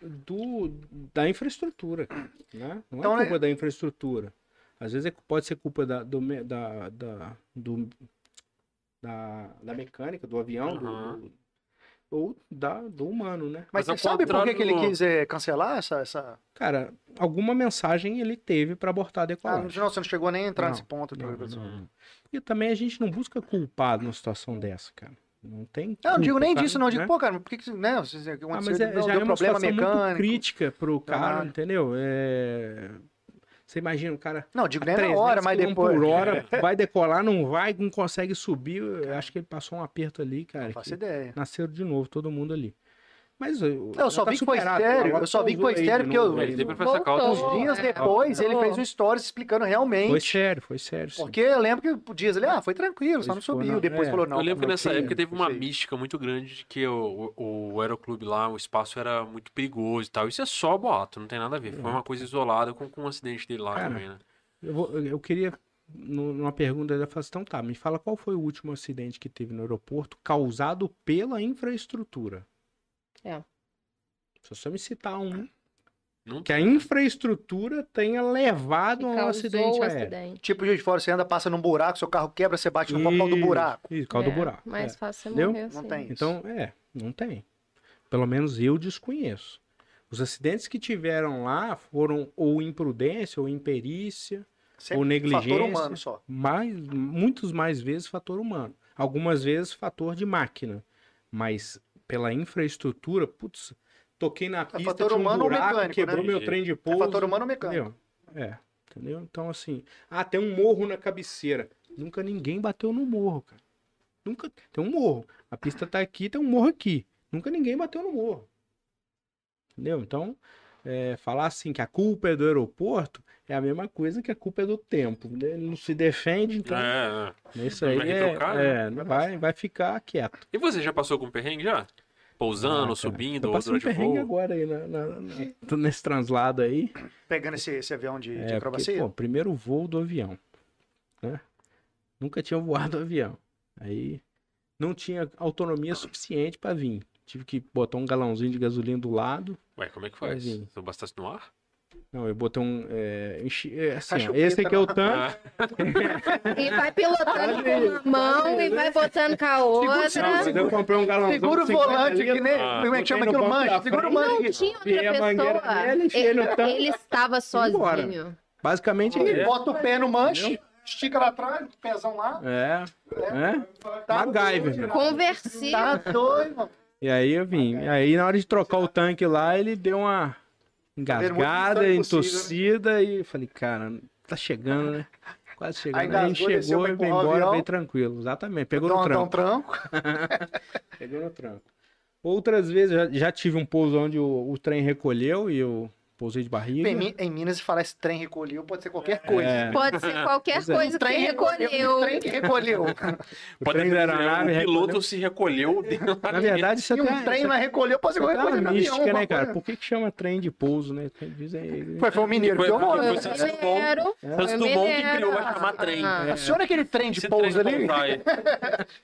C: do, da infraestrutura, cara, né? Não
B: Então,
C: é
B: né?
C: culpa da infraestrutura. Às vezes é, cu- pode ser culpa da, do, me- da, da, do- da, da mecânica, do avião, do-
A: Aham.
C: do- ou da, do humano, né?
B: Mas,
A: Mas ao
B: você sabe por que,
A: contrário
B: que ele
A: do-
B: quis eh, cancelar essa. essa...
C: Cara, alguma mensagem ele teve para abortar a
B: Ah,
C: decolagem.
B: não, você não chegou nem a entrar
C: Não,
B: nesse ponto.
C: Não,
B: Não, não,
C: não, não. Porque também a gente não busca culpado numa situação dessa, cara. Não tem
B: Eu Ah, não digo
C: culpa,
B: nem
C: cara,
B: disso, não. Eu digo,
C: né?
B: pô, cara, mas por que, que isso- né? Vocês- o que
C: Ah,
B: aconteceu?
C: mas é,
B: não, deu
C: já é uma
B: problema
C: situação muito
B: mecânico.
C: crítica pro cara,
B: Caralho.
C: entendeu? É... Você imagina o cara
B: Não, digo nem é na
C: 300
B: hora, mas
C: km
B: depois.
C: É por hora,
B: [LAUGHS]
C: vai decolar, não vai, não consegue subir. Eu acho que ele passou um aperto ali, cara.
B: Não É, faço
C: que
B: ideia.
C: nasceram de novo, todo mundo ali. Mas tá eu,
B: Não, eu só vi que foi estéreo. Eu só vi que foi estéreo porque eu.
C: né?
A: Ele deu pra fazer
D: Voltou.
A: calda.
B: Uns dias
D: É.
B: depois, ele
D: Voltou.
B: fez um stories explicando
C: Foi
B: realmente.
C: sério, foi sério. sim.
B: Porque eu lembro que o Dias ali, ah, foi tranquilo, só
C: Pois
B: não
C: foi,
B: subiu.
C: não.
B: Depois
C: É.
B: falou, não.
A: eu lembro que
B: não
A: nessa
B: tinha.
A: época teve
C: não
A: uma
C: sei.
A: mística muito grande de que o, o, o aeroclube lá, o espaço era muito perigoso e tal. Isso é só boato, não tem nada a ver. Foi uma coisa isolada com, com um acidente dele lá
C: É. Cara,
A: também, né?
C: Eu, vou- eu queria, nu- numa pergunta, ele falou assim, então tá, me fala qual foi o último acidente que teve no aeroporto causado pela infraestrutura.
D: É. Tá.
C: Se você me citar um,
A: Não
C: que a infraestrutura tenha levado a um
D: Causou
C: acidente
D: o
C: aéreo.
D: acidente.
B: Tipo, Juiz de fora, você anda, passa num buraco, seu carro quebra, você bate no papel é do
C: Isso,
B: buraco.
C: Isso, causa do
D: É,
C: buraco.
D: Mais
C: é.
D: fácil você
C: Entendeu?
D: morrer assim.
B: Não tem isso.
C: Então, é, não tem. Pelo menos eu desconheço. Os acidentes que tiveram lá foram ou imprudência, ou imperícia,
B: Sempre
C: ou negligência.
B: Fator humano só. É
C: mais, muitos mais vezes fator humano. Algumas vezes fator de máquina. Mas pela infraestrutura, putz, toquei na pista,
B: É, fator
C: tinha um
B: humano ou
C: buraco,
B: mecânico,
C: quebrou
A: né?
C: meu trem de
B: É
C: pouso.
B: fator humano ou mecânico.
C: entendeu? É, entendeu? Então, assim, ah, tem um morro na cabeceira. Nunca ninguém bateu no morro, cara. Nunca, tem um morro. A pista tá aqui, tem um morro aqui. Nunca ninguém bateu no morro. Entendeu? Então, é, falar assim que a culpa é do aeroporto é a mesma coisa que a culpa é do tempo. né? Ele não se defende, então
A: É, é.
C: isso
A: Não
C: aí
A: vai né?
C: é,
A: retocar,
C: é, não vai, vai ficar quieto.
A: E você já passou com perrengue já? Pousando,
C: Ah, cara.
A: subindo,
C: Eu
A: ou
C: passei um
A: durante o
C: perrengue
A: voo?
C: agora aí na- na- na- nesse translado aí.
B: Pegando esse, esse avião de, de
C: É, porque,
B: acrobacia.
C: pô, primeiro voo do avião, né? Nunca tinha voado [LAUGHS] avião. Aí não tinha autonomia suficiente pra vir. Tive que botar um galãozinho de gasolina do lado.
A: Ué, como é que faz?
C: Assim.
A: Se eu bastasse no ar?
C: Não, eu botei um. É, enchi- é, assim, ó,
B: Acho que
C: esse aqui é o tanque.
A: Ah,
D: E vai pilotando com uma mão e vai botando com a
C: Não, mas
D: outra.
C: eu comprei um galãozinho.
B: Segura o
C: de 50
B: volante,
C: litros.
B: que nem.
A: Ah,
B: como é que
C: botei
B: chama
C: no
B: aquilo?
C: banco da
B: Manche. Segura o
C: frente.
B: manche. aqui.
D: Tinha outra
C: Enfiei a mangueira
D: pessoa.
C: nele, enfiei no
D: Ele,
C: tanque.
D: ele estava
C: embora.
D: sozinho.
C: Basicamente
B: Ele
C: é.
B: Bota o pé no manche, estica lá atrás, o pezão lá.
C: É. é.
B: Tá
C: MacGyver, meu.
D: Conversível.
B: Tá doido, mano.
C: E aí eu vim. E aí na hora de trocar o tanque lá, ele
B: Tá
C: deu uma engasgada,
B: Vermelho, impossível, né?
C: entossida e eu falei, cara, tá chegando, né? Quase chegando.
B: Aí
C: Aí,
B: engasgou, desceu,
C: chegou
B: foi
C: e foi
B: empurrar o
C: embora
B: avião.
C: bem tranquilo. Exatamente. Pegou
B: Dá
C: no
B: um- dá um
C: tranco.
B: tranco. então.
C: Pegou no tranco. Outras vezes eu já, já tive um pouso onde o, o trem recolheu e eu pousei de barriga.
B: Em, Mi- em Minas, se falar esse trem recolheu, pode ser qualquer coisa.
C: É,
D: Pode ser qualquer
C: Pois é.
D: coisa que recolheu.
B: O trem que recolheu.
C: o
A: Pode
C: trem da aeronave
B: um
A: dizer, o
C: recolheu.
A: piloto se recolheu [LAUGHS] dentro da
C: Na verdade, isso
B: E
C: até
B: um trem
C: isso
B: mas recolheu, pode ser
C: até é
B: qualquer coisa.
C: uma
B: no avião,
C: mística, né,
B: alguma
C: cara?
B: coisa.
C: Por que, que chama trem de pouso, né? Dizem aí.
B: Foi, foi o mineiro
A: Foi-
B: que jogou,
A: foi-
B: né?
D: Foi
A: Santos
D: mineiro.
C: É.
A: Santos
D: foi
A: Dumont que
D: mineiro.
A: criou, vai chamar trem.
D: Ah,
B: Aciona aquele trem de
A: Esse
B: pouso
A: trem
B: ali,
A: voltar
C: [LAUGHS]
A: aí.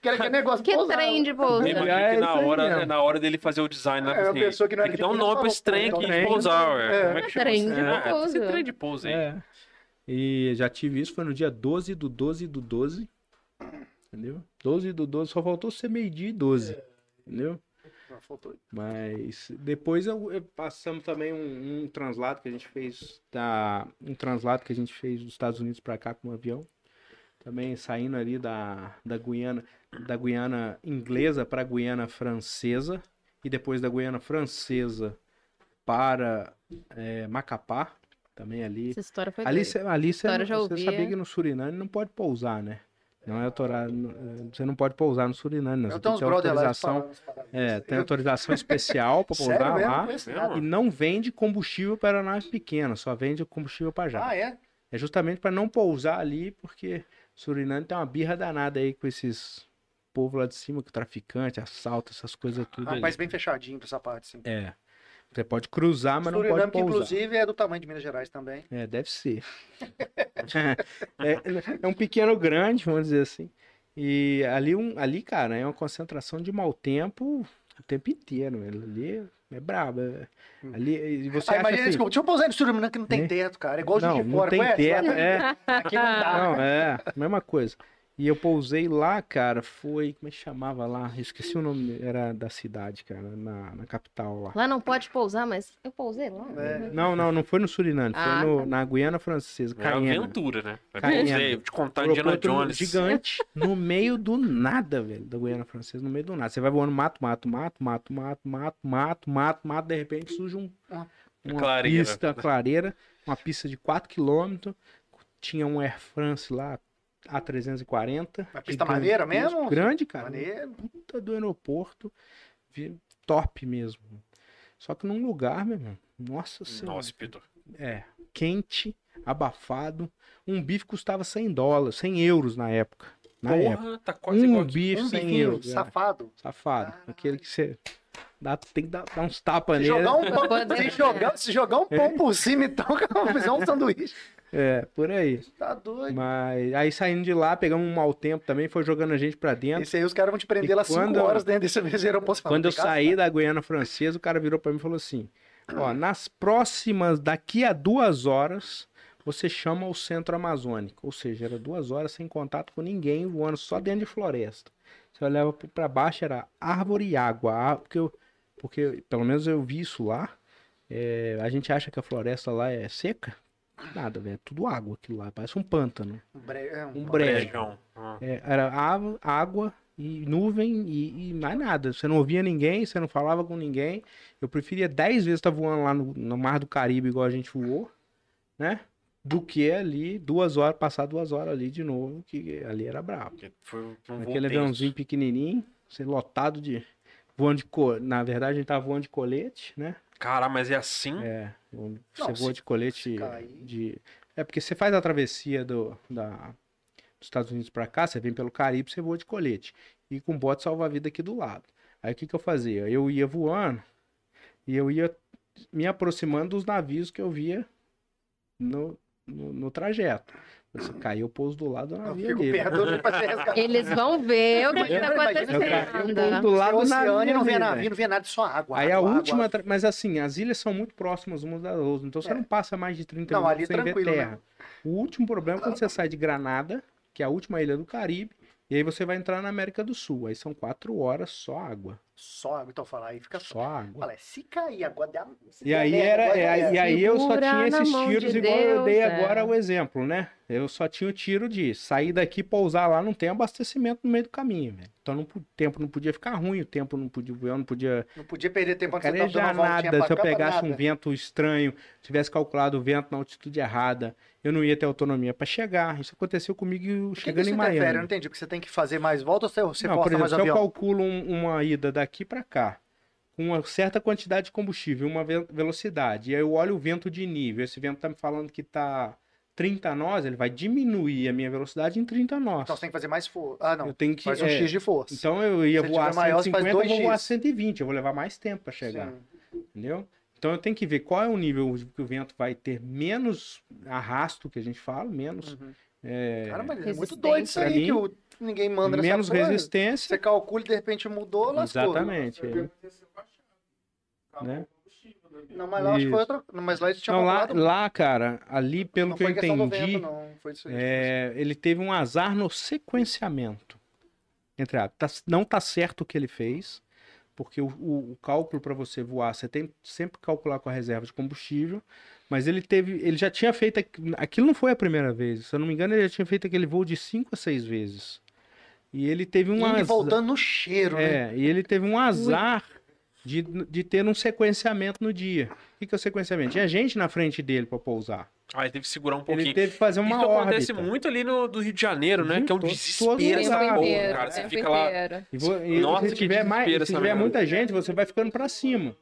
B: que era aquele negócio de
D: Que
B: pousar.
D: trem de bolsa.
A: Eu imagino
C: É
A: que na
C: isso aí
A: hora,
C: mesmo.
A: na hora dele fazer o design lá
B: É, uma
A: assim,
B: pessoa que não
A: tem que
B: era de
A: dar um
B: Minas
A: nome pra
B: falou,
A: esse trem
B: pô,
A: aqui
B: então
A: de
B: trem.
A: pousar, ué.
B: É.
A: Como é que chama
D: Trem
A: isso?
D: de
A: É,
D: pouso.
A: Esse trem de pouso aí.
C: É. E já tive isso, foi no dia 12 do 12 do 12. Entendeu? 12 do 12, só faltou ser meio-dia e 12. Entendeu? Mas depois eu, eu- passamos também um, um translado que a gente fez da um translado que a gente fez dos Estados Unidos para cá com um avião. Também saindo ali da, da Guiana, da Guiana inglesa para a Guiana francesa e depois da Guiana francesa para eh, Macapá, também ali.
D: Essa história foi
C: Ali,
D: doida.
C: cê, ali cê
D: História
C: não-
D: é. já
C: você
D: ouvia.
C: sabia que no Suriname não pode pousar, né? Não é autorado, você não pode pousar no Suriname, não. Você
B: Eu
C: tem
B: tenho
C: que
B: uns
C: ter
B: brother lá.
C: autorização,
B: que falam-
C: é, tem
B: Eu-
C: autorização especial para
B: [LAUGHS] Sério
C: pousar
B: mesmo?
C: lá.
B: Não conheço
A: Mesmo?
B: nada.
C: E não vende combustível para aeronaves pequenas, só vende combustível para jato.
B: Ah, é?
C: É justamente para não pousar ali, porque Suriname tem uma birra danada aí com esses povo lá de cima, que traficante, assalto, essas coisas tudo
B: Ah,
C: aí.
B: mas bem fechadinho pra essa parte, sim.
C: É. Você pode cruzar, mas não pode
B: Suriname, que
C: pousar.
B: inclusive é do tamanho de Minas Gerais também.
C: É, deve ser. é, é um pequeno grande, vamos dizer assim. E ali, um, ali, cara, é uma concentração de mau tempo o tempo inteiro. né? Ali é brabo. é- Ali, e você
B: Ah,
C: acha
B: imagina,
C: assim,
B: desculpa, deixa eu pousar no Suriname que não tem
C: É.
B: teto, cara. É igual o
C: não,
B: Juiz de fora,
C: não tem
B: conhece?
C: teto, é,
B: Aqui não dá.
C: não, é, mesma coisa. E eu pousei lá, cara, foi, como é que chamava lá? Eu esqueci o nome, era da cidade, cara, na, na capital lá.
D: Lá não pode pousar, mas eu pousei lá.
B: É.
C: Não, não, não foi no Suriname, foi
D: Ah,
C: no-
D: tá.
C: na Guiana Francesa,
A: É uma
C: Cayena.
A: aventura, né? Vai
C: Cayenne.
A: pousar, vou te contar Tá Indiana
C: aeroporto
A: Jones.
C: gigante no meio do nada, velho, da Guiana Francesa, no meio do nada. Você vai voando mato, mato, mato, mato, mato, mato, mato, mato, mato, de repente surge um,
B: Uma-
C: uma
A: Clareira.
C: pista, uma clareira, uma pista de 4km, tinha um Air France lá, A340.
B: Uma pista
C: gigante,
B: maneira mesmo?
C: um Grande, cara. um
B: Maneiro.
C: Puta do aeroporto, vi- top mesmo. Só que num lugar, meu irmão, nossa senhora.
A: Nossa, Pedro.
C: É, quente, abafado. Um bife custava 100 dólares, 100 euros na época. Na época.
A: Porra, tá quase
C: um
A: igual aqui.
C: bife,
B: Um
C: 100
B: bifinho
C: euros. é,
B: safado.
C: safado.
B: Caralho.
C: Aquele que você dá, tem que dar, dar uns tapas
B: Se
C: nele.
B: jogar, um pão,
D: Poder-
B: se, jogar, se jogar um pão por cima, então, [LAUGHS] que eu vou fazer um sanduíche.
C: É, por aí.
B: Tá doido.
C: Mas aí saindo de lá, pegamos um mau tempo também, foi jogando a gente pra dentro.
B: Esse aí os caras vão te prender
C: E
B: lá 5
C: quando-
B: horas dentro desse mesmo aeroporto. Você fala,
C: Quando eu
B: "Obrigado,
C: saí da Guiana Francesa, o cara virou pra mim e falou assim: Ó, nas próximas, daqui a duas horas, você chama o centro amazônico. Ou seja, era duas horas sem contato com ninguém, voando só dentro de floresta. Você olhava pro- pra baixo, era árvore e água. Ah, Porque, eu- porque pelo menos eu vi isso lá. É, a gente acha que a floresta lá é seca. Nada, velho. É tudo água aquilo lá. Parece um pântano.
B: Um bre- é,
C: Um
B: uma
C: brejo.
A: Brejão. Ah.
C: É, era água, água e nuvem e, e mais nada. Você não ouvia ninguém, você não falava com ninguém. Eu preferia 10 vezes estar voando lá no, no Mar do Caribe, igual a gente voou, né? Do que ali, duas horas, passar duas horas ali de novo, que ali era brabo.
A: Porque Foi um voo
C: Aquele
A: tenso.
C: aviãozinho pequenininho, você lotado de. Voando de co... Na verdade, a gente tava voando de colete, né?
A: Cara, mas é assim?
C: É, um- você
B: Né? Não,
C: voa
B: se-
C: de colete
B: se cair-
C: de... É porque você faz a travessia do, da, dos Estados Unidos pra cá, você vem pelo Caribe, você voa de colete. E com um bote salva-vida aqui do lado. Aí o que que eu fazia? Eu ia voando e eu ia me aproximando dos navios que eu via no, no, no trajeto. Você caiu, eu pouso do lado do
B: Eu
C: navio
B: fico
C: ali.
B: perto de
D: [LAUGHS]
B: fazer resgatar.
D: Eles vão ver o que que
B: Imagina,
D: tá
B: imagina,
C: Eu caí, eu pouso
D: acontecendo.
C: do lado do
B: oceano e
C: navio
B: não vê
C: ali, velho.
B: navio, não vê nada, só água.
C: Aí a
B: água, água,
C: última,
B: água.
C: tra- mas assim, as ilhas são muito próximas umas das outras, então você
B: É.
C: não passa mais de 30
B: Não, ali
C: minutos sem ver
B: tranquilo, né?
C: terra. O último problema é quando você sai de Granada, que é a última ilha do Caribe, e aí você vai entrar na América do Sul. Aí são quatro horas só água,
B: Só água, então fala, aí fica só.
C: só água.
B: Fala, é, se cair agora, dá... se
C: E
B: der
C: aí
B: merda,
C: era,
B: agora já
C: é,
B: era.
C: e aí eu só
D: Segura
C: tinha
D: na
C: esses
D: mão de
C: tiros igual eu
D: Deus,
C: dei
D: é.
C: agora o exemplo, né? Eu só tinha o tiro de sair daqui, pousar lá, não tem abastecimento no meio do caminho, velho. Então não pu- o tempo não podia ficar ruim, o tempo não podia, eu não podia
B: Não podia perder tempo antes de
C: Carejar nada, se eu pegasse um vento estranho, tivesse calculado o vento na altitude errada, eu não ia ter autonomia para chegar. Isso aconteceu comigo chegando
B: Interfere?
C: em
B: Eu não
C: Miami.
B: entendi. O que você tem que fazer mais volta ou você, você
C: não,
B: força
C: por exemplo,
B: mais o
C: se eu
B: avião?
C: calculo um- uma ida daqui para cá, com uma certa quantidade de combustível, uma ve- velocidade, e aí eu olho o vento de nível, esse vento tá me falando que tá 30 nós, ele vai diminuir a minha velocidade em 30 nós.
B: Então você tem que fazer mais força. Ah, não.
C: eu tenho que
B: Faz um
C: é,
B: X de força.
C: Então eu ia
B: Se
C: voar
B: tiver maior, você faz
C: 150, eu vou
B: dois
C: voar
B: X.
C: 120, eu vou levar mais tempo para chegar.
B: Sim.
C: Entendeu? Então eu tenho que ver qual é o nível que o vento vai ter menos arrasto, que a gente fala, menos,
B: Uhum.
C: é,
B: Cara, mas é muito
D: Resistência.
B: doido isso
C: Pra
B: aí, que
C: mim,
B: o- ninguém manda nessa
C: menos
B: porra.
C: resistência.
B: Você calcula e de repente mudou, lascou.
C: Exatamente. é. Né?
B: Não, mas lá acho que foi outra... não, Mas lá eles tinham
C: Então lá,
B: calculado-
C: lá, cara, ali, pelo
B: não
C: que eu
B: foi questão do
C: entendi,
B: vento, não. Foi isso aí.
C: é, ele teve um azar no sequenciamento. Entre aspas, tá- não tá certo o que ele fez, porque o, o- o cálculo para você voar, você tem sempre que calcular com a reserva de combustível, mas ele teve, ele já tinha feito, aqu- aquilo não foi a primeira vez, se eu não me engano, ele já tinha feito aquele voo de 5 a 6 vezes. E ele teve um
B: Indo e
C: azar,
B: voltando no cheiro, né?
C: é, e ele teve um azar de, de ter um sequenciamento no dia. O que, que é o sequenciamento? Tinha gente na frente dele para pousar.
A: Ah, ele teve que segurar um pouquinho.
C: Ele teve que fazer uma
A: Isso acontece
C: órbita.
A: muito ali no do Rio de Janeiro, né?
C: Uhum,
A: Que é um
C: todo-
A: desespero
C: todo
A: essa
C: lugar.
A: porra,
C: inteiro,
A: cara. Você
D: tempo
A: fica lá.
D: inteiro.
C: E, vo- e
A: Nossa,
C: se
A: que
C: tiver, mais,
A: desespero
C: se
A: essa
C: tiver
A: merda.
C: muita gente, você vai ficando pra cima.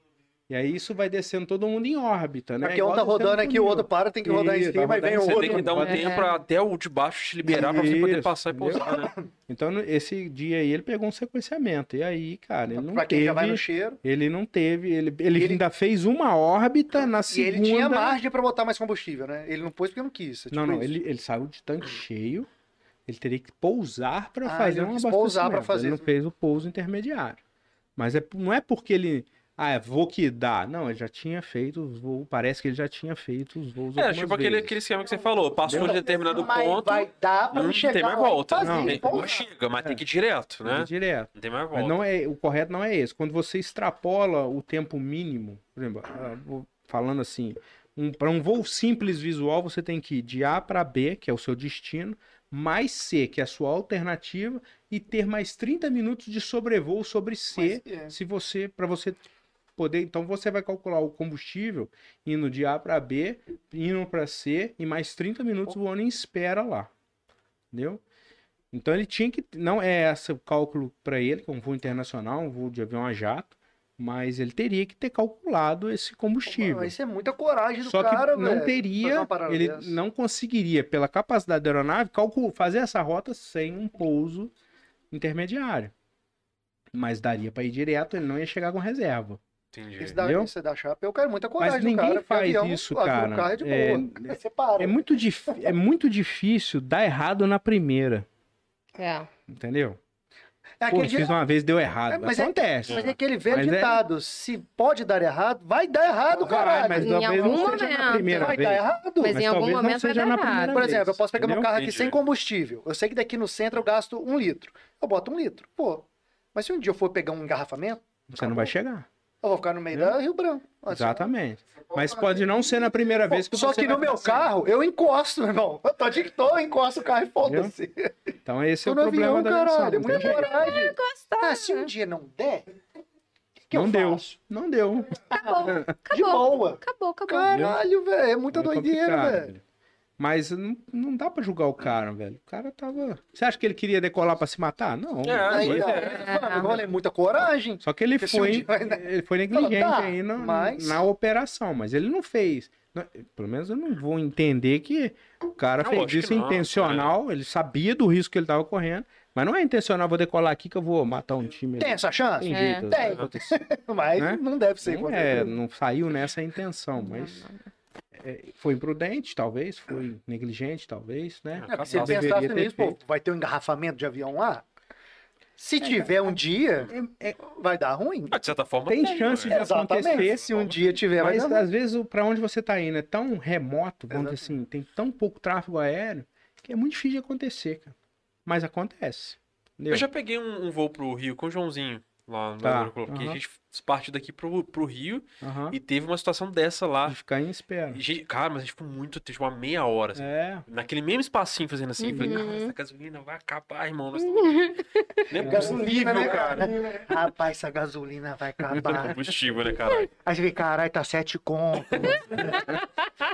C: E aí isso vai descendo todo mundo em órbita, né?
B: É porque um tá
C: Igual descendo
B: rodando
C: no
B: aqui, o
C: Nilo.
B: outro para, tem que rodar em
C: Isso,
B: cima,
C: vai
B: e vem
C: rodar em
B: o
A: Você
C: cima.
B: outro.
A: tem que dar um
D: É.
A: tempo até o de baixo te liberar pra você poder
C: Isso,
A: passar e pousar, né?
C: Então no- esse dia aí ele pegou um sequenciamento. E aí, cara, ele não
B: Pra quem
C: teve.
B: já vai no cheiro.
C: Ele não teve. Ele, ele,
B: Ele-
C: ainda fez uma órbita na
B: E
C: segunda.
B: ele tinha margem pra botar mais combustível, né? Ele não pôs porque não quis. é
C: Não,
B: tipo
C: não,
B: isso. Uhum.
C: ele, ele saiu de tanque cheio. Ele teria que pousar para
B: Ah,
C: fazer
B: ele
C: um
B: quis pousar pra
C: abastecimento,
B: fazer um
C: Ele não
B: isso.
C: fez o pouso intermediário. Mas é, não é porque ele. Ah, é, vou que dá. Não, ele já tinha feito os voos. Parece que ele já tinha feito os voos.
A: É,
C: algumas
A: tipo aquele,
C: vezes.
A: aquele esquema que você falou. Passou de
C: Entendeu?
A: determinado
B: é Mas
A: ponto,
B: vai dar pra
C: hum,
A: não
B: chegar
A: tem mais
B: lá e
A: volta.
B: fazer,
A: Não, tem-
B: porra.
A: não chega, mas
C: É.
A: tem que ir direto, né?
C: Direto.
A: Não tem mais
C: Mas
A: volta.
C: não é, o correto não é esse. Quando você extrapola o tempo mínimo, por exemplo, ah, vou falando assim, para um voo simples visual, você tem que ir de A para B, que é o seu destino, mais C, que é a sua alternativa, e ter mais 30 minutos de sobrevoo sobre C,
B: Mas, é.
C: se você para você poder. Então você vai calcular o combustível indo de A para B, indo para C e mais 30 minutos o ônibus espera lá. Entendeu? Então ele tinha que. Não é esse o cálculo para ele, que é um voo internacional, um voo de avião a jato, mas ele teria que ter calculado esse combustível.
B: Pô, Isso é muita coragem do
C: Só que
B: cara,
C: não
B: velho, fazer
C: teria,
B: uma parada
C: ele
B: dessa.
C: não conseguiria, pela capacidade da aeronave, calcu- fazer essa rota sem um pouso intermediário. Mas daria para ir direto, ele não ia chegar com reserva.
B: Isso
A: Entendi.
B: da,
C: entendeu?
B: isso da chapa, eu quero muita coragem
C: Mas
B: do
C: ninguém
B: cara, porque
C: faz
B: avião,
C: isso,
B: avião,
C: cara.
B: carro é de
C: É-
B: boa. Você para.
C: É muito, dif- é muito difícil dar errado na primeira,
D: É.
C: entendeu?
B: É
C: Pô,
B: aquele
C: eu
B: dia-
C: fiz uma vez, deu errado.
B: É, mas é-
C: Acontece.
B: Mas é aquele velho
C: Mas é-
B: ditado, se pode dar errado, vai dar errado,
C: Vai,
B: caralho.
C: mas
D: Em
C: uma vez não
D: algum
C: seja na
D: momento.
C: primeira
B: vai
C: vez.
B: dar errado.
D: Mas em algum
C: talvez não
D: momento vai
C: seja
D: dar
C: na
D: errado.
C: primeira
B: Por
C: vez,
B: exemplo, eu posso pegar meu
C: entendeu?
B: carro aqui
A: Entendi.
B: sem combustível. Eu sei que daqui no centro eu gasto um litro. Eu boto um litro. Pô, mas se um dia eu for pegar um engarrafamento,
C: Você não vai chegar.
B: eu vou ficar no meio
C: Entendeu?
B: da Rio Branco. Olha só.
C: Exatamente. Mas pode não ser na primeira
B: Pô,
C: vez que
B: Só
C: você
B: que
C: vai
B: no meu
C: fazer.
B: carro, eu encosto, meu irmão. Eu tô de tô, eu encosto o carro e foda-se.
C: Então esse é
B: Tô
C: o
B: no
C: problema
B: avião,
C: da aviação,
B: caralho. É
C: não tem
B: muita
C: jeito.
B: coragem.
D: Gostar.
B: Ah, se um dia não der, o que
C: Não
B: eu
C: deu.
B: faço?
C: Não deu.
D: Acabou.
B: De
D: Acabou.
B: boa.
D: Acabou, acabou.
B: Caralho, velho. É muita
C: Muito
B: doideira,
C: complicado,
B: velho.
C: Mas não, não dá pra julgar o cara, velho. O cara tava. Você acha que ele queria decolar pra se matar? Não.
A: É,
B: Aí,
A: pois
B: ó,
A: é.
B: mano, olha, é muita coragem.
C: Só que ele
B: Porque se um
C: foi,
B: dia vai dar-
C: ele foi negligente
B: Fala, tá,
C: aí na,
B: mas-
C: na operação, mas ele não fez. Não- Pelo menos eu não vou entender que o cara
A: Não,
C: fez
A: acho que
C: isso
A: não,
C: intencional, ele sabia do risco que ele tava correndo, mas não é intencional, vou decolar aqui que eu vou matar um time. ali.
B: Tem essa
C: Não
B: chance?
C: Tem
D: É.
B: Tem.
C: jeito. vai acontecer.
B: Mas
C: Né?
B: não deve ser.
C: Não,
B: quando
C: é,
B: eu-
C: não saiu nessa intenção, mas é, foi imprudente, talvez, foi negligente, talvez, né?
B: É, porque se
A: Não
B: ele
C: deveria
B: pensasse
C: ter
B: nisso, pô,
C: feito.
B: vai ter um engarrafamento de avião lá? Se tiver um dia, vai dar ruim.
A: Ah, de certa forma, né?
C: Tem chance de
A: ué.
C: acontecer,
B: Se um dia tiver, vai
C: Mas
B: dar ruim.
C: às vezes para onde você tá indo é tão remoto, vamos dizer assim, tem tão pouco tráfego aéreo que é muito difícil de acontecer, cara. Mas acontece. Entendeu?
A: Eu já peguei um, um voo pro Rio com o Joãozinho, lá no
C: Tá,
A: Aeroclube, porque
C: aham.
A: a gente partiu daqui pro, pro Rio
C: Aham.
A: e teve uma situação dessa lá.
C: E ficar em espera.
A: E, gente, cara, mas a gente ficou muito triste, uma meia hora, assim.
C: É.
A: Naquele mesmo espacinho fazendo assim, eu falei,
D: Uhum.
A: cara, essa gasolina vai acabar, irmão.
B: [LAUGHS]
A: Nós estamos... Não é possível,
B: né,
A: cara.
B: Rapaz, essa gasolina vai [LAUGHS] acabar.
A: Combustível, né, cara?
B: Aí você vê, caralho, tá sete conto.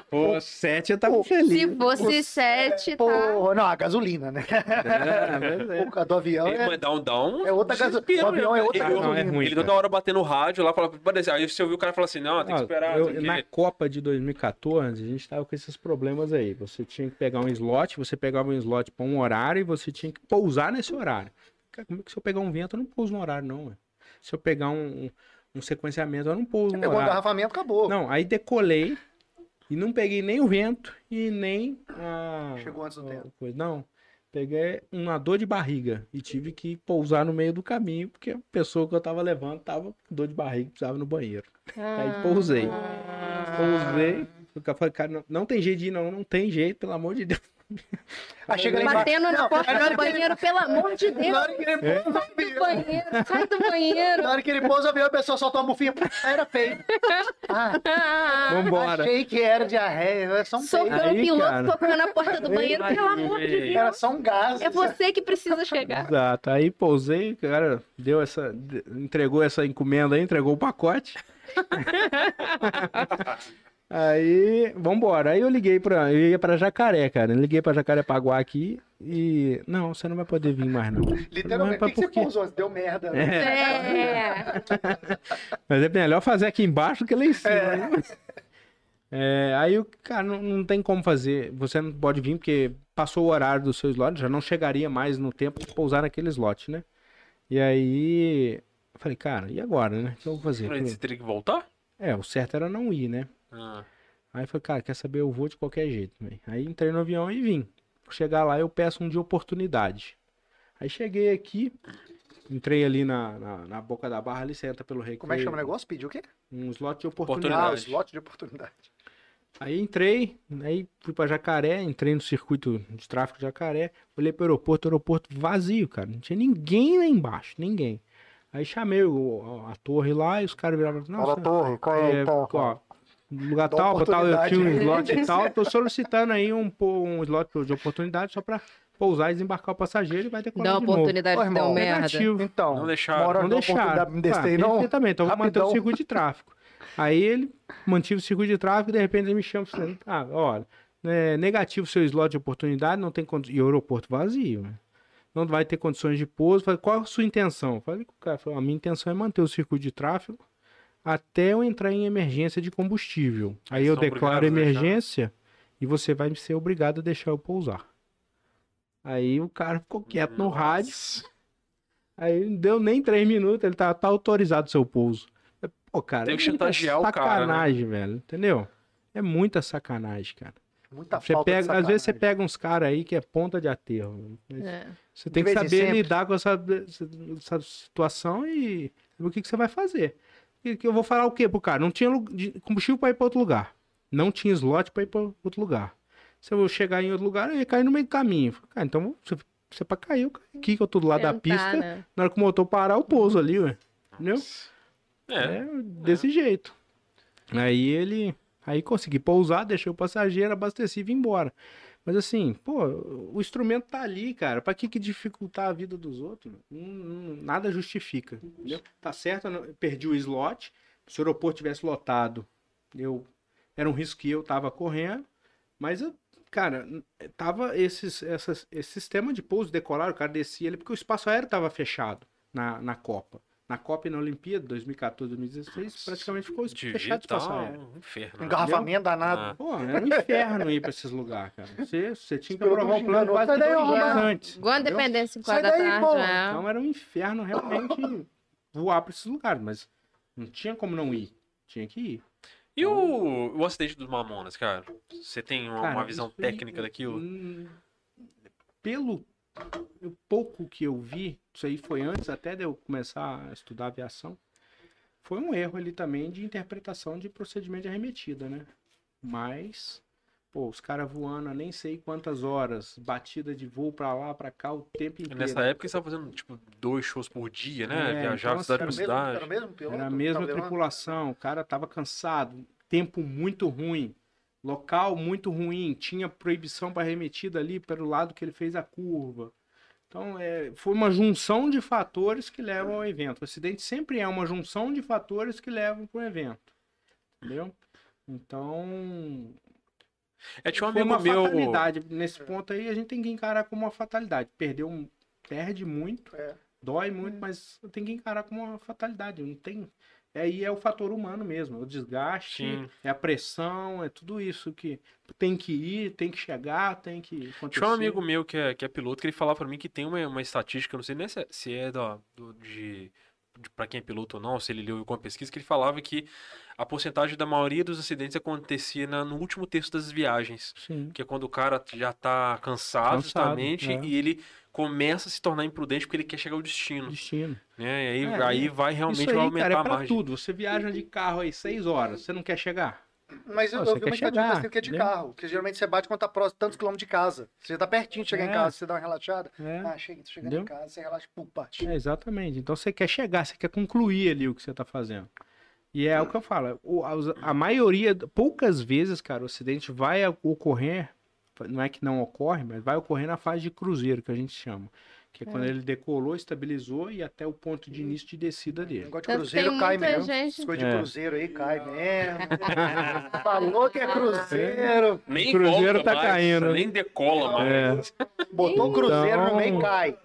C: Pô, sete eu tava
B: Pô,
C: feliz. né?
D: Se fosse sete, tá.
B: Porra, não, a gasolina, né?
C: [LAUGHS] É, mas é.
B: O do avião
A: Ele
B: é,
A: mandar um down.
B: é outra gasolina. O avião é outra
A: Ele-
C: Não, é
B: gasolina.
C: ruim,
A: Ele
C: cara.
A: toda hora batendo o rádio lá, fala, "Parece-" aí você ouviu o cara falar assim, não, tem que
C: Ah,
A: esperar.
C: eu-
A: não sei o quê.
C: na Copa de 2014, a gente tava com esses problemas aí. Você tinha que pegar um slot, você pegava um slot para um horário e você tinha que pousar nesse horário. Cara, como é que se eu pegar um vento, eu não pouso no horário, não, ué? Se eu pegar um, um, um sequenciamento, eu não pouso no
B: Pegou o
C: horário.
B: é engarrafamento, acabou.
C: Não, aí decolei e não peguei nem o vento e nem a.
B: Chegou antes do
C: a
B: tempo.
C: coisa. Não. Peguei uma dor de barriga e tive que pousar no meio do caminho, porque a pessoa que eu tava levando tava com dor de barriga e precisava ir no banheiro. Aí pousei. Pousei. Eu falei, cara, não, não tem jeito de ir, não, não tem jeito, pelo amor de Deus.
B: Aí chega lá embaixo.
D: Batendo na
B: Não,
D: porta
B: na hora
D: do
B: que ele-
D: banheiro, pelo amor de Deus.
B: Na hora que ele pousa o
D: Do
B: avião,
D: um banheiro, sai do banheiro.
B: na hora que ele pousa o avião, a pessoa solta uma bufinha. Ah, Era feio. Ah,
C: Vambora.
B: Achei que era diarreia, era só um peito.
D: Socando o
C: Aí,
D: piloto,
C: cara.
D: socando a porta do banheiro, pelo amor de Deus.
B: Era só um gás.
D: É você que precisa chegar.
C: Exato. Aí pousei, o cara, deu essa. de- Entregou essa encomenda aí, entregou o [LAUGHS] pacote. aí, vambora. Aí eu liguei pra. Eu ia pra Jacaré, cara. Eu liguei pra Jacarepaguá aqui e. Não, você não vai poder vir mais, não.
B: Literalmente, o
C: Mas
B: que, que você
C: por quê?
B: pousou? Deu merda. né?
C: É,
D: É.
C: mas é melhor fazer aqui embaixo do que lá em cima. né? É, aí o cara não, não tem como fazer. Você não pode vir porque passou o horário do seu slot, já não chegaria mais no tempo de pousar naquele slot, né? E aí eu falei, cara, e agora, né? O que eu vou fazer?
A: Peraí, Você
C: Falei,
A: teria que voltar?
C: É, o certo era não ir, né?
A: Ah,
C: Aí eu falei, cara, quer saber? Eu vou de qualquer jeito. Véio. Aí entrei no avião e vim. Chegar lá, eu peço um de oportunidade. Aí cheguei aqui, entrei ali na, na, na boca da barra, ali você entra pelo recreio.
B: Como é que chama o negócio? Pediu o quê?
C: Um slot de
B: Ah,
C: oportunidade.
A: Oportunidade.
B: o slot de oportunidade.
C: Aí entrei, aí fui pra Jacaré, entrei no circuito de tráfego de Jacaré, olhei pro aeroporto, aeroporto vazio, cara, não tinha ninguém lá embaixo, ninguém. Aí chamei o- a, a torre lá e os caras viraram e falaram,
B: Fala,
C: "Não,
B: torre, qual é,
C: é,
B: então?
C: ó, lugar
B: Dá [LAUGHS]
C: tal, pra tal, eu tinha um
B: oportunidade.
C: slot e tal, tô solicitando aí um, po- um slot de oportunidade só pra pousar e desembarcar o passageiro e vai decolar
G: Dá
C: de novo.
G: oportunidade
B: Ô,
G: que deu
B: irmão,
G: merda.
C: Negativo.
B: Então,
A: Não
B: não
A: deixaram.
B: mora
C: Não
B: na oportunidade
C: deixaram.
B: me descer,
C: Ah,
B: não.
C: ele também, então mantendo
B: Rapidão.
C: o circuito de tráfego. Aí ele mantive o circuito de tráfego e de repente ele me chama e fala, ah, olha, é, negativo seu slot de oportunidade, não tem condi- E o aeroporto vazio, né? Não vai ter condições de pouso. Falei, qual a sua intenção? Falei com o cara, falou, a minha intenção é manter o circuito de tráfego até eu entrar em emergência de combustível. Aí eu
A: São
C: declaro
A: obrigados a deixar.
C: emergência e você vai ser obrigado a deixar eu pousar. Aí o cara ficou quieto no rádio. Aí não deu nem três minutos, ele tá, tá autorizado o seu pouso. Pô, cara,
A: Tem que
C: é muita
A: chantagear o cara, né?
C: Sacanagem, velho, entendeu? É muita sacanagem, cara.
B: Muita
C: Você
B: falta de
C: pega, às vezes você
B: sacanagem.
C: pega uns caras aí que é ponta de aterro. velho.
G: É.
C: Você tem
B: De
C: que
B: vez em
C: saber
B: sempre.
C: lidar com essa, essa situação e o que, que você vai fazer. E que eu vou falar o quê pro cara? Não tinha lu- de- combustível pra ir pra outro lugar. Não tinha slot pra ir pra outro lugar. Se eu chegar em outro lugar, eu ia cair no meio do caminho. Cara, então você, você pra cair, eu caio aqui que eu tô do lado da
G: Tentar,
C: pista.
G: né?
C: Na hora que o motor parar, eu pouso ali, ué. Entendeu?
A: É.
C: É, desse jeito. Aí ele. Aí consegui pousar, deixei o passageiro, abasteci e vim embora. Mas assim, pô, o instrumento tá ali, cara. Pra que, que dificultar a vida dos outros? Não- não- nada justifica. Entendeu? Tá certo, eu não- eu perdi o slot. Se o aeroporto tivesse lotado, eu era um risco que eu tava correndo. Mas, eu- cara, n- tava esses, essas, esse sistema de pouso, decolar, o cara descia ali, porque o espaço aéreo tava fechado na, na Copa. Na Copa e na Olimpíada, 2014, 2016, praticamente ficou fechado o
A: Devia tá
C: espaço aéreo.
A: um inferno. né?
B: Engarrafamento danado.
A: Ah,
C: Pô, era um inferno ir pra esses lugares, cara. Você, você tinha que
B: Pelo
C: aprovar um
B: menos
C: plano
B: enganou.
C: quase
B: Sai
C: que
B: daí,
C: dois dias
B: arrombado.
C: antes.
G: Igual a
C: entendeu?
G: Independência, 5
B: Sai
G: horas da
B: daí,
G: tarde.
B: pô.
G: é.
C: Então era um inferno realmente voar pra esses lugares, mas não tinha como não ir. Tinha que ir.
A: E o, o acidente dos Mamonas, cara? Você tem uma, uma
C: Cara,
A: visão
C: isso aí,
A: técnica daquilo?
C: hum, Pelo pouco que eu vi, isso aí foi antes até de eu começar a estudar aviação, foi um erro ali também de interpretação de procedimento de arremetida, né? Mas, pô, os caras voando a nem sei quantas horas, batida de voo pra lá, pra cá, o tempo inteiro.
A: Nessa época eles estavam fazendo, tipo, dois shows por dia, né?
C: É,
A: Viajava
C: então,
A: cidade
C: era
A: por
B: Mesmo- Era o
C: o
A: cidade.
B: mesmo piloto?
C: Era a
B: que
C: mesma
B: tava levando?
C: tripulação, o cara tava cansado, tempo muito ruim, local muito ruim, tinha proibição para remetida ali pelo lado que ele fez a curva. Então, é, foi uma junção de fatores que levam ao evento. O acidente sempre é uma junção de fatores que levam para o evento. Entendeu? Então,
A: É, tinha um
C: foi
A: amigo
C: uma
A: meu.
C: fatalidade. Nesse ponto aí, a gente tem que encarar como uma fatalidade. Perdeu, um- perde muito,
B: É.
C: dói muito, mas tem que encarar como uma fatalidade. Não tem. Aí é o fator humano mesmo, é o desgaste,
A: Sim.
C: é a pressão, é tudo isso que tem que ir, tem que chegar, tem que acontecer.
A: Tinha um amigo meu que é, que é piloto que ele falava pra mim que tem uma, uma estatística, eu não sei nem se é, se é da, do- de, de para quem é piloto ou não, se ele leu alguma pesquisa, que ele falava que a porcentagem da maioria dos acidentes acontecia na- no último terço das viagens.
C: Sim.
A: Que é quando o cara já tá cansado,
C: Cansado,
A: justamente,
C: é.
A: e ele começa a se tornar imprudente porque ele quer chegar ao destino.
C: Destino.
A: Né? E aí,
C: É,
A: aí vai Hum. realmente
C: Isso aí,
A: vai aumentar
C: cara, é
A: a
C: pra
A: margem.
C: tudo. Você viaja de carro aí seis horas, você não quer chegar?
B: Mas eu,
C: Pô,
B: eu
C: você
B: vi
C: quer
B: uma estatística
C: chegar,
B: assim que é de
C: entendeu?
B: carro. Porque geralmente você bate quando tá próximo, tantos quilômetros de casa. Você já tá pertinho de chegar
C: É.
B: em casa, você dá uma relaxada.
C: É.
B: Ah, chega, tô chegando
C: Entendeu?
B: em casa, você relaxa, pum, parte.
C: É, exatamente. Então você quer chegar, você quer concluir ali o que você tá fazendo. E é o que eu falo. o- A, os- a maioria, poucas vezes, cara, o acidente vai a- ocorrer. Não é que não ocorre, mas vai ocorrer na fase de cruzeiro, que a gente chama. Que é, quando ele decolou, estabilizou e até o ponto de início de descida dele.
B: Negócio
G: Tanto
B: de
G: tem
B: cruzeiro cai
G: muita
B: mesmo.
G: gente-
B: As coisas
C: É.
B: de cruzeiro aí cai
C: [LAUGHS]
B: mesmo. Falou que é cruzeiro.
E: Nem
C: O Cruzeiro
E: volta
C: tá
E: mais,
C: caindo.
E: Nem decola mais.
C: É,
B: Botou cruzeiro
C: Então,
B: no meio cai.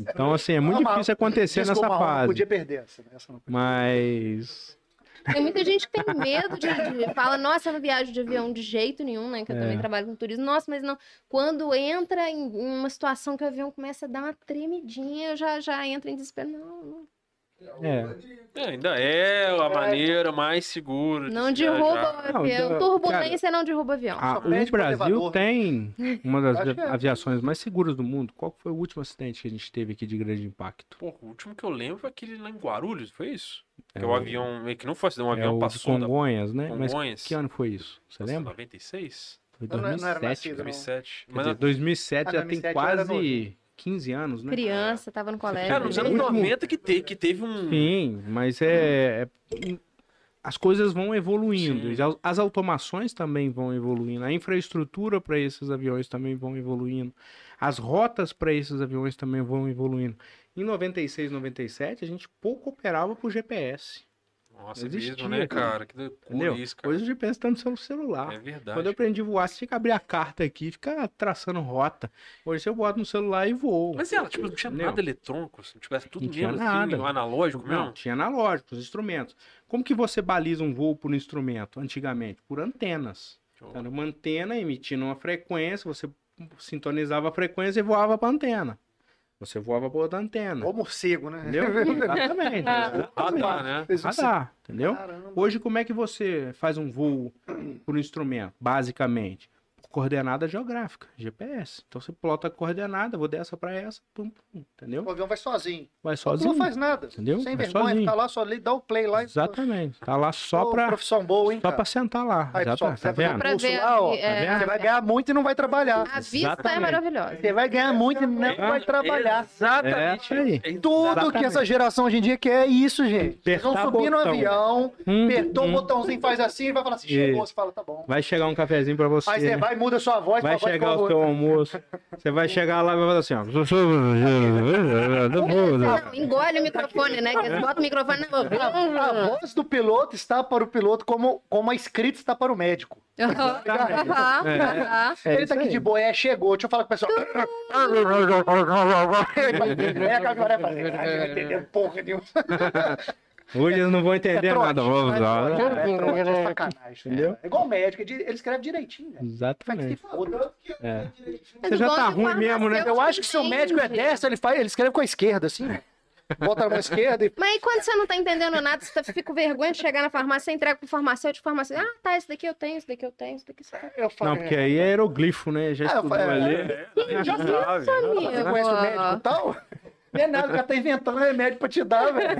C: então, assim, é muito
B: Não, mas-
C: difícil acontecer
B: Desculpa,
C: nessa
B: Marrom, não
C: fase.
B: podia perder essa. né? Essa não podia.
C: Mas.
D: Tem muita gente que tem medo de, de- fala, nossa, eu não viajo de avião de jeito nenhum, né? Que eu
C: É.
D: também trabalho com turismo. Nossa, mas não. Quando entra em em uma situação que o avião começa a dar uma tremidinha, eu já, já entra em desespero. Não, não,
C: É.
A: É, ainda é a maneira mais segura.
D: não
A: se
D: derruba
A: viajar.
D: o
C: Não, então, Ah,
D: avião.
C: da-
D: Turbulência não derruba o avião.
C: A-
B: Só perde
C: o
B: pro
C: Brasil
B: elevador.
C: tem uma das
B: Acho que é.
C: aviações mais seguras do mundo. Qual que foi o último acidente que a gente teve aqui de grande impacto?
A: Pô, o último que eu lembro foi aquele lá em Guarulhos, foi isso?
C: É
A: que o avião, meio que não foi acidente, um
C: é
A: avião
C: o de
A: passou da
C: Congonhas, né? Mas
A: Congonhas.
C: que ano foi isso? Você
A: Nossa,
C: lembra?
A: 96?
C: Foi
B: Eu não- eu não era
C: 2007.
B: nascido,
C: cara.
B: não.
A: 2007.
C: Quer
A: Mas,
C: dizer, 2007
B: Ah,
C: já tem
B: 2007 eu era
C: quase 15 anos, né?
D: Criança, tava
B: é
D: no colégio.
A: cara, nos anos
C: Último-
A: 90 que, te, que teve um...
B: Hum.
C: Sim, mas é, é- as coisas vão evoluindo.
A: Sim.
C: e as- As automações também vão evoluindo. A infraestrutura para esses aviões também vão evoluindo. As rotas para esses aviões também vão evoluindo. Em 96, 97, a gente pouco operava por GPS.
A: Nossa, é
C: Existia,
A: mesmo, né, cara?
C: cara.
A: Que loucura
C: Entendeu?
A: isso, cara.
C: Hoje o GPS está tá no seu celular.
A: É verdade.
C: Quando eu aprendi a voar, você tinha que abrir a carta aqui e ficar traçando rota. Hoje eu boto no celular e voo.
A: Mas ela, tipo, não tinha
C: Entendeu?
A: nada eletrônico, assim, tipo, era tudo
C: Não tinha
A: mesmo
C: nada.
A: assim, analógico
C: Não,
A: mesmo.
C: tinha analógico, os instrumentos. Como que você baliza um voo por instrumento antigamente? Por antenas.
A: Tipo,
C: Era uma antena emitindo uma frequência, você sintonizava a frequência e voava para antena. Você voava para outra antena.
B: Ou morcego, né? [LAUGHS]
C: Entendeu? Exatamente.
A: Ah,
C: exatamente.
A: tá, né?
B: Fez um
C: Radar, entendeu?
B: Caramba.
C: Hoje, como é que você faz um voo por instrumento, basicamente? Por coordenada geográfica, GPS. Então você plota a coordenada, vou dessa pra essa, pum, pum, entendeu?
B: O avião vai sozinho.
C: Vai
B: Não
C: sozinho.
B: faz nada.
C: Entendeu?
B: Sem
C: Vai
B: vergonha,
C: sozinho.
B: fica lá, só ali, dá o play lá. e-
C: Exatamente. Tá lá só
B: Ô,
C: pra,
B: Profissão boa, hein?
C: só
B: cara?
C: pra sentar lá.
B: Aí, pessoal,
C: Exatamente. Tá
B: você vai
C: vendo?
B: fazer
D: Pra
B: curso
D: ver
B: lá, ó,
D: aqui, é,
C: Tá
B: Você vai ganhar muito e não vai trabalhar.
D: A vista é
C: Exatamente.
D: maravilhosa.
B: Você vai ganhar muito e não vai
A: é
B: trabalhar.
C: É,
E: Exatamente.
C: isso aí.
B: Tudo
C: Exatamente.
B: que essa geração hoje em dia quer é isso, gente. Vocês vão
C: Apertar
B: subir no
C: botão.
B: avião,
C: Hum,
B: apertou o
C: hum.
B: botãozinho, faz assim e vai falar assim, chegou.
C: Isso.
B: Você fala, tá bom.
C: Vai chegar um cafezinho pra você.
B: Aí você vai, muda sua voz.
C: Vai
B: sua voz
C: chegar
B: fica
C: o seu almoço. Você vai chegar lá e vai falar assim, ó. [LAUGHS] um
D: Não, engole o microfone, né? Que eles botam o microfone na boca.
B: A voz do piloto está para o piloto como, como a escrita está para o médico.
D: Aham, aham.
C: É
B: Ele
C: isso
B: tá aqui
C: aí.
B: de boa, é, chegou. Deixa eu falar com o pessoal. [LAUGHS] é, a Cagoré fala, "Ah, não vai entender porra nenhuma.
C: Hoje eles não vão entender
B: trote.
C: nada.
B: É, trote, é sacanagem.
C: Entendeu?
B: É igual médico, ele ele escreve direitinho, né? Vai que se
C: Exatamente.
B: foda.
C: É.
D: Mas
C: Você já
D: o bom
C: tá
D: é que o
C: ruim mesmo, né?
B: Eu acho que se o médico é
D: entende.
B: dessa, ele, faz, ele escreve com a esquerda, assim. né? Bota a mão esquerda e.
D: Mas aí quando você não tá entendendo nada, você tá- fica com vergonha de chegar na farmácia, você entrega pro farmacêutico, o farmacêutico, ah, tá, esse daqui eu tenho, esse daqui eu tenho, esse daqui você tá.
B: Eu falo,
C: Não, porque aí é aeroglifo, né? Já
B: Ah, eu
C: estudou
B: falei,
C: ali.
B: já vi, "É, Você né? conhece o médico e tal? Não é nada, o cara tá inventando remédio pra te dar, velho.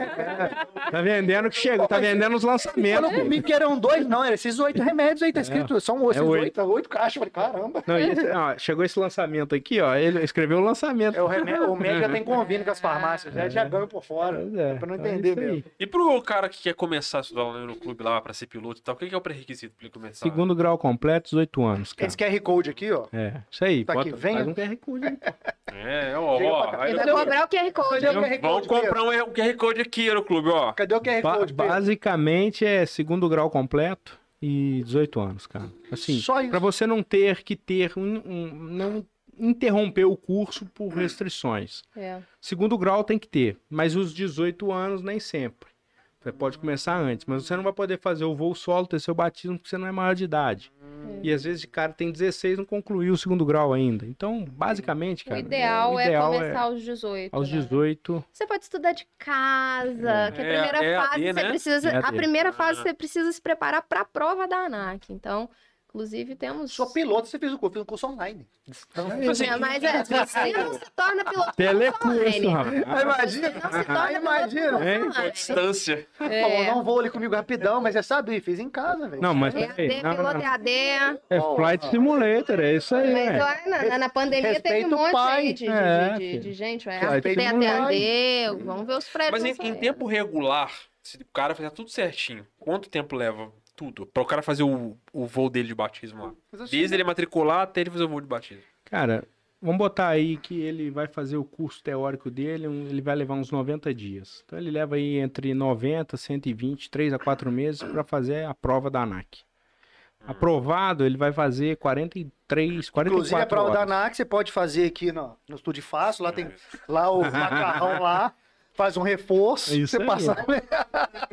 C: Tá vendendo que chega, tá vendendo os
B: é
C: lançamentos.
B: Falou comigo que eram dois, não, era esses oito remédios aí, tá escrito, são esses
C: É. oito.
B: oito, oito caixas. Eu falei, caramba.
C: Não, e esse- ó, chegou esse lançamento aqui, ó. Ele escreveu o lançamento.
B: É o, remédio, o médico já tem convênio com as farmácias, né?
C: É.
B: já, já ganha por fora.
C: Pois é,
B: É pra não
C: então é
B: entender
C: isso aí.
B: mesmo.
A: E pro cara que quer começar a estudar lá no clube lá pra ser piloto e tal, o que que é o pré-requisito pra ele começar?
C: Segundo grau completo, 18 anos, cara.
B: Esse QR Code aqui, ó.
C: É, isso aí.
B: Tá aqui,
C: bota-
B: vem.
C: Faz um QR Code. aí.
A: É, ó,
B: Chega
A: ó.
B: pra cá.
A: aí-
D: Ele vai cobrar o QR Code.
B: Cadê o QR
A: Vamos
B: Code?
A: comprar
B: Pedro?
A: um um QR Code aqui, Aeroclube, ó.
B: Cadê o QR
C: Ba-
B: Code? Pedro?
C: basicamente é segundo grau completo e 18 anos, cara. Assim,
B: Só isso.
C: Pra você não ter que ter um, um- não interromper o curso por restrições.
D: É.
C: Segundo grau tem que ter, mas os 18 anos nem sempre. Você pode começar antes, mas você não vai poder fazer o voo solo, ter seu batismo, porque você não é maior de idade.
D: É.
C: E às vezes o cara tem 16 e não concluiu o segundo grau ainda. Então, basicamente,
D: O
C: cara,
D: ideal
C: o
D: é
C: ideal
D: começar aos 18.
C: aos
D: né?
C: 18.
D: Você pode estudar de casa, que a
A: É,
D: primeira
A: é
D: fase
A: AD,
D: você
A: né?
D: precisa,
C: É
D: a Ah.
C: AD.
D: primeira fase você precisa se preparar para a prova da ANAC. Então, inclusive temos
B: Sou piloto, você fez o curso, fez um curso online.
C: Então,
D: Né,
B: assim.
D: mas é,
B: [LAUGHS]
D: você não se torna piloto
C: Telecurso,
D: online.
C: rapaz.
B: imagina,
D: Você não se torna piloto
B: imagina.
C: Hein?
D: online.
A: Distância.
B: Falou,
D: É,
B: não vou ali comigo rapidão, mas você sabe, fiz em casa, velho.
C: Não, mas
D: é
C: peraí.
D: AD,
C: Não, não,
D: piloto é
C: não.
D: AD.
C: É Flight Simulator, é isso aí.
D: Mas
C: né?
D: olha, na- na, na pandemia
B: Respeita
D: teve um
B: o
D: monte
B: pai.
D: aí de, de-
C: É,
D: de-
C: filho.
D: de gente. É,
C: Respeita
D: tem
C: o
D: até
B: pai.
D: AD, vamos ver os prédios.
A: Mas em,
D: nessa
A: em
D: era.
A: tempo regular, se o cara fizer tudo certinho, quanto tempo leva tudo? Pra o cara fazer o, o voo dele de batismo lá. Desde ele matricular até ele fazer o voo de batismo.
C: Cara, vamos botar aí que ele vai fazer o curso teórico dele, um- ele vai levar uns 90 dias. Então ele leva aí entre 90, 120, 3 a 4 meses para fazer a prova da ANAC. Aprovado, ele vai fazer 43, 44
B: Inclusive, é a prova da
C: horas. É.
B: ANAC você pode fazer aqui no, no estúdio fácil, lá tem lá o macarrão lá, faz um reforço,
C: É Isso
B: você
C: aí.
B: passa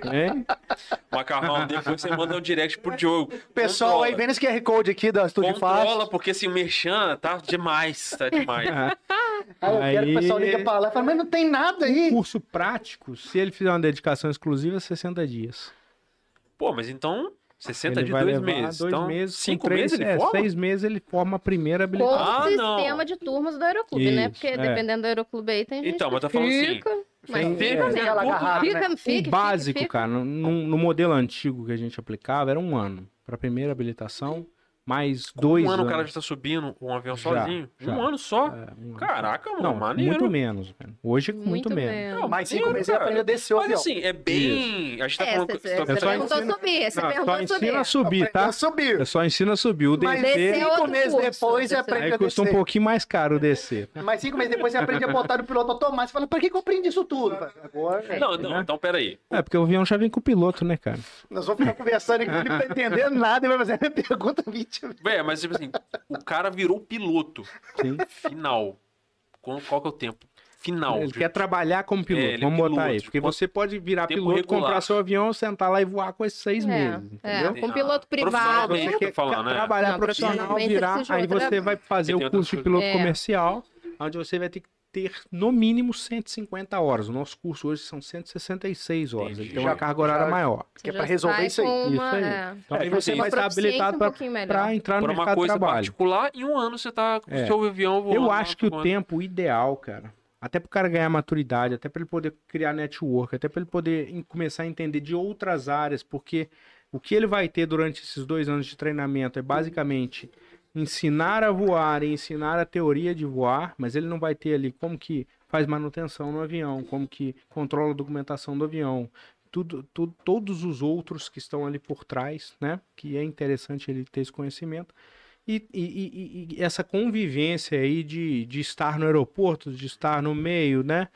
B: né?
C: Hein?
B: [LAUGHS]
A: Macarrão, depois você manda um direct pro Diogo.
B: o pessoal
A: Controla.
B: aí vendo esse QR Code aqui do estúdio
A: Controla,
B: fácil.
A: porque esse merchan tá demais, tá
C: É,
A: demais.
B: [LAUGHS] Aí eu quero que o pessoal
C: Aí-
B: liga pra lá e fala, mas não tem nada aí.
C: Curso prático, se ele fizer uma dedicação exclusiva, 60 dias.
A: Pô, mas então, 60
C: ele
A: de
C: vai
A: dois
C: levar
A: meses.
C: dois
A: então,
C: meses, com
A: cinco
C: três-
A: meses ele
C: é,
A: forma?
C: seis meses ele forma a primeira
D: Com
C: habilitação.
A: Ah,
D: o
A: não.
D: sistema de turmas do Aeroclube, né?
C: Isso,
D: Porque
C: é.
D: dependendo do Aeroclube aí tem gente
A: Então,
D: que
A: mas tá falando assim,
D: fica, mas
C: tem-
D: fica,
C: é.
D: mesmo.
B: Aquela agarrada, né?
D: fica, fica,
C: o Um básico,
D: fica,
C: cara, no, no modelo antigo que a gente aplicava, era um ano para primeira habilitação, mais dois
A: um ano o
C: anos.
A: cara já tá subindo um avião
C: Já,
A: sozinho.
C: já.
A: Um ano só.
C: É, um ano.
A: Caraca, mano,
C: Não,
A: maneiro.
C: muito menos, velho. Hoje, muito, menos.
A: Não,
B: Mas cinco
A: maneiro,
B: meses ele
A: cara.
B: aprende a descer o
A: Mas
B: avião.
A: assim, é bem. A gente tá
D: É,
A: falando.
D: você,
A: você tá
D: você
C: só
A: falando-
D: perguntou
C: ensina-
D: subir, você
C: Não,
D: perguntou
C: só
D: subir.
C: ensina a subir,
B: Aprendeu
C: tá?
B: a subir.
C: Eu só ensina a subir. O
B: Mas
D: descer
C: descer,
D: é
B: cinco
D: outro
B: meses
D: curso,
B: depois você
D: descer.
B: aprende a
C: aí custa um
B: descer.
C: pouquinho mais caro descer.
B: Mas cinco meses depois você aprende a botar no piloto automático. Você Fala, pra que, que eu aprendi isso tudo? Fala, Agora,
A: Não, não, então peraí.
C: É, porque o avião já vem com o piloto, né, cara?
B: nós vamos ficar conversando aqui, ele não tá entendendo nada e vai fazer a pergunta 20 vezes.
A: Véi, mas tipo assim, o cara virou um piloto.
C: Sim.
A: Final. Qual, qual que é o tempo? Final.
C: Ele
A: de-
C: quer trabalhar como piloto,
A: ele é
C: vamos botar aí.
A: piloto.
C: Porque você pode virar
A: Tempo
C: piloto,
A: regular.
C: comprar seu avião, sentar lá e voar com esses seis meses.
D: É,
C: Entendeu?
D: com
A: Ah,
D: piloto privado.
A: profissionalmente. É,
C: Você
A: eu tô
C: quer
A: falando, né?
C: trabalhar
D: Não,
C: profissional,
D: profissionalmente
C: virar,
D: precisa de
C: aí
D: outra-
C: você vai fazer
A: Porque tem
C: o curso de
A: outras
C: piloto
D: coisas. É.
C: comercial, onde você vai ter que ter no mínimo 150 horas. O nosso curso hoje são 166 horas.
A: Entendi.
C: Ele tem uma
A: Já-
C: carga horária
B: já-
C: maior.
D: Você
B: Que é
D: já
B: pra resolver
D: sai
B: isso aí.
D: com uma-
C: Isso aí.
D: é,
C: Então aí
A: Então, assim,
C: você vai
D: uma
C: estar
D: proficiência
C: habilitado
D: um
C: pra-
D: pouquinho melhor.
C: pra entrar no
A: Por uma
C: mercado de
A: coisa
C: trabalho.
A: particular, em um ano você tá com o
C: É.
A: seu avião voando.
C: Eu
A: lá, né,
C: acho que o
A: voando.
C: tempo ideal, cara, até pro cara ganhar maturidade, até pra ele poder criar network, até pra ele poder em- começar a entender de outras áreas, porque o que ele vai ter durante esses dois anos de treinamento é basicamente ensinar a voar e ensinar a teoria de voar, mas ele não vai ter ali como que faz manutenção no avião, como que controla a documentação do avião, tudo, tudo- todos os outros que estão ali por trás, né? Que é interessante ele ter esse conhecimento. E, e- e- e- e essa convivência aí de, de estar no aeroporto, de estar no meio, né?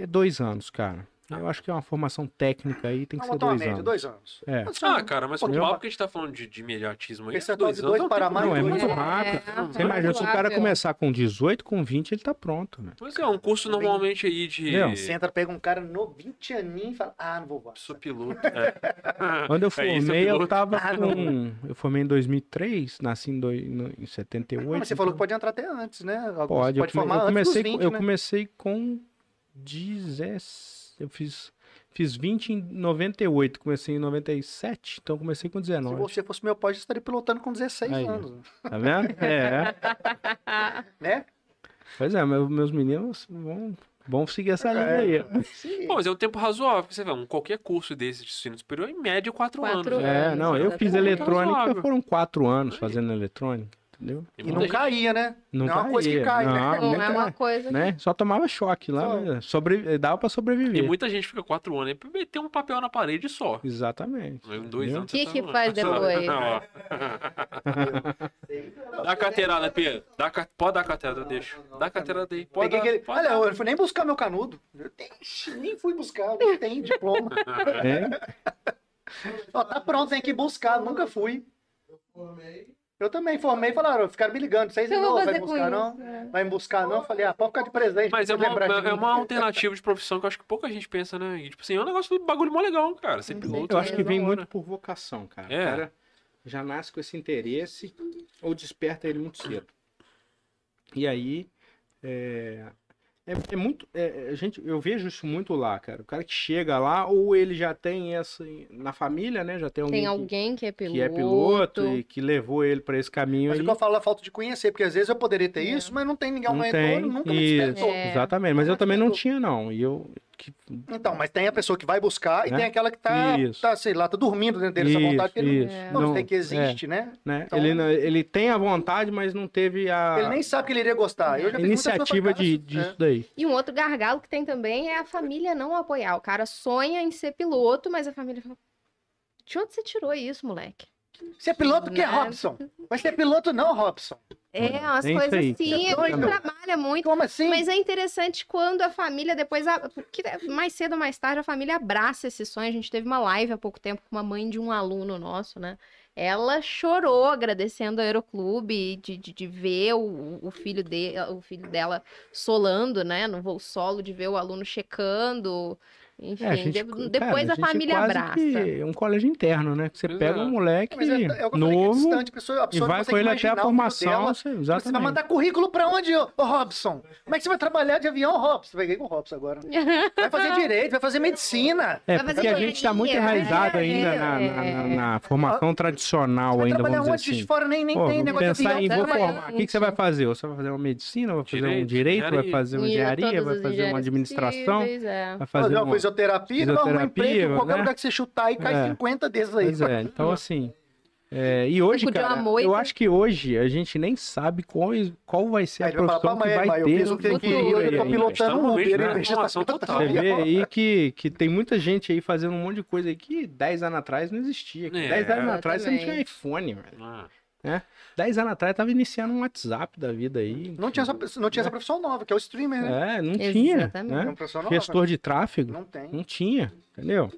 C: É dois anos, cara. Eu acho que é uma formação técnica aí, tem
B: Vamos
C: que ser
B: botar uma
C: dois
B: média,
C: anos.
B: dois anos.
C: É.
A: Ah, cara, mas o
C: Eu-
A: papo que a gente tá falando de, de imediatismo aí.
B: Esse é
A: dois
B: de
A: anos,
B: dois
A: é um
B: para
A: tempo
B: mais
C: Não, é
B: dois. né?
C: muito
D: É,
C: rápido.
D: é
C: Você imagina, se o cara
D: razoável.
C: começar com 18, com 20, ele tá pronto, né?
A: Pois é, um curso normalmente aí de.
C: Não.
B: Você entra, pega um cara no 20 aninho e fala, ah, não vou voar.
A: [LAUGHS] Sou piloto. É. [LAUGHS]
C: Quando
A: É
C: eu
A: isso,
C: formei, eu
A: piloto.
B: [LAUGHS]
C: tava
B: Ah, não.
C: com... Eu formei em 2003, nasci em, doi- no- em 78.
B: Não, mas você falou que
C: então-
B: pode entrar até antes, né? Alguns-
C: Pode, eu,
B: pode
C: come-
B: formar
C: eu
B: antes
C: comecei,
B: dos
C: com-
B: 20,
C: eu
B: né?
C: comecei com 10, eu fiz fiz 20 em 98, comecei em 97, então comecei com
B: Se
C: 19.
B: você fosse meu pai, eu estaria pilotando com 16
C: Aí, ó.
B: anos,
C: Tá vendo? É.
B: né?
C: Pois é, meu- meus meninos vão vão seguir essa linha aí.
B: Sim.
A: Pô, mas é um tempo razoável, porque você vê, um, qualquer curso desse de ensino superior, em média, quatro,
D: Quatro
A: anos.
D: anos.
A: né?
C: É, não, eu fiz
D: Exatamente.
C: eletrônica,
A: Razoável.
C: foram quatro anos fazendo eletrônica, entendeu?
A: E
B: E
A: muita
B: não
A: gente-
B: caía, né?
C: Não,
B: Não é uma coisa que
C: caía,
B: cai, né?
C: não,
D: Não é
C: muita-
D: uma coisa. que-
C: né? Só tomava choque lá,
B: Só.
C: mas sobre, dava pra
A: E
C: sobreviver.
A: muita gente fica quatro anos aí pra ter um papel na parede só.
C: Exatamente.
A: Em dois
C: entendeu?
A: anos.
D: Que
A: você
D: que
A: tá-
D: faz depois?
A: Não, ó. Dá a carteirada, Pedro. Dá a ca- Pode dar a carteirada, eu deixo. Dá a carteirada aí. Pode
B: Peguei
A: dar.
B: aquele...
A: pode
B: Olha,
A: dar.
B: eu não fui nem buscar meu canudo. Eu tenho- Nem fui buscar, não tem diploma.
C: [LAUGHS]
A: né?
C: É.
B: Ó, tá pronto, tem que buscar, nunca fui. Eu também formei e falaram, ficaram me ligando, vocês
D: O que eu vou
B: não, vai
D: fazer com
B: buscar
D: isso?
B: não? Vai me buscar não? Eu Falei, ah, pode ficar de presente.
A: Mas é
B: pra
A: uma,
B: você lembrar de
A: é
B: mim.
A: uma alternativa de profissão que eu acho que pouca gente pensa, né? E, tipo assim, é um negócio do bagulho mó legal, cara.
D: Uhum.
A: Ser piloto.
C: Eu acho que
A: é
C: vem
A: da hora.
C: muito por vocação, cara.
A: É.
C: O cara já nasce com esse interesse ou desperta ele muito cedo. E aí é, é, é muito, é, é, gente, eu vejo isso muito lá, cara. O cara que chega lá ou ele já tem essa na família, né? Já tem alguém,
D: Tem
C: que-
D: alguém que é
C: que,
D: piloto.
C: é piloto e que levou ele pra esse caminho
B: Mas o
C: aí.
B: que eu falo é a falta de conhecer, porque às vezes eu poderia ter
D: É.
B: isso, mas não tem ninguém ao
C: Não
B: meu
C: tem.
B: entorno, nunca me
C: Isso,
B: despertou.
D: É.
C: exatamente. Mas eu
B: Nunca
C: também não
B: despertou.
C: tinha não. E eu que
B: Então, mas tem a pessoa que vai buscar e
C: Né?
B: tem aquela que tá,
C: Isso.
B: tá, sei lá, tá dormindo dentro dele, essa vontade que ele
C: isso,
D: É.
B: não,
C: não-
B: tem que
C: é,
B: existe, né?
C: né?
B: Então-
C: ele, não- ele tem a vontade, mas não teve a
B: Ele nem sabe que ele iria gostar. Eu já fiz muita É.
C: iniciativa
B: coisa
C: de,
B: pra
C: disso
B: casa.
C: daí.
D: E um outro gargalo que tem também é a família não apoiar. O cara sonha em ser piloto, mas a família fala: De onde você tirou isso, moleque?
B: É. Você é piloto porque é
D: Né?
B: Robson. Mas você é piloto não, Robson.
D: É, umas
C: tem isso
D: coisas
C: aí.
D: assim,
B: É
D: a gente
B: doido.
D: trabalha muito.
B: Como assim?
D: Mas é interessante quando a família depois, a- porque mais cedo ou mais tarde, a família abraça esse sonho. A gente teve uma live há pouco tempo com uma mãe de um aluno nosso, né? Ela chorou agradecendo ao Aeroclube de, de, de ver o, o filho de, o filho dela solando, né? No voo solo, de ver o aluno checando. Enfim,
C: É, a gente-
D: de-
C: cara,
D: depois a,
C: gente
D: família
C: quase
D: abraça.
C: que É um colégio interno, né? Que você
A: Pois
C: pega
A: é.
C: um moleque
B: Mas é, é o que eu falei, que é
C: novo
B: distante, a pessoa, a
C: e
B: pessoa não
C: vai
B: consegue
C: com ele até
B: imaginar
C: a
B: o filho
C: formação.
B: dela.
C: você-
B: Você vai
C: exatamente.
B: mandar currículo pra onde, ô ô, Robson? Como é que você vai trabalhar de avião, Robson? Peguei com o Robson agora. Vai fazer direito, vai fazer medicina.
C: É,
D: Vai fazer
C: porque a gente está muito
D: engenharia,
C: enraizado
D: é,
C: ainda na, na-
D: é.
C: na- na formação tradicional,
B: Vai
C: ainda,
B: trabalhar
C: vamos
B: onde
C: dizer
B: de
C: assim.
B: fora, nem, nem
C: Pô,
B: tem
C: vou
B: negócio de
C: pensar em
B: avião.
C: vou
D: vai trabalhar
C: formar. O que, que você vai fazer? Você vai fazer uma medicina, vai fazer um
A: Direito,
C: direito, vai
A: engenharia.
C: fazer uma
D: E
C: engenharia,
D: todas
C: vai
D: as
C: fazer uma
D: engenharias
C: administração,
D: possíveis, é.
C: vai
B: Fazer
C: fazer
B: uma
C: uma...
B: fisioterapia, vai arrumar um
C: fisioterapia,
B: emprego em qualquer
C: né?
B: lugar que você chutar e cai
C: É.
B: 50 desses aí.
C: Pois é, então assim... é, É, e hoje,
D: Fico de uma
C: cara,
D: moita.
C: eu acho que hoje a gente nem sabe qual, qual vai ser
B: Aí
C: a
B: ele vai falar,
C: profissão
B: "Pá,
C: que
B: mas,
C: vai
B: mas eu
C: ter
B: fiz
C: no
B: o que
C: futuro
B: aqui,
D: futuro
B: eu
C: aí,
B: tô
C: ainda."
B: pilotando
A: Estamos
B: um
A: no meio de
B: Uber,
A: uma
B: ele já tá
A: transformação total.
C: Você
B: pilotando.
C: vê aí que, que tem muita gente aí fazendo um monte de coisa aí que 10 anos atrás não existia.
A: É,
C: 10 anos atrás você não tinha
D: exatamente.
C: iPhone, velho.
A: Ah,
C: 10 anos atrás tava iniciando um WhatsApp da vida aí.
B: Não tinha, essa, não tinha essa profissão nova, que é o streamer, né?
C: Né? É, não tinha.
D: Exatamente.
B: É,
C: Né?
B: uma profissão nova.
C: Gestor de tráfego,
B: Não tem.
C: não tinha, entendeu?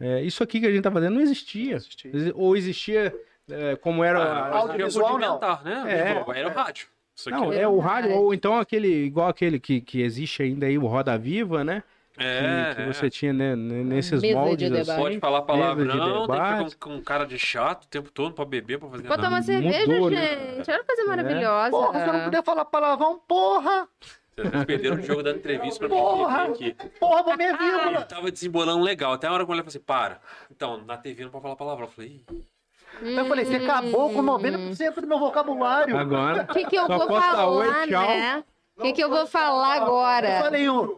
C: É, isso aqui que a gente tá fazendo não existia. Exi- Ou existia é, como era.
A: ah,
C: a-
A: mas
B: audiovisual,
A: eu vou dimentar, né?
C: É.
A: Tipo, era o rádio. Isso aqui
C: Não,
A: é,
C: é o
D: Verdade.
C: rádio, ou então aquele, igual aquele que, que existe ainda aí, o Roda Viva, né? Que, que
A: é.
C: você tinha né, n- nesses
D: Mesa de
C: moldes
A: [LAUGHS]
D: debate.
A: Pode
C: assim.
A: falar
C: Mesa de
A: palavrão, tem que
C: debate.
A: ficar com, com cara de chato o tempo todo pra beber, pra fazer
D: Vou
A: nada.
D: tomar cerveja,
C: mudou, né?
D: gente. Olha que coisa maravilhosa.
B: Porra, se eu não puder falar palavrão, porra!
A: Vocês perderam o jogo da entrevista pra
B: Porra!
A: mim aqui. aqui.
B: Porra, vou minha
A: Ele
B: vírgula!
A: tava desembolando legal. Até a hora que eu olhei, eu falei assim, para. Então, na TV não pode falar palavrão. Eu falei, "Ih,
B: Eu falei, você acabou com
D: Uhum.
B: 90% do meu vocabulário.
C: Agora.
D: O que, que eu
C: Só
D: vou
C: posta
D: falar,
C: oi, tchau.
D: né? O que, que eu vou falar
B: Eu
D: agora?
B: falei, um.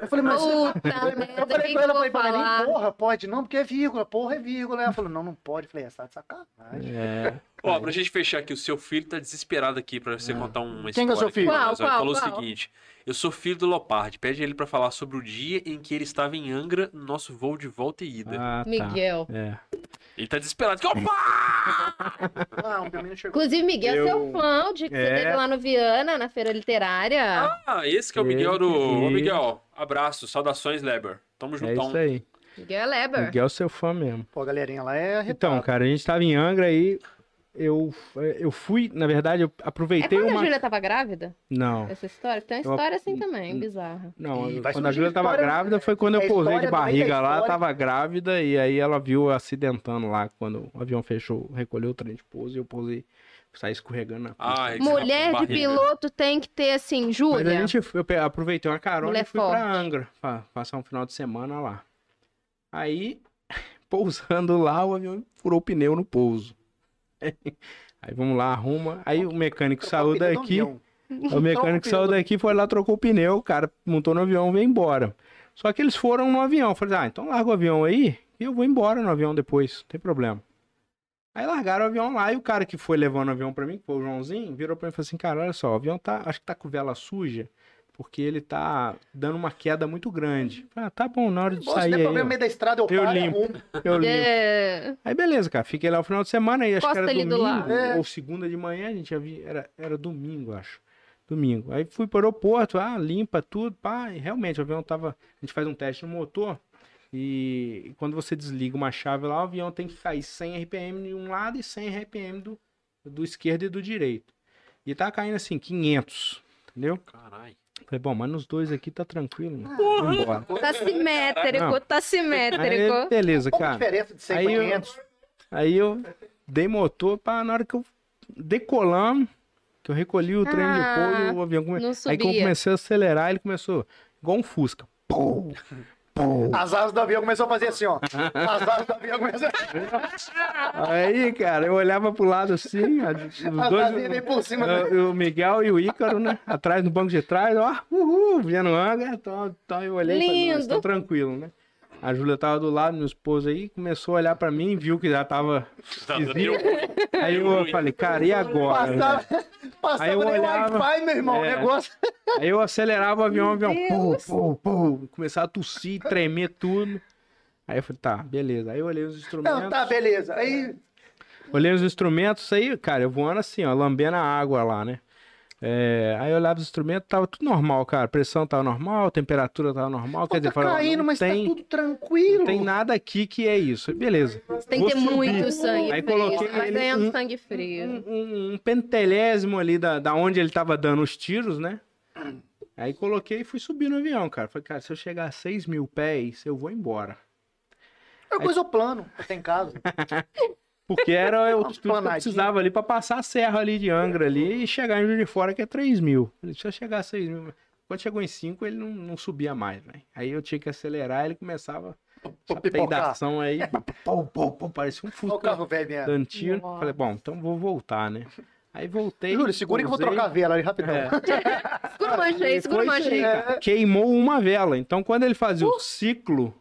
B: Eu falei, mas.
D: Puta merda,
B: Eu
D: o que,
B: falei
D: que
B: pra
D: eu
B: ela,
D: vou
B: falei, mas nem
D: falar?
B: porra, pode não, porque é vírgula, porra é vírgula. Ela falou, não, não pode. Eu falei, essa tá de sacanagem.
C: É,
A: Ó, pra gente fechar aqui, o seu filho tá desesperado aqui pra você contar uma história.
B: Quem que é o seu
A: aqui,
B: filho?
A: mas
D: Qual,
A: Ele
D: qual,
A: falou
D: qual?
A: o seguinte: Eu sou filho do Lopardi. Pede ele pra falar sobre o dia em que ele estava em Angra, no nosso voo de volta e ida.
C: ah, tá.
D: Miguel.
C: É.
A: Ele tá desesperado. Que opa!
B: Não, "Ah, o menino chegou.
D: Inclusive, Miguel é seu fã, o dia que você
C: É.
D: teve lá no Viana, na feira literária.
A: Ah, esse que é o Miguel
C: Ele
A: do. Ô,
C: que-
A: Miguel, abraço, saudações, Leber. Tamo
C: É
A: juntão.
C: isso aí.
D: Miguel é Leber.
C: Miguel é seu fã mesmo.
B: Pô, a galerinha lá é
C: Então,
B: arretada.
C: cara, a gente tava em Angra aí. Eu, eu fui, na verdade, eu
D: É
C: aproveitei
D: quando
C: uma.
D: a Júlia tava grávida?
C: Não.
D: Essa história? Tem uma
C: Eu-
D: história assim
C: um
D: também, bizarra.
C: Não,
B: Ih,
C: eu-
B: vai
C: quando a
B: surgir
C: Júlia tava
B: história,
C: grávida foi quando eu
B: é
C: pousei de
B: história, também tem
C: barriga lá,
B: história.
C: tava grávida, e aí ela viu eu acidentando lá quando o avião fechou, recolheu o trem de pouso e eu pousei, saí escorregando na pista.
A: Ai, que
D: Mulher de
A: barriga.
D: piloto tem que ter, assim,
C: Mas a
D: Júlia.
C: gente, eu pe- aproveitei uma carona
D: Mulher
C: e fui
D: forte.
C: pra Angra, pra passar um final de semana lá. Aí, [LAUGHS] pousando lá, o avião furou o pneu no pouso. [LAUGHS] Aí vamos lá, arruma. Aí o mecânico saiu daqui. O
B: Então,
C: mecânico saiu daqui, foi lá, trocou o pneu, o cara montou no avião e veio embora. Só que eles foram no avião. Eu Falei, ah, então larga o avião aí e eu vou embora no avião depois, não tem problema. Aí largaram o avião lá e o cara que foi levando o avião pra mim, que foi o Joãozinho, virou pra mim e falou assim, cara, olha só, o avião tá, acho que tá com vela suja, porque ele tá dando uma queda muito grande. Eu falei, Ah, tá bom, na hora de
B: Bom, se
C: sair
B: der
C: aí,
B: né? é problema no meio da estrada, eu,
C: Eu
B: paro, é
C: limpo.
B: arrumo.
C: ó, eu limpo.
D: É,
C: Aí beleza, cara, fiquei lá o final de semana e acho
D: Encosta
C: que era
D: ali do
C: domingo
D: lado.
B: É.
C: ou segunda de manhã, a gente já vi, era, era domingo, acho. Domingo. Aí fui pro aeroporto, ah, limpa tudo, pá, e realmente o avião tava, a gente faz um teste no motor e, e quando você desliga uma chave lá, o avião tem que cair 100 RPM de um lado e 100 RPM do, do esquerdo e do direito. E tá caindo assim 500, entendeu?
A: Caralho.
C: Falei, bom, mas nos dois aqui tá tranquilo, né? Vamos
D: [LAUGHS]
C: embora.
D: tá simétrico,
C: Não.
D: tá
C: Aí,
D: simétrico.
C: beleza,
B: Pouca
C: cara.
B: diferença de 100
C: aí eu-
B: 500.
C: Aí eu dei motor para na hora que eu decolando, que eu recolhi o trem
D: Ah,
C: de pouso, o avião come...
D: Não
C: um- Aí que eu
D: subia.
C: comecei a acelerar, ele começou igual um Fusca. Pou, pou.
B: As asas do avião começou a fazer assim, ó. As asas do avião começou a
C: Aí, cara, eu olhava pro lado assim, a- os
B: As asinhas
C: dois, É,
B: vêm por cima. né?
C: o, o Miguel e o Ícaro, né? Atrás, no banco de trás, ó, uhul, vendo Angra, então, então eu olhei e falei, "Não, eles tão
D: Lindo.
C: tranquilo, né? A Júlia tava do lado, meu esposo aí, começou a olhar pra mim, viu que já tava
A: Tá dando-
D: [LAUGHS]
C: esquisito. Aí eu falei, cara, e agora? né?
B: Passava, passava
C: Aí eu
B: nem
C: olhava-
B: Wi-Fi, meu irmão.
C: É.
B: O negócio.
C: Aí eu acelerava o avião, o avião, pô, pô, pô, começava a tossir, tremer tudo. Aí eu falei, tá, beleza. Aí eu olhei os instrumentos.
B: Não, tá, beleza. Aí,
C: Olhei os instrumentos, aí, cara, eu voando assim, ó, lambendo a água lá, né? É, aí eu olhava os instrumentos, tava tudo normal, cara. Pressão tava normal, temperatura tava normal.
B: pô,
C: quer dizer,
B: tá
C: eu falei, ó,
B: caindo,
C: não
B: mas
C: tem,
B: tá tudo tranquilo.
C: não tem nada aqui que é isso. Aí, Beleza.
D: Tem que ter
C: Vou subir.
D: muito sangue
C: Aí
D: frio.
C: coloquei
D: Tá
C: ele-
D: ganhando
C: um-
D: sangue frio.
C: Um, um, um pentelésimo ali da, da onde ele tava dando os tiros, né? Aí coloquei e fui subir no avião, cara. Falei, cara, se eu chegar a 6 mil pés, eu vou embora.
B: É coisa o plano, tem
C: [LAUGHS]
B: caso.
C: Porque era
B: [LAUGHS] Uma
C: o altitude que eu
B: planadinha.
C: precisava ali pra passar a serra ali de Angra ali e chegar em Juiz de Fora, que é 3 mil. Falei, se eu chegar a 6 mil... Quando chegou em 5, ele não, não subia mais, velho. Aí eu tinha que acelerar, ele começava
B: Pô,
C: a
B: pipocar. [LAUGHS]
C: peidação aí. pô, pô, pô, parecia um
B: Olha o
C: fusca
B: carro velho, minha.
C: dando tiro.
D: Nossa.
C: Falei, bom, então vou voltar, né? Aí voltei.
B: Júlio, segura que eu vou
C: pousei.
B: trocar a vela ali rapidão. [LAUGHS]
C: É.
D: Segura o
B: Ah,
D: manche aí, segura o
C: Depois,
D: manche aí.
C: é, Queimou uma vela. Então, quando ele fazia
B: Uh!
C: o ciclo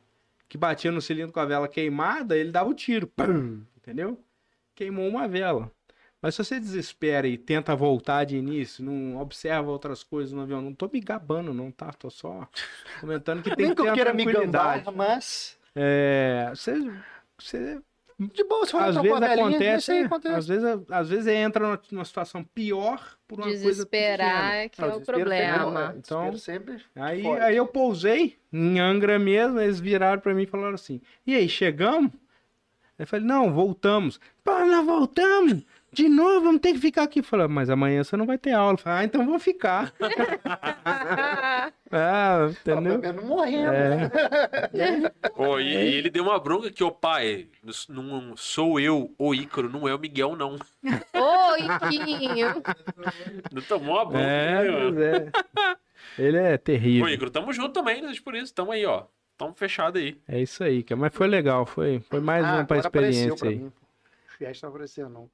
C: que batia no cilindro com a vela queimada, ele dava o tiro. Pum, entendeu? queimou uma vela. Mas se você desespera e tenta voltar de início, não observa outras coisas no avião, não tô me gabando, não, tá? Tô só comentando
B: [LAUGHS]
C: que tem
B: Nem que
C: que ter
B: eu
C: uma
B: queira me
C: tranquilidade.
B: gambar, mas...
C: É, você, você
B: De boa, se for
C: às
B: trocar
C: vezes
B: uma velhinha,
C: acontece,
B: isso aí
C: né?
B: acontece.
C: às vezes, às vezes entra numa, numa situação pior por uma coisa pequena.
D: Desesperar que é
B: Não,
D: o
B: desespero tem, não, [LAUGHS]
D: problema.
B: é,
C: Então-
B: desespero sempre...
C: Aí,
B: Fora.
C: aí eu pousei em Angra mesmo, eles viraram pra mim e falaram assim: "E aí, chegamos?" Eu falei: "Não, voltamos." "Pá, nós voltamos. De novo, vamos ter que ficar aqui. Eu Falei, mas amanhã você não vai ter aula. Eu Falei, ah, então vou ficar. [LAUGHS] ah, entendeu?
B: Pelo menos morrendo. né?
C: É.
B: [LAUGHS]
A: Ô, e, e ele deu uma bronca que, ô pai, não sou eu, o Ícaro, não é o Miguel, não.
D: Ô, Iquinho!
A: Não tomou a bronca.
C: É,
A: né, mano?
C: pois é. Ele é terrível.
A: Ô, Ícaro, tamo junto também, né? Por isso, tamo aí, ó. Tamo fechado aí.
C: É isso aí, cara. Mas foi legal, foi, foi mais
B: Ah,
C: uma pra
B: agora apareceu
C: experiência
B: pra
C: aí.
B: mim, pô. O Fiat não apareceu, não.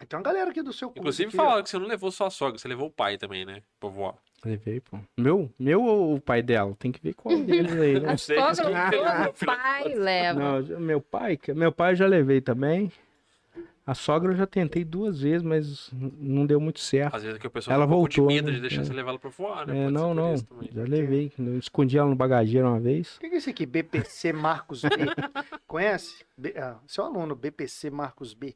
B: Então, a galera aqui do seu curso
A: Inclusive,
B: aqui,
A: falaram que você não levou só a sogra, você levou o pai também, né? Pra voar.
C: Levei, pô. Meu, meu ou o pai dela? Tem que ver qual deles
B: [LAUGHS]
C: aí, né?
A: Não sei.
D: Sogra,
A: desculpa.
D: todo é pai leva.
C: Não, já- meu pai, que- meu pai eu já levei também. A sogra eu já tentei duas vezes, mas n- não deu muito certo.
A: Às vezes que o pessoal
C: Ela
A: tem um pouco
C: voltou,
A: de medo
C: né?
A: de deixar
C: É.
A: você levar ela pra voar, né?
C: É,
A: Pode ser
C: não,
A: por
C: não.
A: isso também.
C: Já levei. Eu escondi ela no bagageiro uma vez.
B: O que que é esse aqui? BPC Marcos
A: [LAUGHS]
B: B. Conhece? B- ah, seu aluno, BPC Marcos B.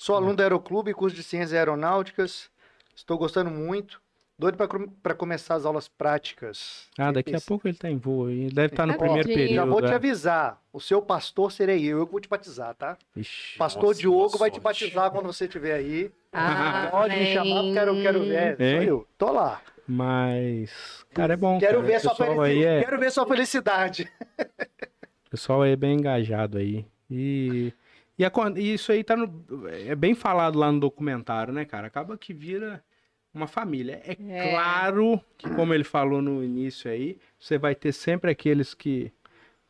B: Sou
C: Uhum.
B: aluno do Aeroclube, curso de Ciências Aeronáuticas. Estou gostando muito. Doido para começar as aulas práticas.
C: Ah, daqui a
B: BPC.
C: pouco ele tá em voo aí. Ele deve estar no
D: Ó,
C: primeiro
D: já
C: período.
B: Tá Já vou
C: é.
B: te avisar. O seu pastor serei eu. Eu que vou te batizar, tá?
C: Ixi.
B: Pastor
A: Nossa,
B: Diogo
A: boa
B: vai te
A: sorte.
B: batizar quando você estiver
C: [LAUGHS]
B: aí.
D: Ah,
B: Pode me chamar, porque eu quero, quero ver. Sou
C: Hein?
B: eu. Tô lá.
C: Mas, cara, é bom.
B: Quero
C: cara.
B: ver
C: o
B: sua
C: pessoal
B: felicidade.
C: aí é,
B: Quero ver sua
C: [LAUGHS]
B: felicidade.
C: O pessoal aí é bem engajado aí. E, e, a con- e isso aí tá no, é bem falado lá no documentário, né, cara? Acaba que vira uma família. É,
D: É.
C: claro que, como ele falou no início aí, você vai ter sempre aqueles que,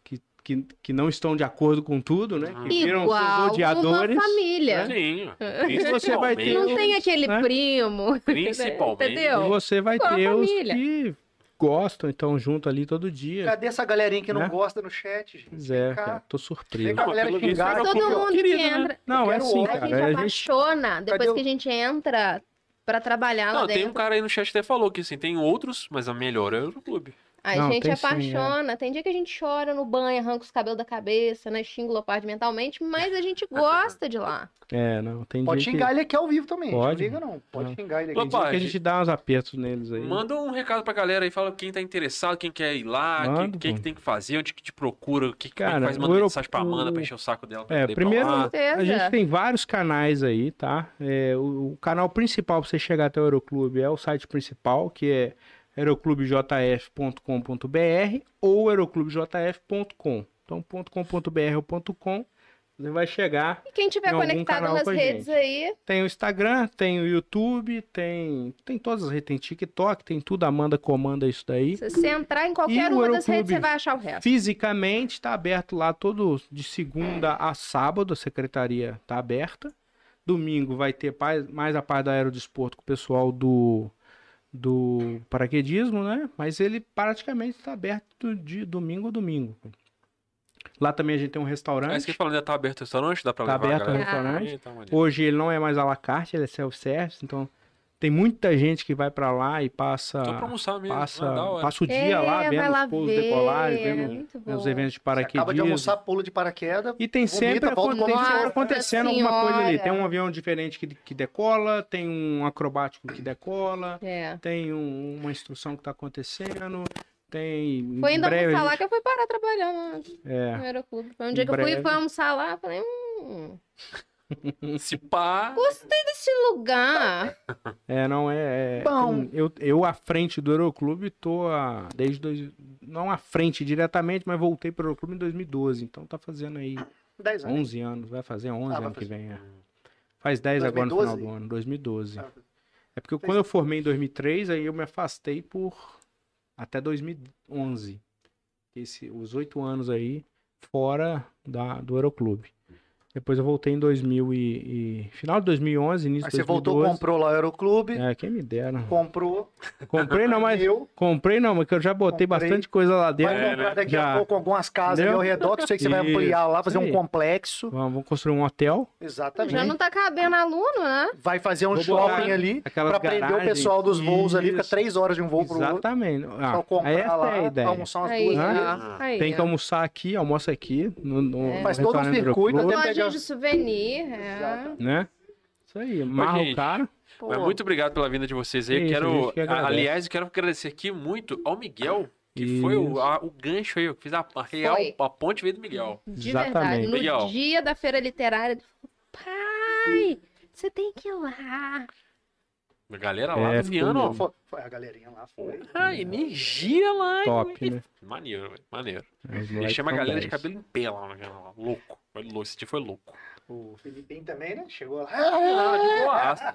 C: que, que, que não estão de acordo com tudo, né? Que viram seus
D: Igual
C: odiadores.
D: uma família.
A: Sim,
C: E você vai ter
D: Não
C: Eu-
D: tem aquele
C: né?
D: primo. [LAUGHS]
A: Principalmente.
C: E
D: um Entendeu?
C: você vai
D: Igual a
C: ter os
D: família.
C: que gostam, então, junto ali todo dia.
B: Cadê essa galerinha que não
C: Né?
B: gosta no chat, gente?
C: Pois é,
B: cá.
C: cara, tô
B: Vem
C: surpreso.
B: cá,
A: Não,
B: galera
A: pelo visto,
B: xingar
A: era
B: aqui,
A: o
D: Todo
B: ó.
D: mundo
A: querido,
D: que
A: né?
D: entra.
C: Não, é
B: quero
C: assim,
B: ouro.
D: A
C: cara.
D: gente
C: é, a gente-
D: apaixona depois
B: Cadê o-
D: que a gente entra pra trabalhar lá
A: Não, tem
D: dentro.
A: um cara aí no chat que até falou que assim, tem outros, mas a melhor é o clube.
D: A
C: Não,
D: gente
C: tem sim, é.
D: apaixona. Tem dia que a gente chora no banho, arranca os cabelos da cabeça, né? Xinga o Leopardo mentalmente, mas a gente gosta de lá.
C: É, não, tem
B: Pode
C: dia que-
B: xingar ele aqui ao vivo também. gente.
C: Pode.
B: Não liga, não. Pode
C: Não.
B: xingar ele aqui.
A: Opa,
C: Tem dia que a gente dá uns apertos neles aí.
A: Manda um recado pra galera aí, fala quem tá interessado, quem quer ir lá, quem-
C: Manda,
A: quem,
C: pô.
A: que tem que fazer, onde que te procura, o que, como é
C: Cara,
A: que faz,
C: o
A: manda
C: aero-
A: mensagem pra Amanda
C: o-
A: pra encher o saco dela. pra
C: É,
A: poder ir pra
C: primeiro-
A: lá.
D: Certeza.
C: A gente tem vários canais aí, tá? É, o, o canal principal para você chegar até o Aeroclube é o site principal, que é aeroclubejf.com.br ou aeroclubejf.com. Então, .com.br ou .com, você vai chegar.
D: E quem tiver
C: Em algum
D: conectado
C: canal
D: nas
C: com a
D: redes
C: gente.
D: aí,
C: Tem o Instagram, tem o YouTube, tem, tem todas as redes, tem TikTok, tem tudo, a Amanda comanda isso daí.
D: se você entrar em qualquer
C: E o
D: uma das redes,
C: Euroclube?
D: você vai achar o resto.
C: Fisicamente está aberto lá todo de segunda a sábado, a secretaria está aberta. Domingo vai ter pa- mais a parte da aerodesporto com o pessoal do, do paraquedismo, né? Mas ele praticamente está aberto de domingo a domingo. Lá também a gente tem um
A: Ah, isso
C: restaurante.
A: que falando, ainda tá aberto o restaurante, dá pra
C: Tá
A: levar a
C: aberto o
A: galera?
C: restaurante.
A: Então, olha.
C: Hoje ele não é mais à la carte, ele é self-service, então tem muita gente que vai para lá e passa,
A: Só pra almoçar Então, mesmo,
C: passa,
A: né? da hora.
C: passa o dia lá,
D: É,
C: vendo
D: vai lá
C: os pousos
D: ver,
C: decolares,
D: é
C: vendo
D: muito
C: né, os
D: bom.
C: eventos de
B: Você
C: paraquedismo.
B: acaba de almoçar, pulo de paraquedas.
C: E tem
B: Vomita,
C: sempre,
B: volta
C: acon- tem
B: com-
C: sempre
D: Nossa
C: acontecendo alguma coisa ali.
D: Senhora.
C: Tem um avião diferente que, que decola, tem um acrobático que decola,
D: É.
C: tem um- uma instrução que tá acontecendo, tem.
D: Foi
C: em
D: ainda
C: breve,
D: falar que eu fui parar trabalhando no
C: É,
D: Aeroclube. Foi um
C: Em
D: dia que eu fui,
C: breve.
D: fui almoçar lá, eu falei, hum,
A: Se pá.
D: gostei desse lugar.
C: é, não é. é
B: Bom.
C: tem- eu, eu, à frente do Euroclube, tô a, desde. Dois, não à frente diretamente, mas voltei pro Euroclube em 2012. Então tá fazendo
B: Ah,
C: aí
B: 10 anos.
C: 11 anos, vai fazer 11
B: Ah, vai
C: ano que
B: fazer.
C: vem. é. Faz 10 agora no
B: 2012?
C: final do ano, 2012.
B: Ah,
C: É porque eu-
B: Fez-
C: quando eu formei em 2003, aí eu me afastei por até 2011. Esse, os oito anos aí fora da, do Aeroclube. Depois eu voltei em 2000 e, e- final de 2011, início
B: Aí
C: de
B: você voltou,
C: 2012.
B: comprou lá o Aeroclube,
C: É, quem me dera.
B: comprou,
C: Comprei
B: [LAUGHS]
C: não, mas
B: eu,
C: comprei não, mas que eu já botei
B: Comprei.
C: bastante coisa lá
B: vai
C: dentro.
A: É,
B: comprar
A: né?
B: daqui
C: Já.
B: a pouco algumas casas ali
C: Entendeu?
B: ao redor, que eu sei que você vai
C: Isso,
B: ampliar lá, fazer um
C: aí.
B: complexo.
C: Vamos, vamos construir um hotel.
D: Já
B: Exatamente.
D: não tá cabendo aluno, né?
B: Vai fazer um
C: Vou
B: shopping
C: botar
B: ali
C: aquelas
B: pra prender o
C: garagens.
B: pessoal dos voos ali, fica
C: Isso.
B: três horas de um voo pro outro.
C: Exatamente. Ah,
B: Só
C: aí
B: Então, comprar
C: essa
B: lá,
C: é a ideia.
B: almoçar umas
D: Aí,
B: duas vezes.
D: ó. Aí, é.
C: Tem que
D: ó.
C: almoçar aqui, almoça aqui. No, no-
D: É.
C: no
B: Faz todo um
C: restaurante do
B: circuito
C: clube,
B: até pegar-
D: Lojinha de souvenir. É.
B: Exato.
C: né? Isso aí, marra
A: gente,
C: o cara.
D: Pô,
A: Mas muito obrigado pela vinda de vocês aí. Eu
C: Isso, É, a
A: quero,
C: gente que agradece.
A: aliás, eu quero agradecer aqui muito ao Miguel, que foi o,
C: Isso.
A: a- o gancho aí, que fiz a, a real,
D: Foi.
A: a ponte veio do Miguel.
D: de verdade.
C: Exatamente.
D: No
A: Legal.
D: dia da feira literária, ele falou, pai, você tem que ir lá.
A: A galera lá
C: É,
A: do
C: ficou
A: Viano, ó,
C: mesmo.
B: Foi, foi a galerinha lá, foi.
A: ah, energia lá. hein,
C: Top,
A: velho.
C: né?
A: Maneiro, velho, maneiro.
C: Os
A: Ele
C: moleques
A: chama a
C: são
A: galera de
C: 10.
A: cabelo em pé lá, né, lá, louco. Foi louco, esse dia foi louco.
B: O Felipinho também, né? Chegou lá. Ah,
A: Ah, de boaça.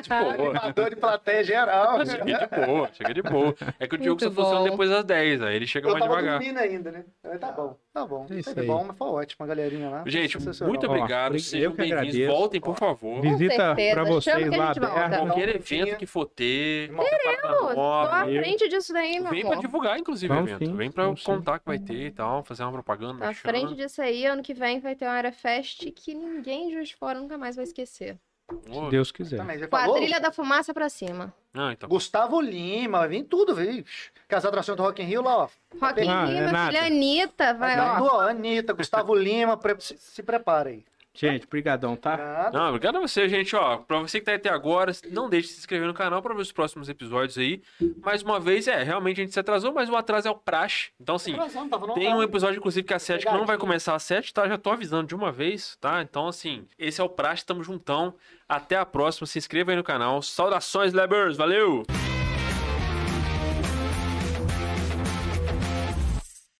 A: De [LAUGHS] boa.
B: Animador de plateia geral.
A: Eu Cheguei Tipo, de boa, cheguei de boa. É que o Diogo só
D: Muito
A: funciona
D: bom.
A: depois das 10, aí ele chega
B: Eu
A: mais
B: tava
A: devagar.
B: dormindo ainda, né? Eu, Tá bom, tá bom.
C: É isso
B: Foi
C: aí.
B: bom, mas foi ótimo a galerinha lá.
A: Gente,
B: Sensacional.
A: muito
C: Ó,
A: obrigado.
C: eu
A: Sejam
C: que
A: bem-vindos.
C: agradeço.
A: Voltem, por favor.
C: Visita
D: certeza,
C: pra
D: chama
C: vocês
D: que a
C: lá
D: gente volta.
C: aberta.
A: Qualquer
B: Então,
A: evento
B: tinha-
A: que for ter.
B: Irmão,
D: Pô, tô à
A: Óbvio.
D: frente disso daí, meu
A: Vem
D: amor.
A: pra divulgar, inclusive, o
C: Vamos
A: evento.
C: sim,
A: Vem pra eu
C: vamos sim.
A: contar que vai ter e tal, fazer uma propaganda.
D: Tá à
A: merchan.
D: frente disso aí, ano que vem vai ter uma Era Fest que ninguém de Juiz de fora nunca mais vai esquecer.
A: Ô,
C: Se Deus quiser.
B: Também, você falou?
D: Quadrilha da fumaça pra cima.
A: Não, então.
B: Gustavo Lima, vem tudo, viu? Que as atrações do Rock in Rio lá, ó.
D: Rock in
C: Ah, é
D: Rio,
C: nada.
D: meu filho, Anitta, vai,
B: Tá
D: ó.
B: vindo, ó, Anitta, Gustavo Lima, pre- se, se prepara aí.
C: Gente, brigadão, tá?
B: Nada.
A: Não, obrigado a você, gente. Ó, pra você que tá aí até agora, não deixe de se inscrever no canal pra ver os próximos episódios aí. Mais uma vez, é, realmente a gente se atrasou, mas o atraso é o praxe. Então, assim,
B: Atrasando, tava no
A: Tem um
B: carro.
A: episódio, inclusive, que a 7 que não vai começar às 7, tá? Já tô avisando de uma vez, tá? Então, assim, esse é o Praxe, tamo juntão. Até a próxima, se inscreva aí no canal. Saudações, Lebers, valeu!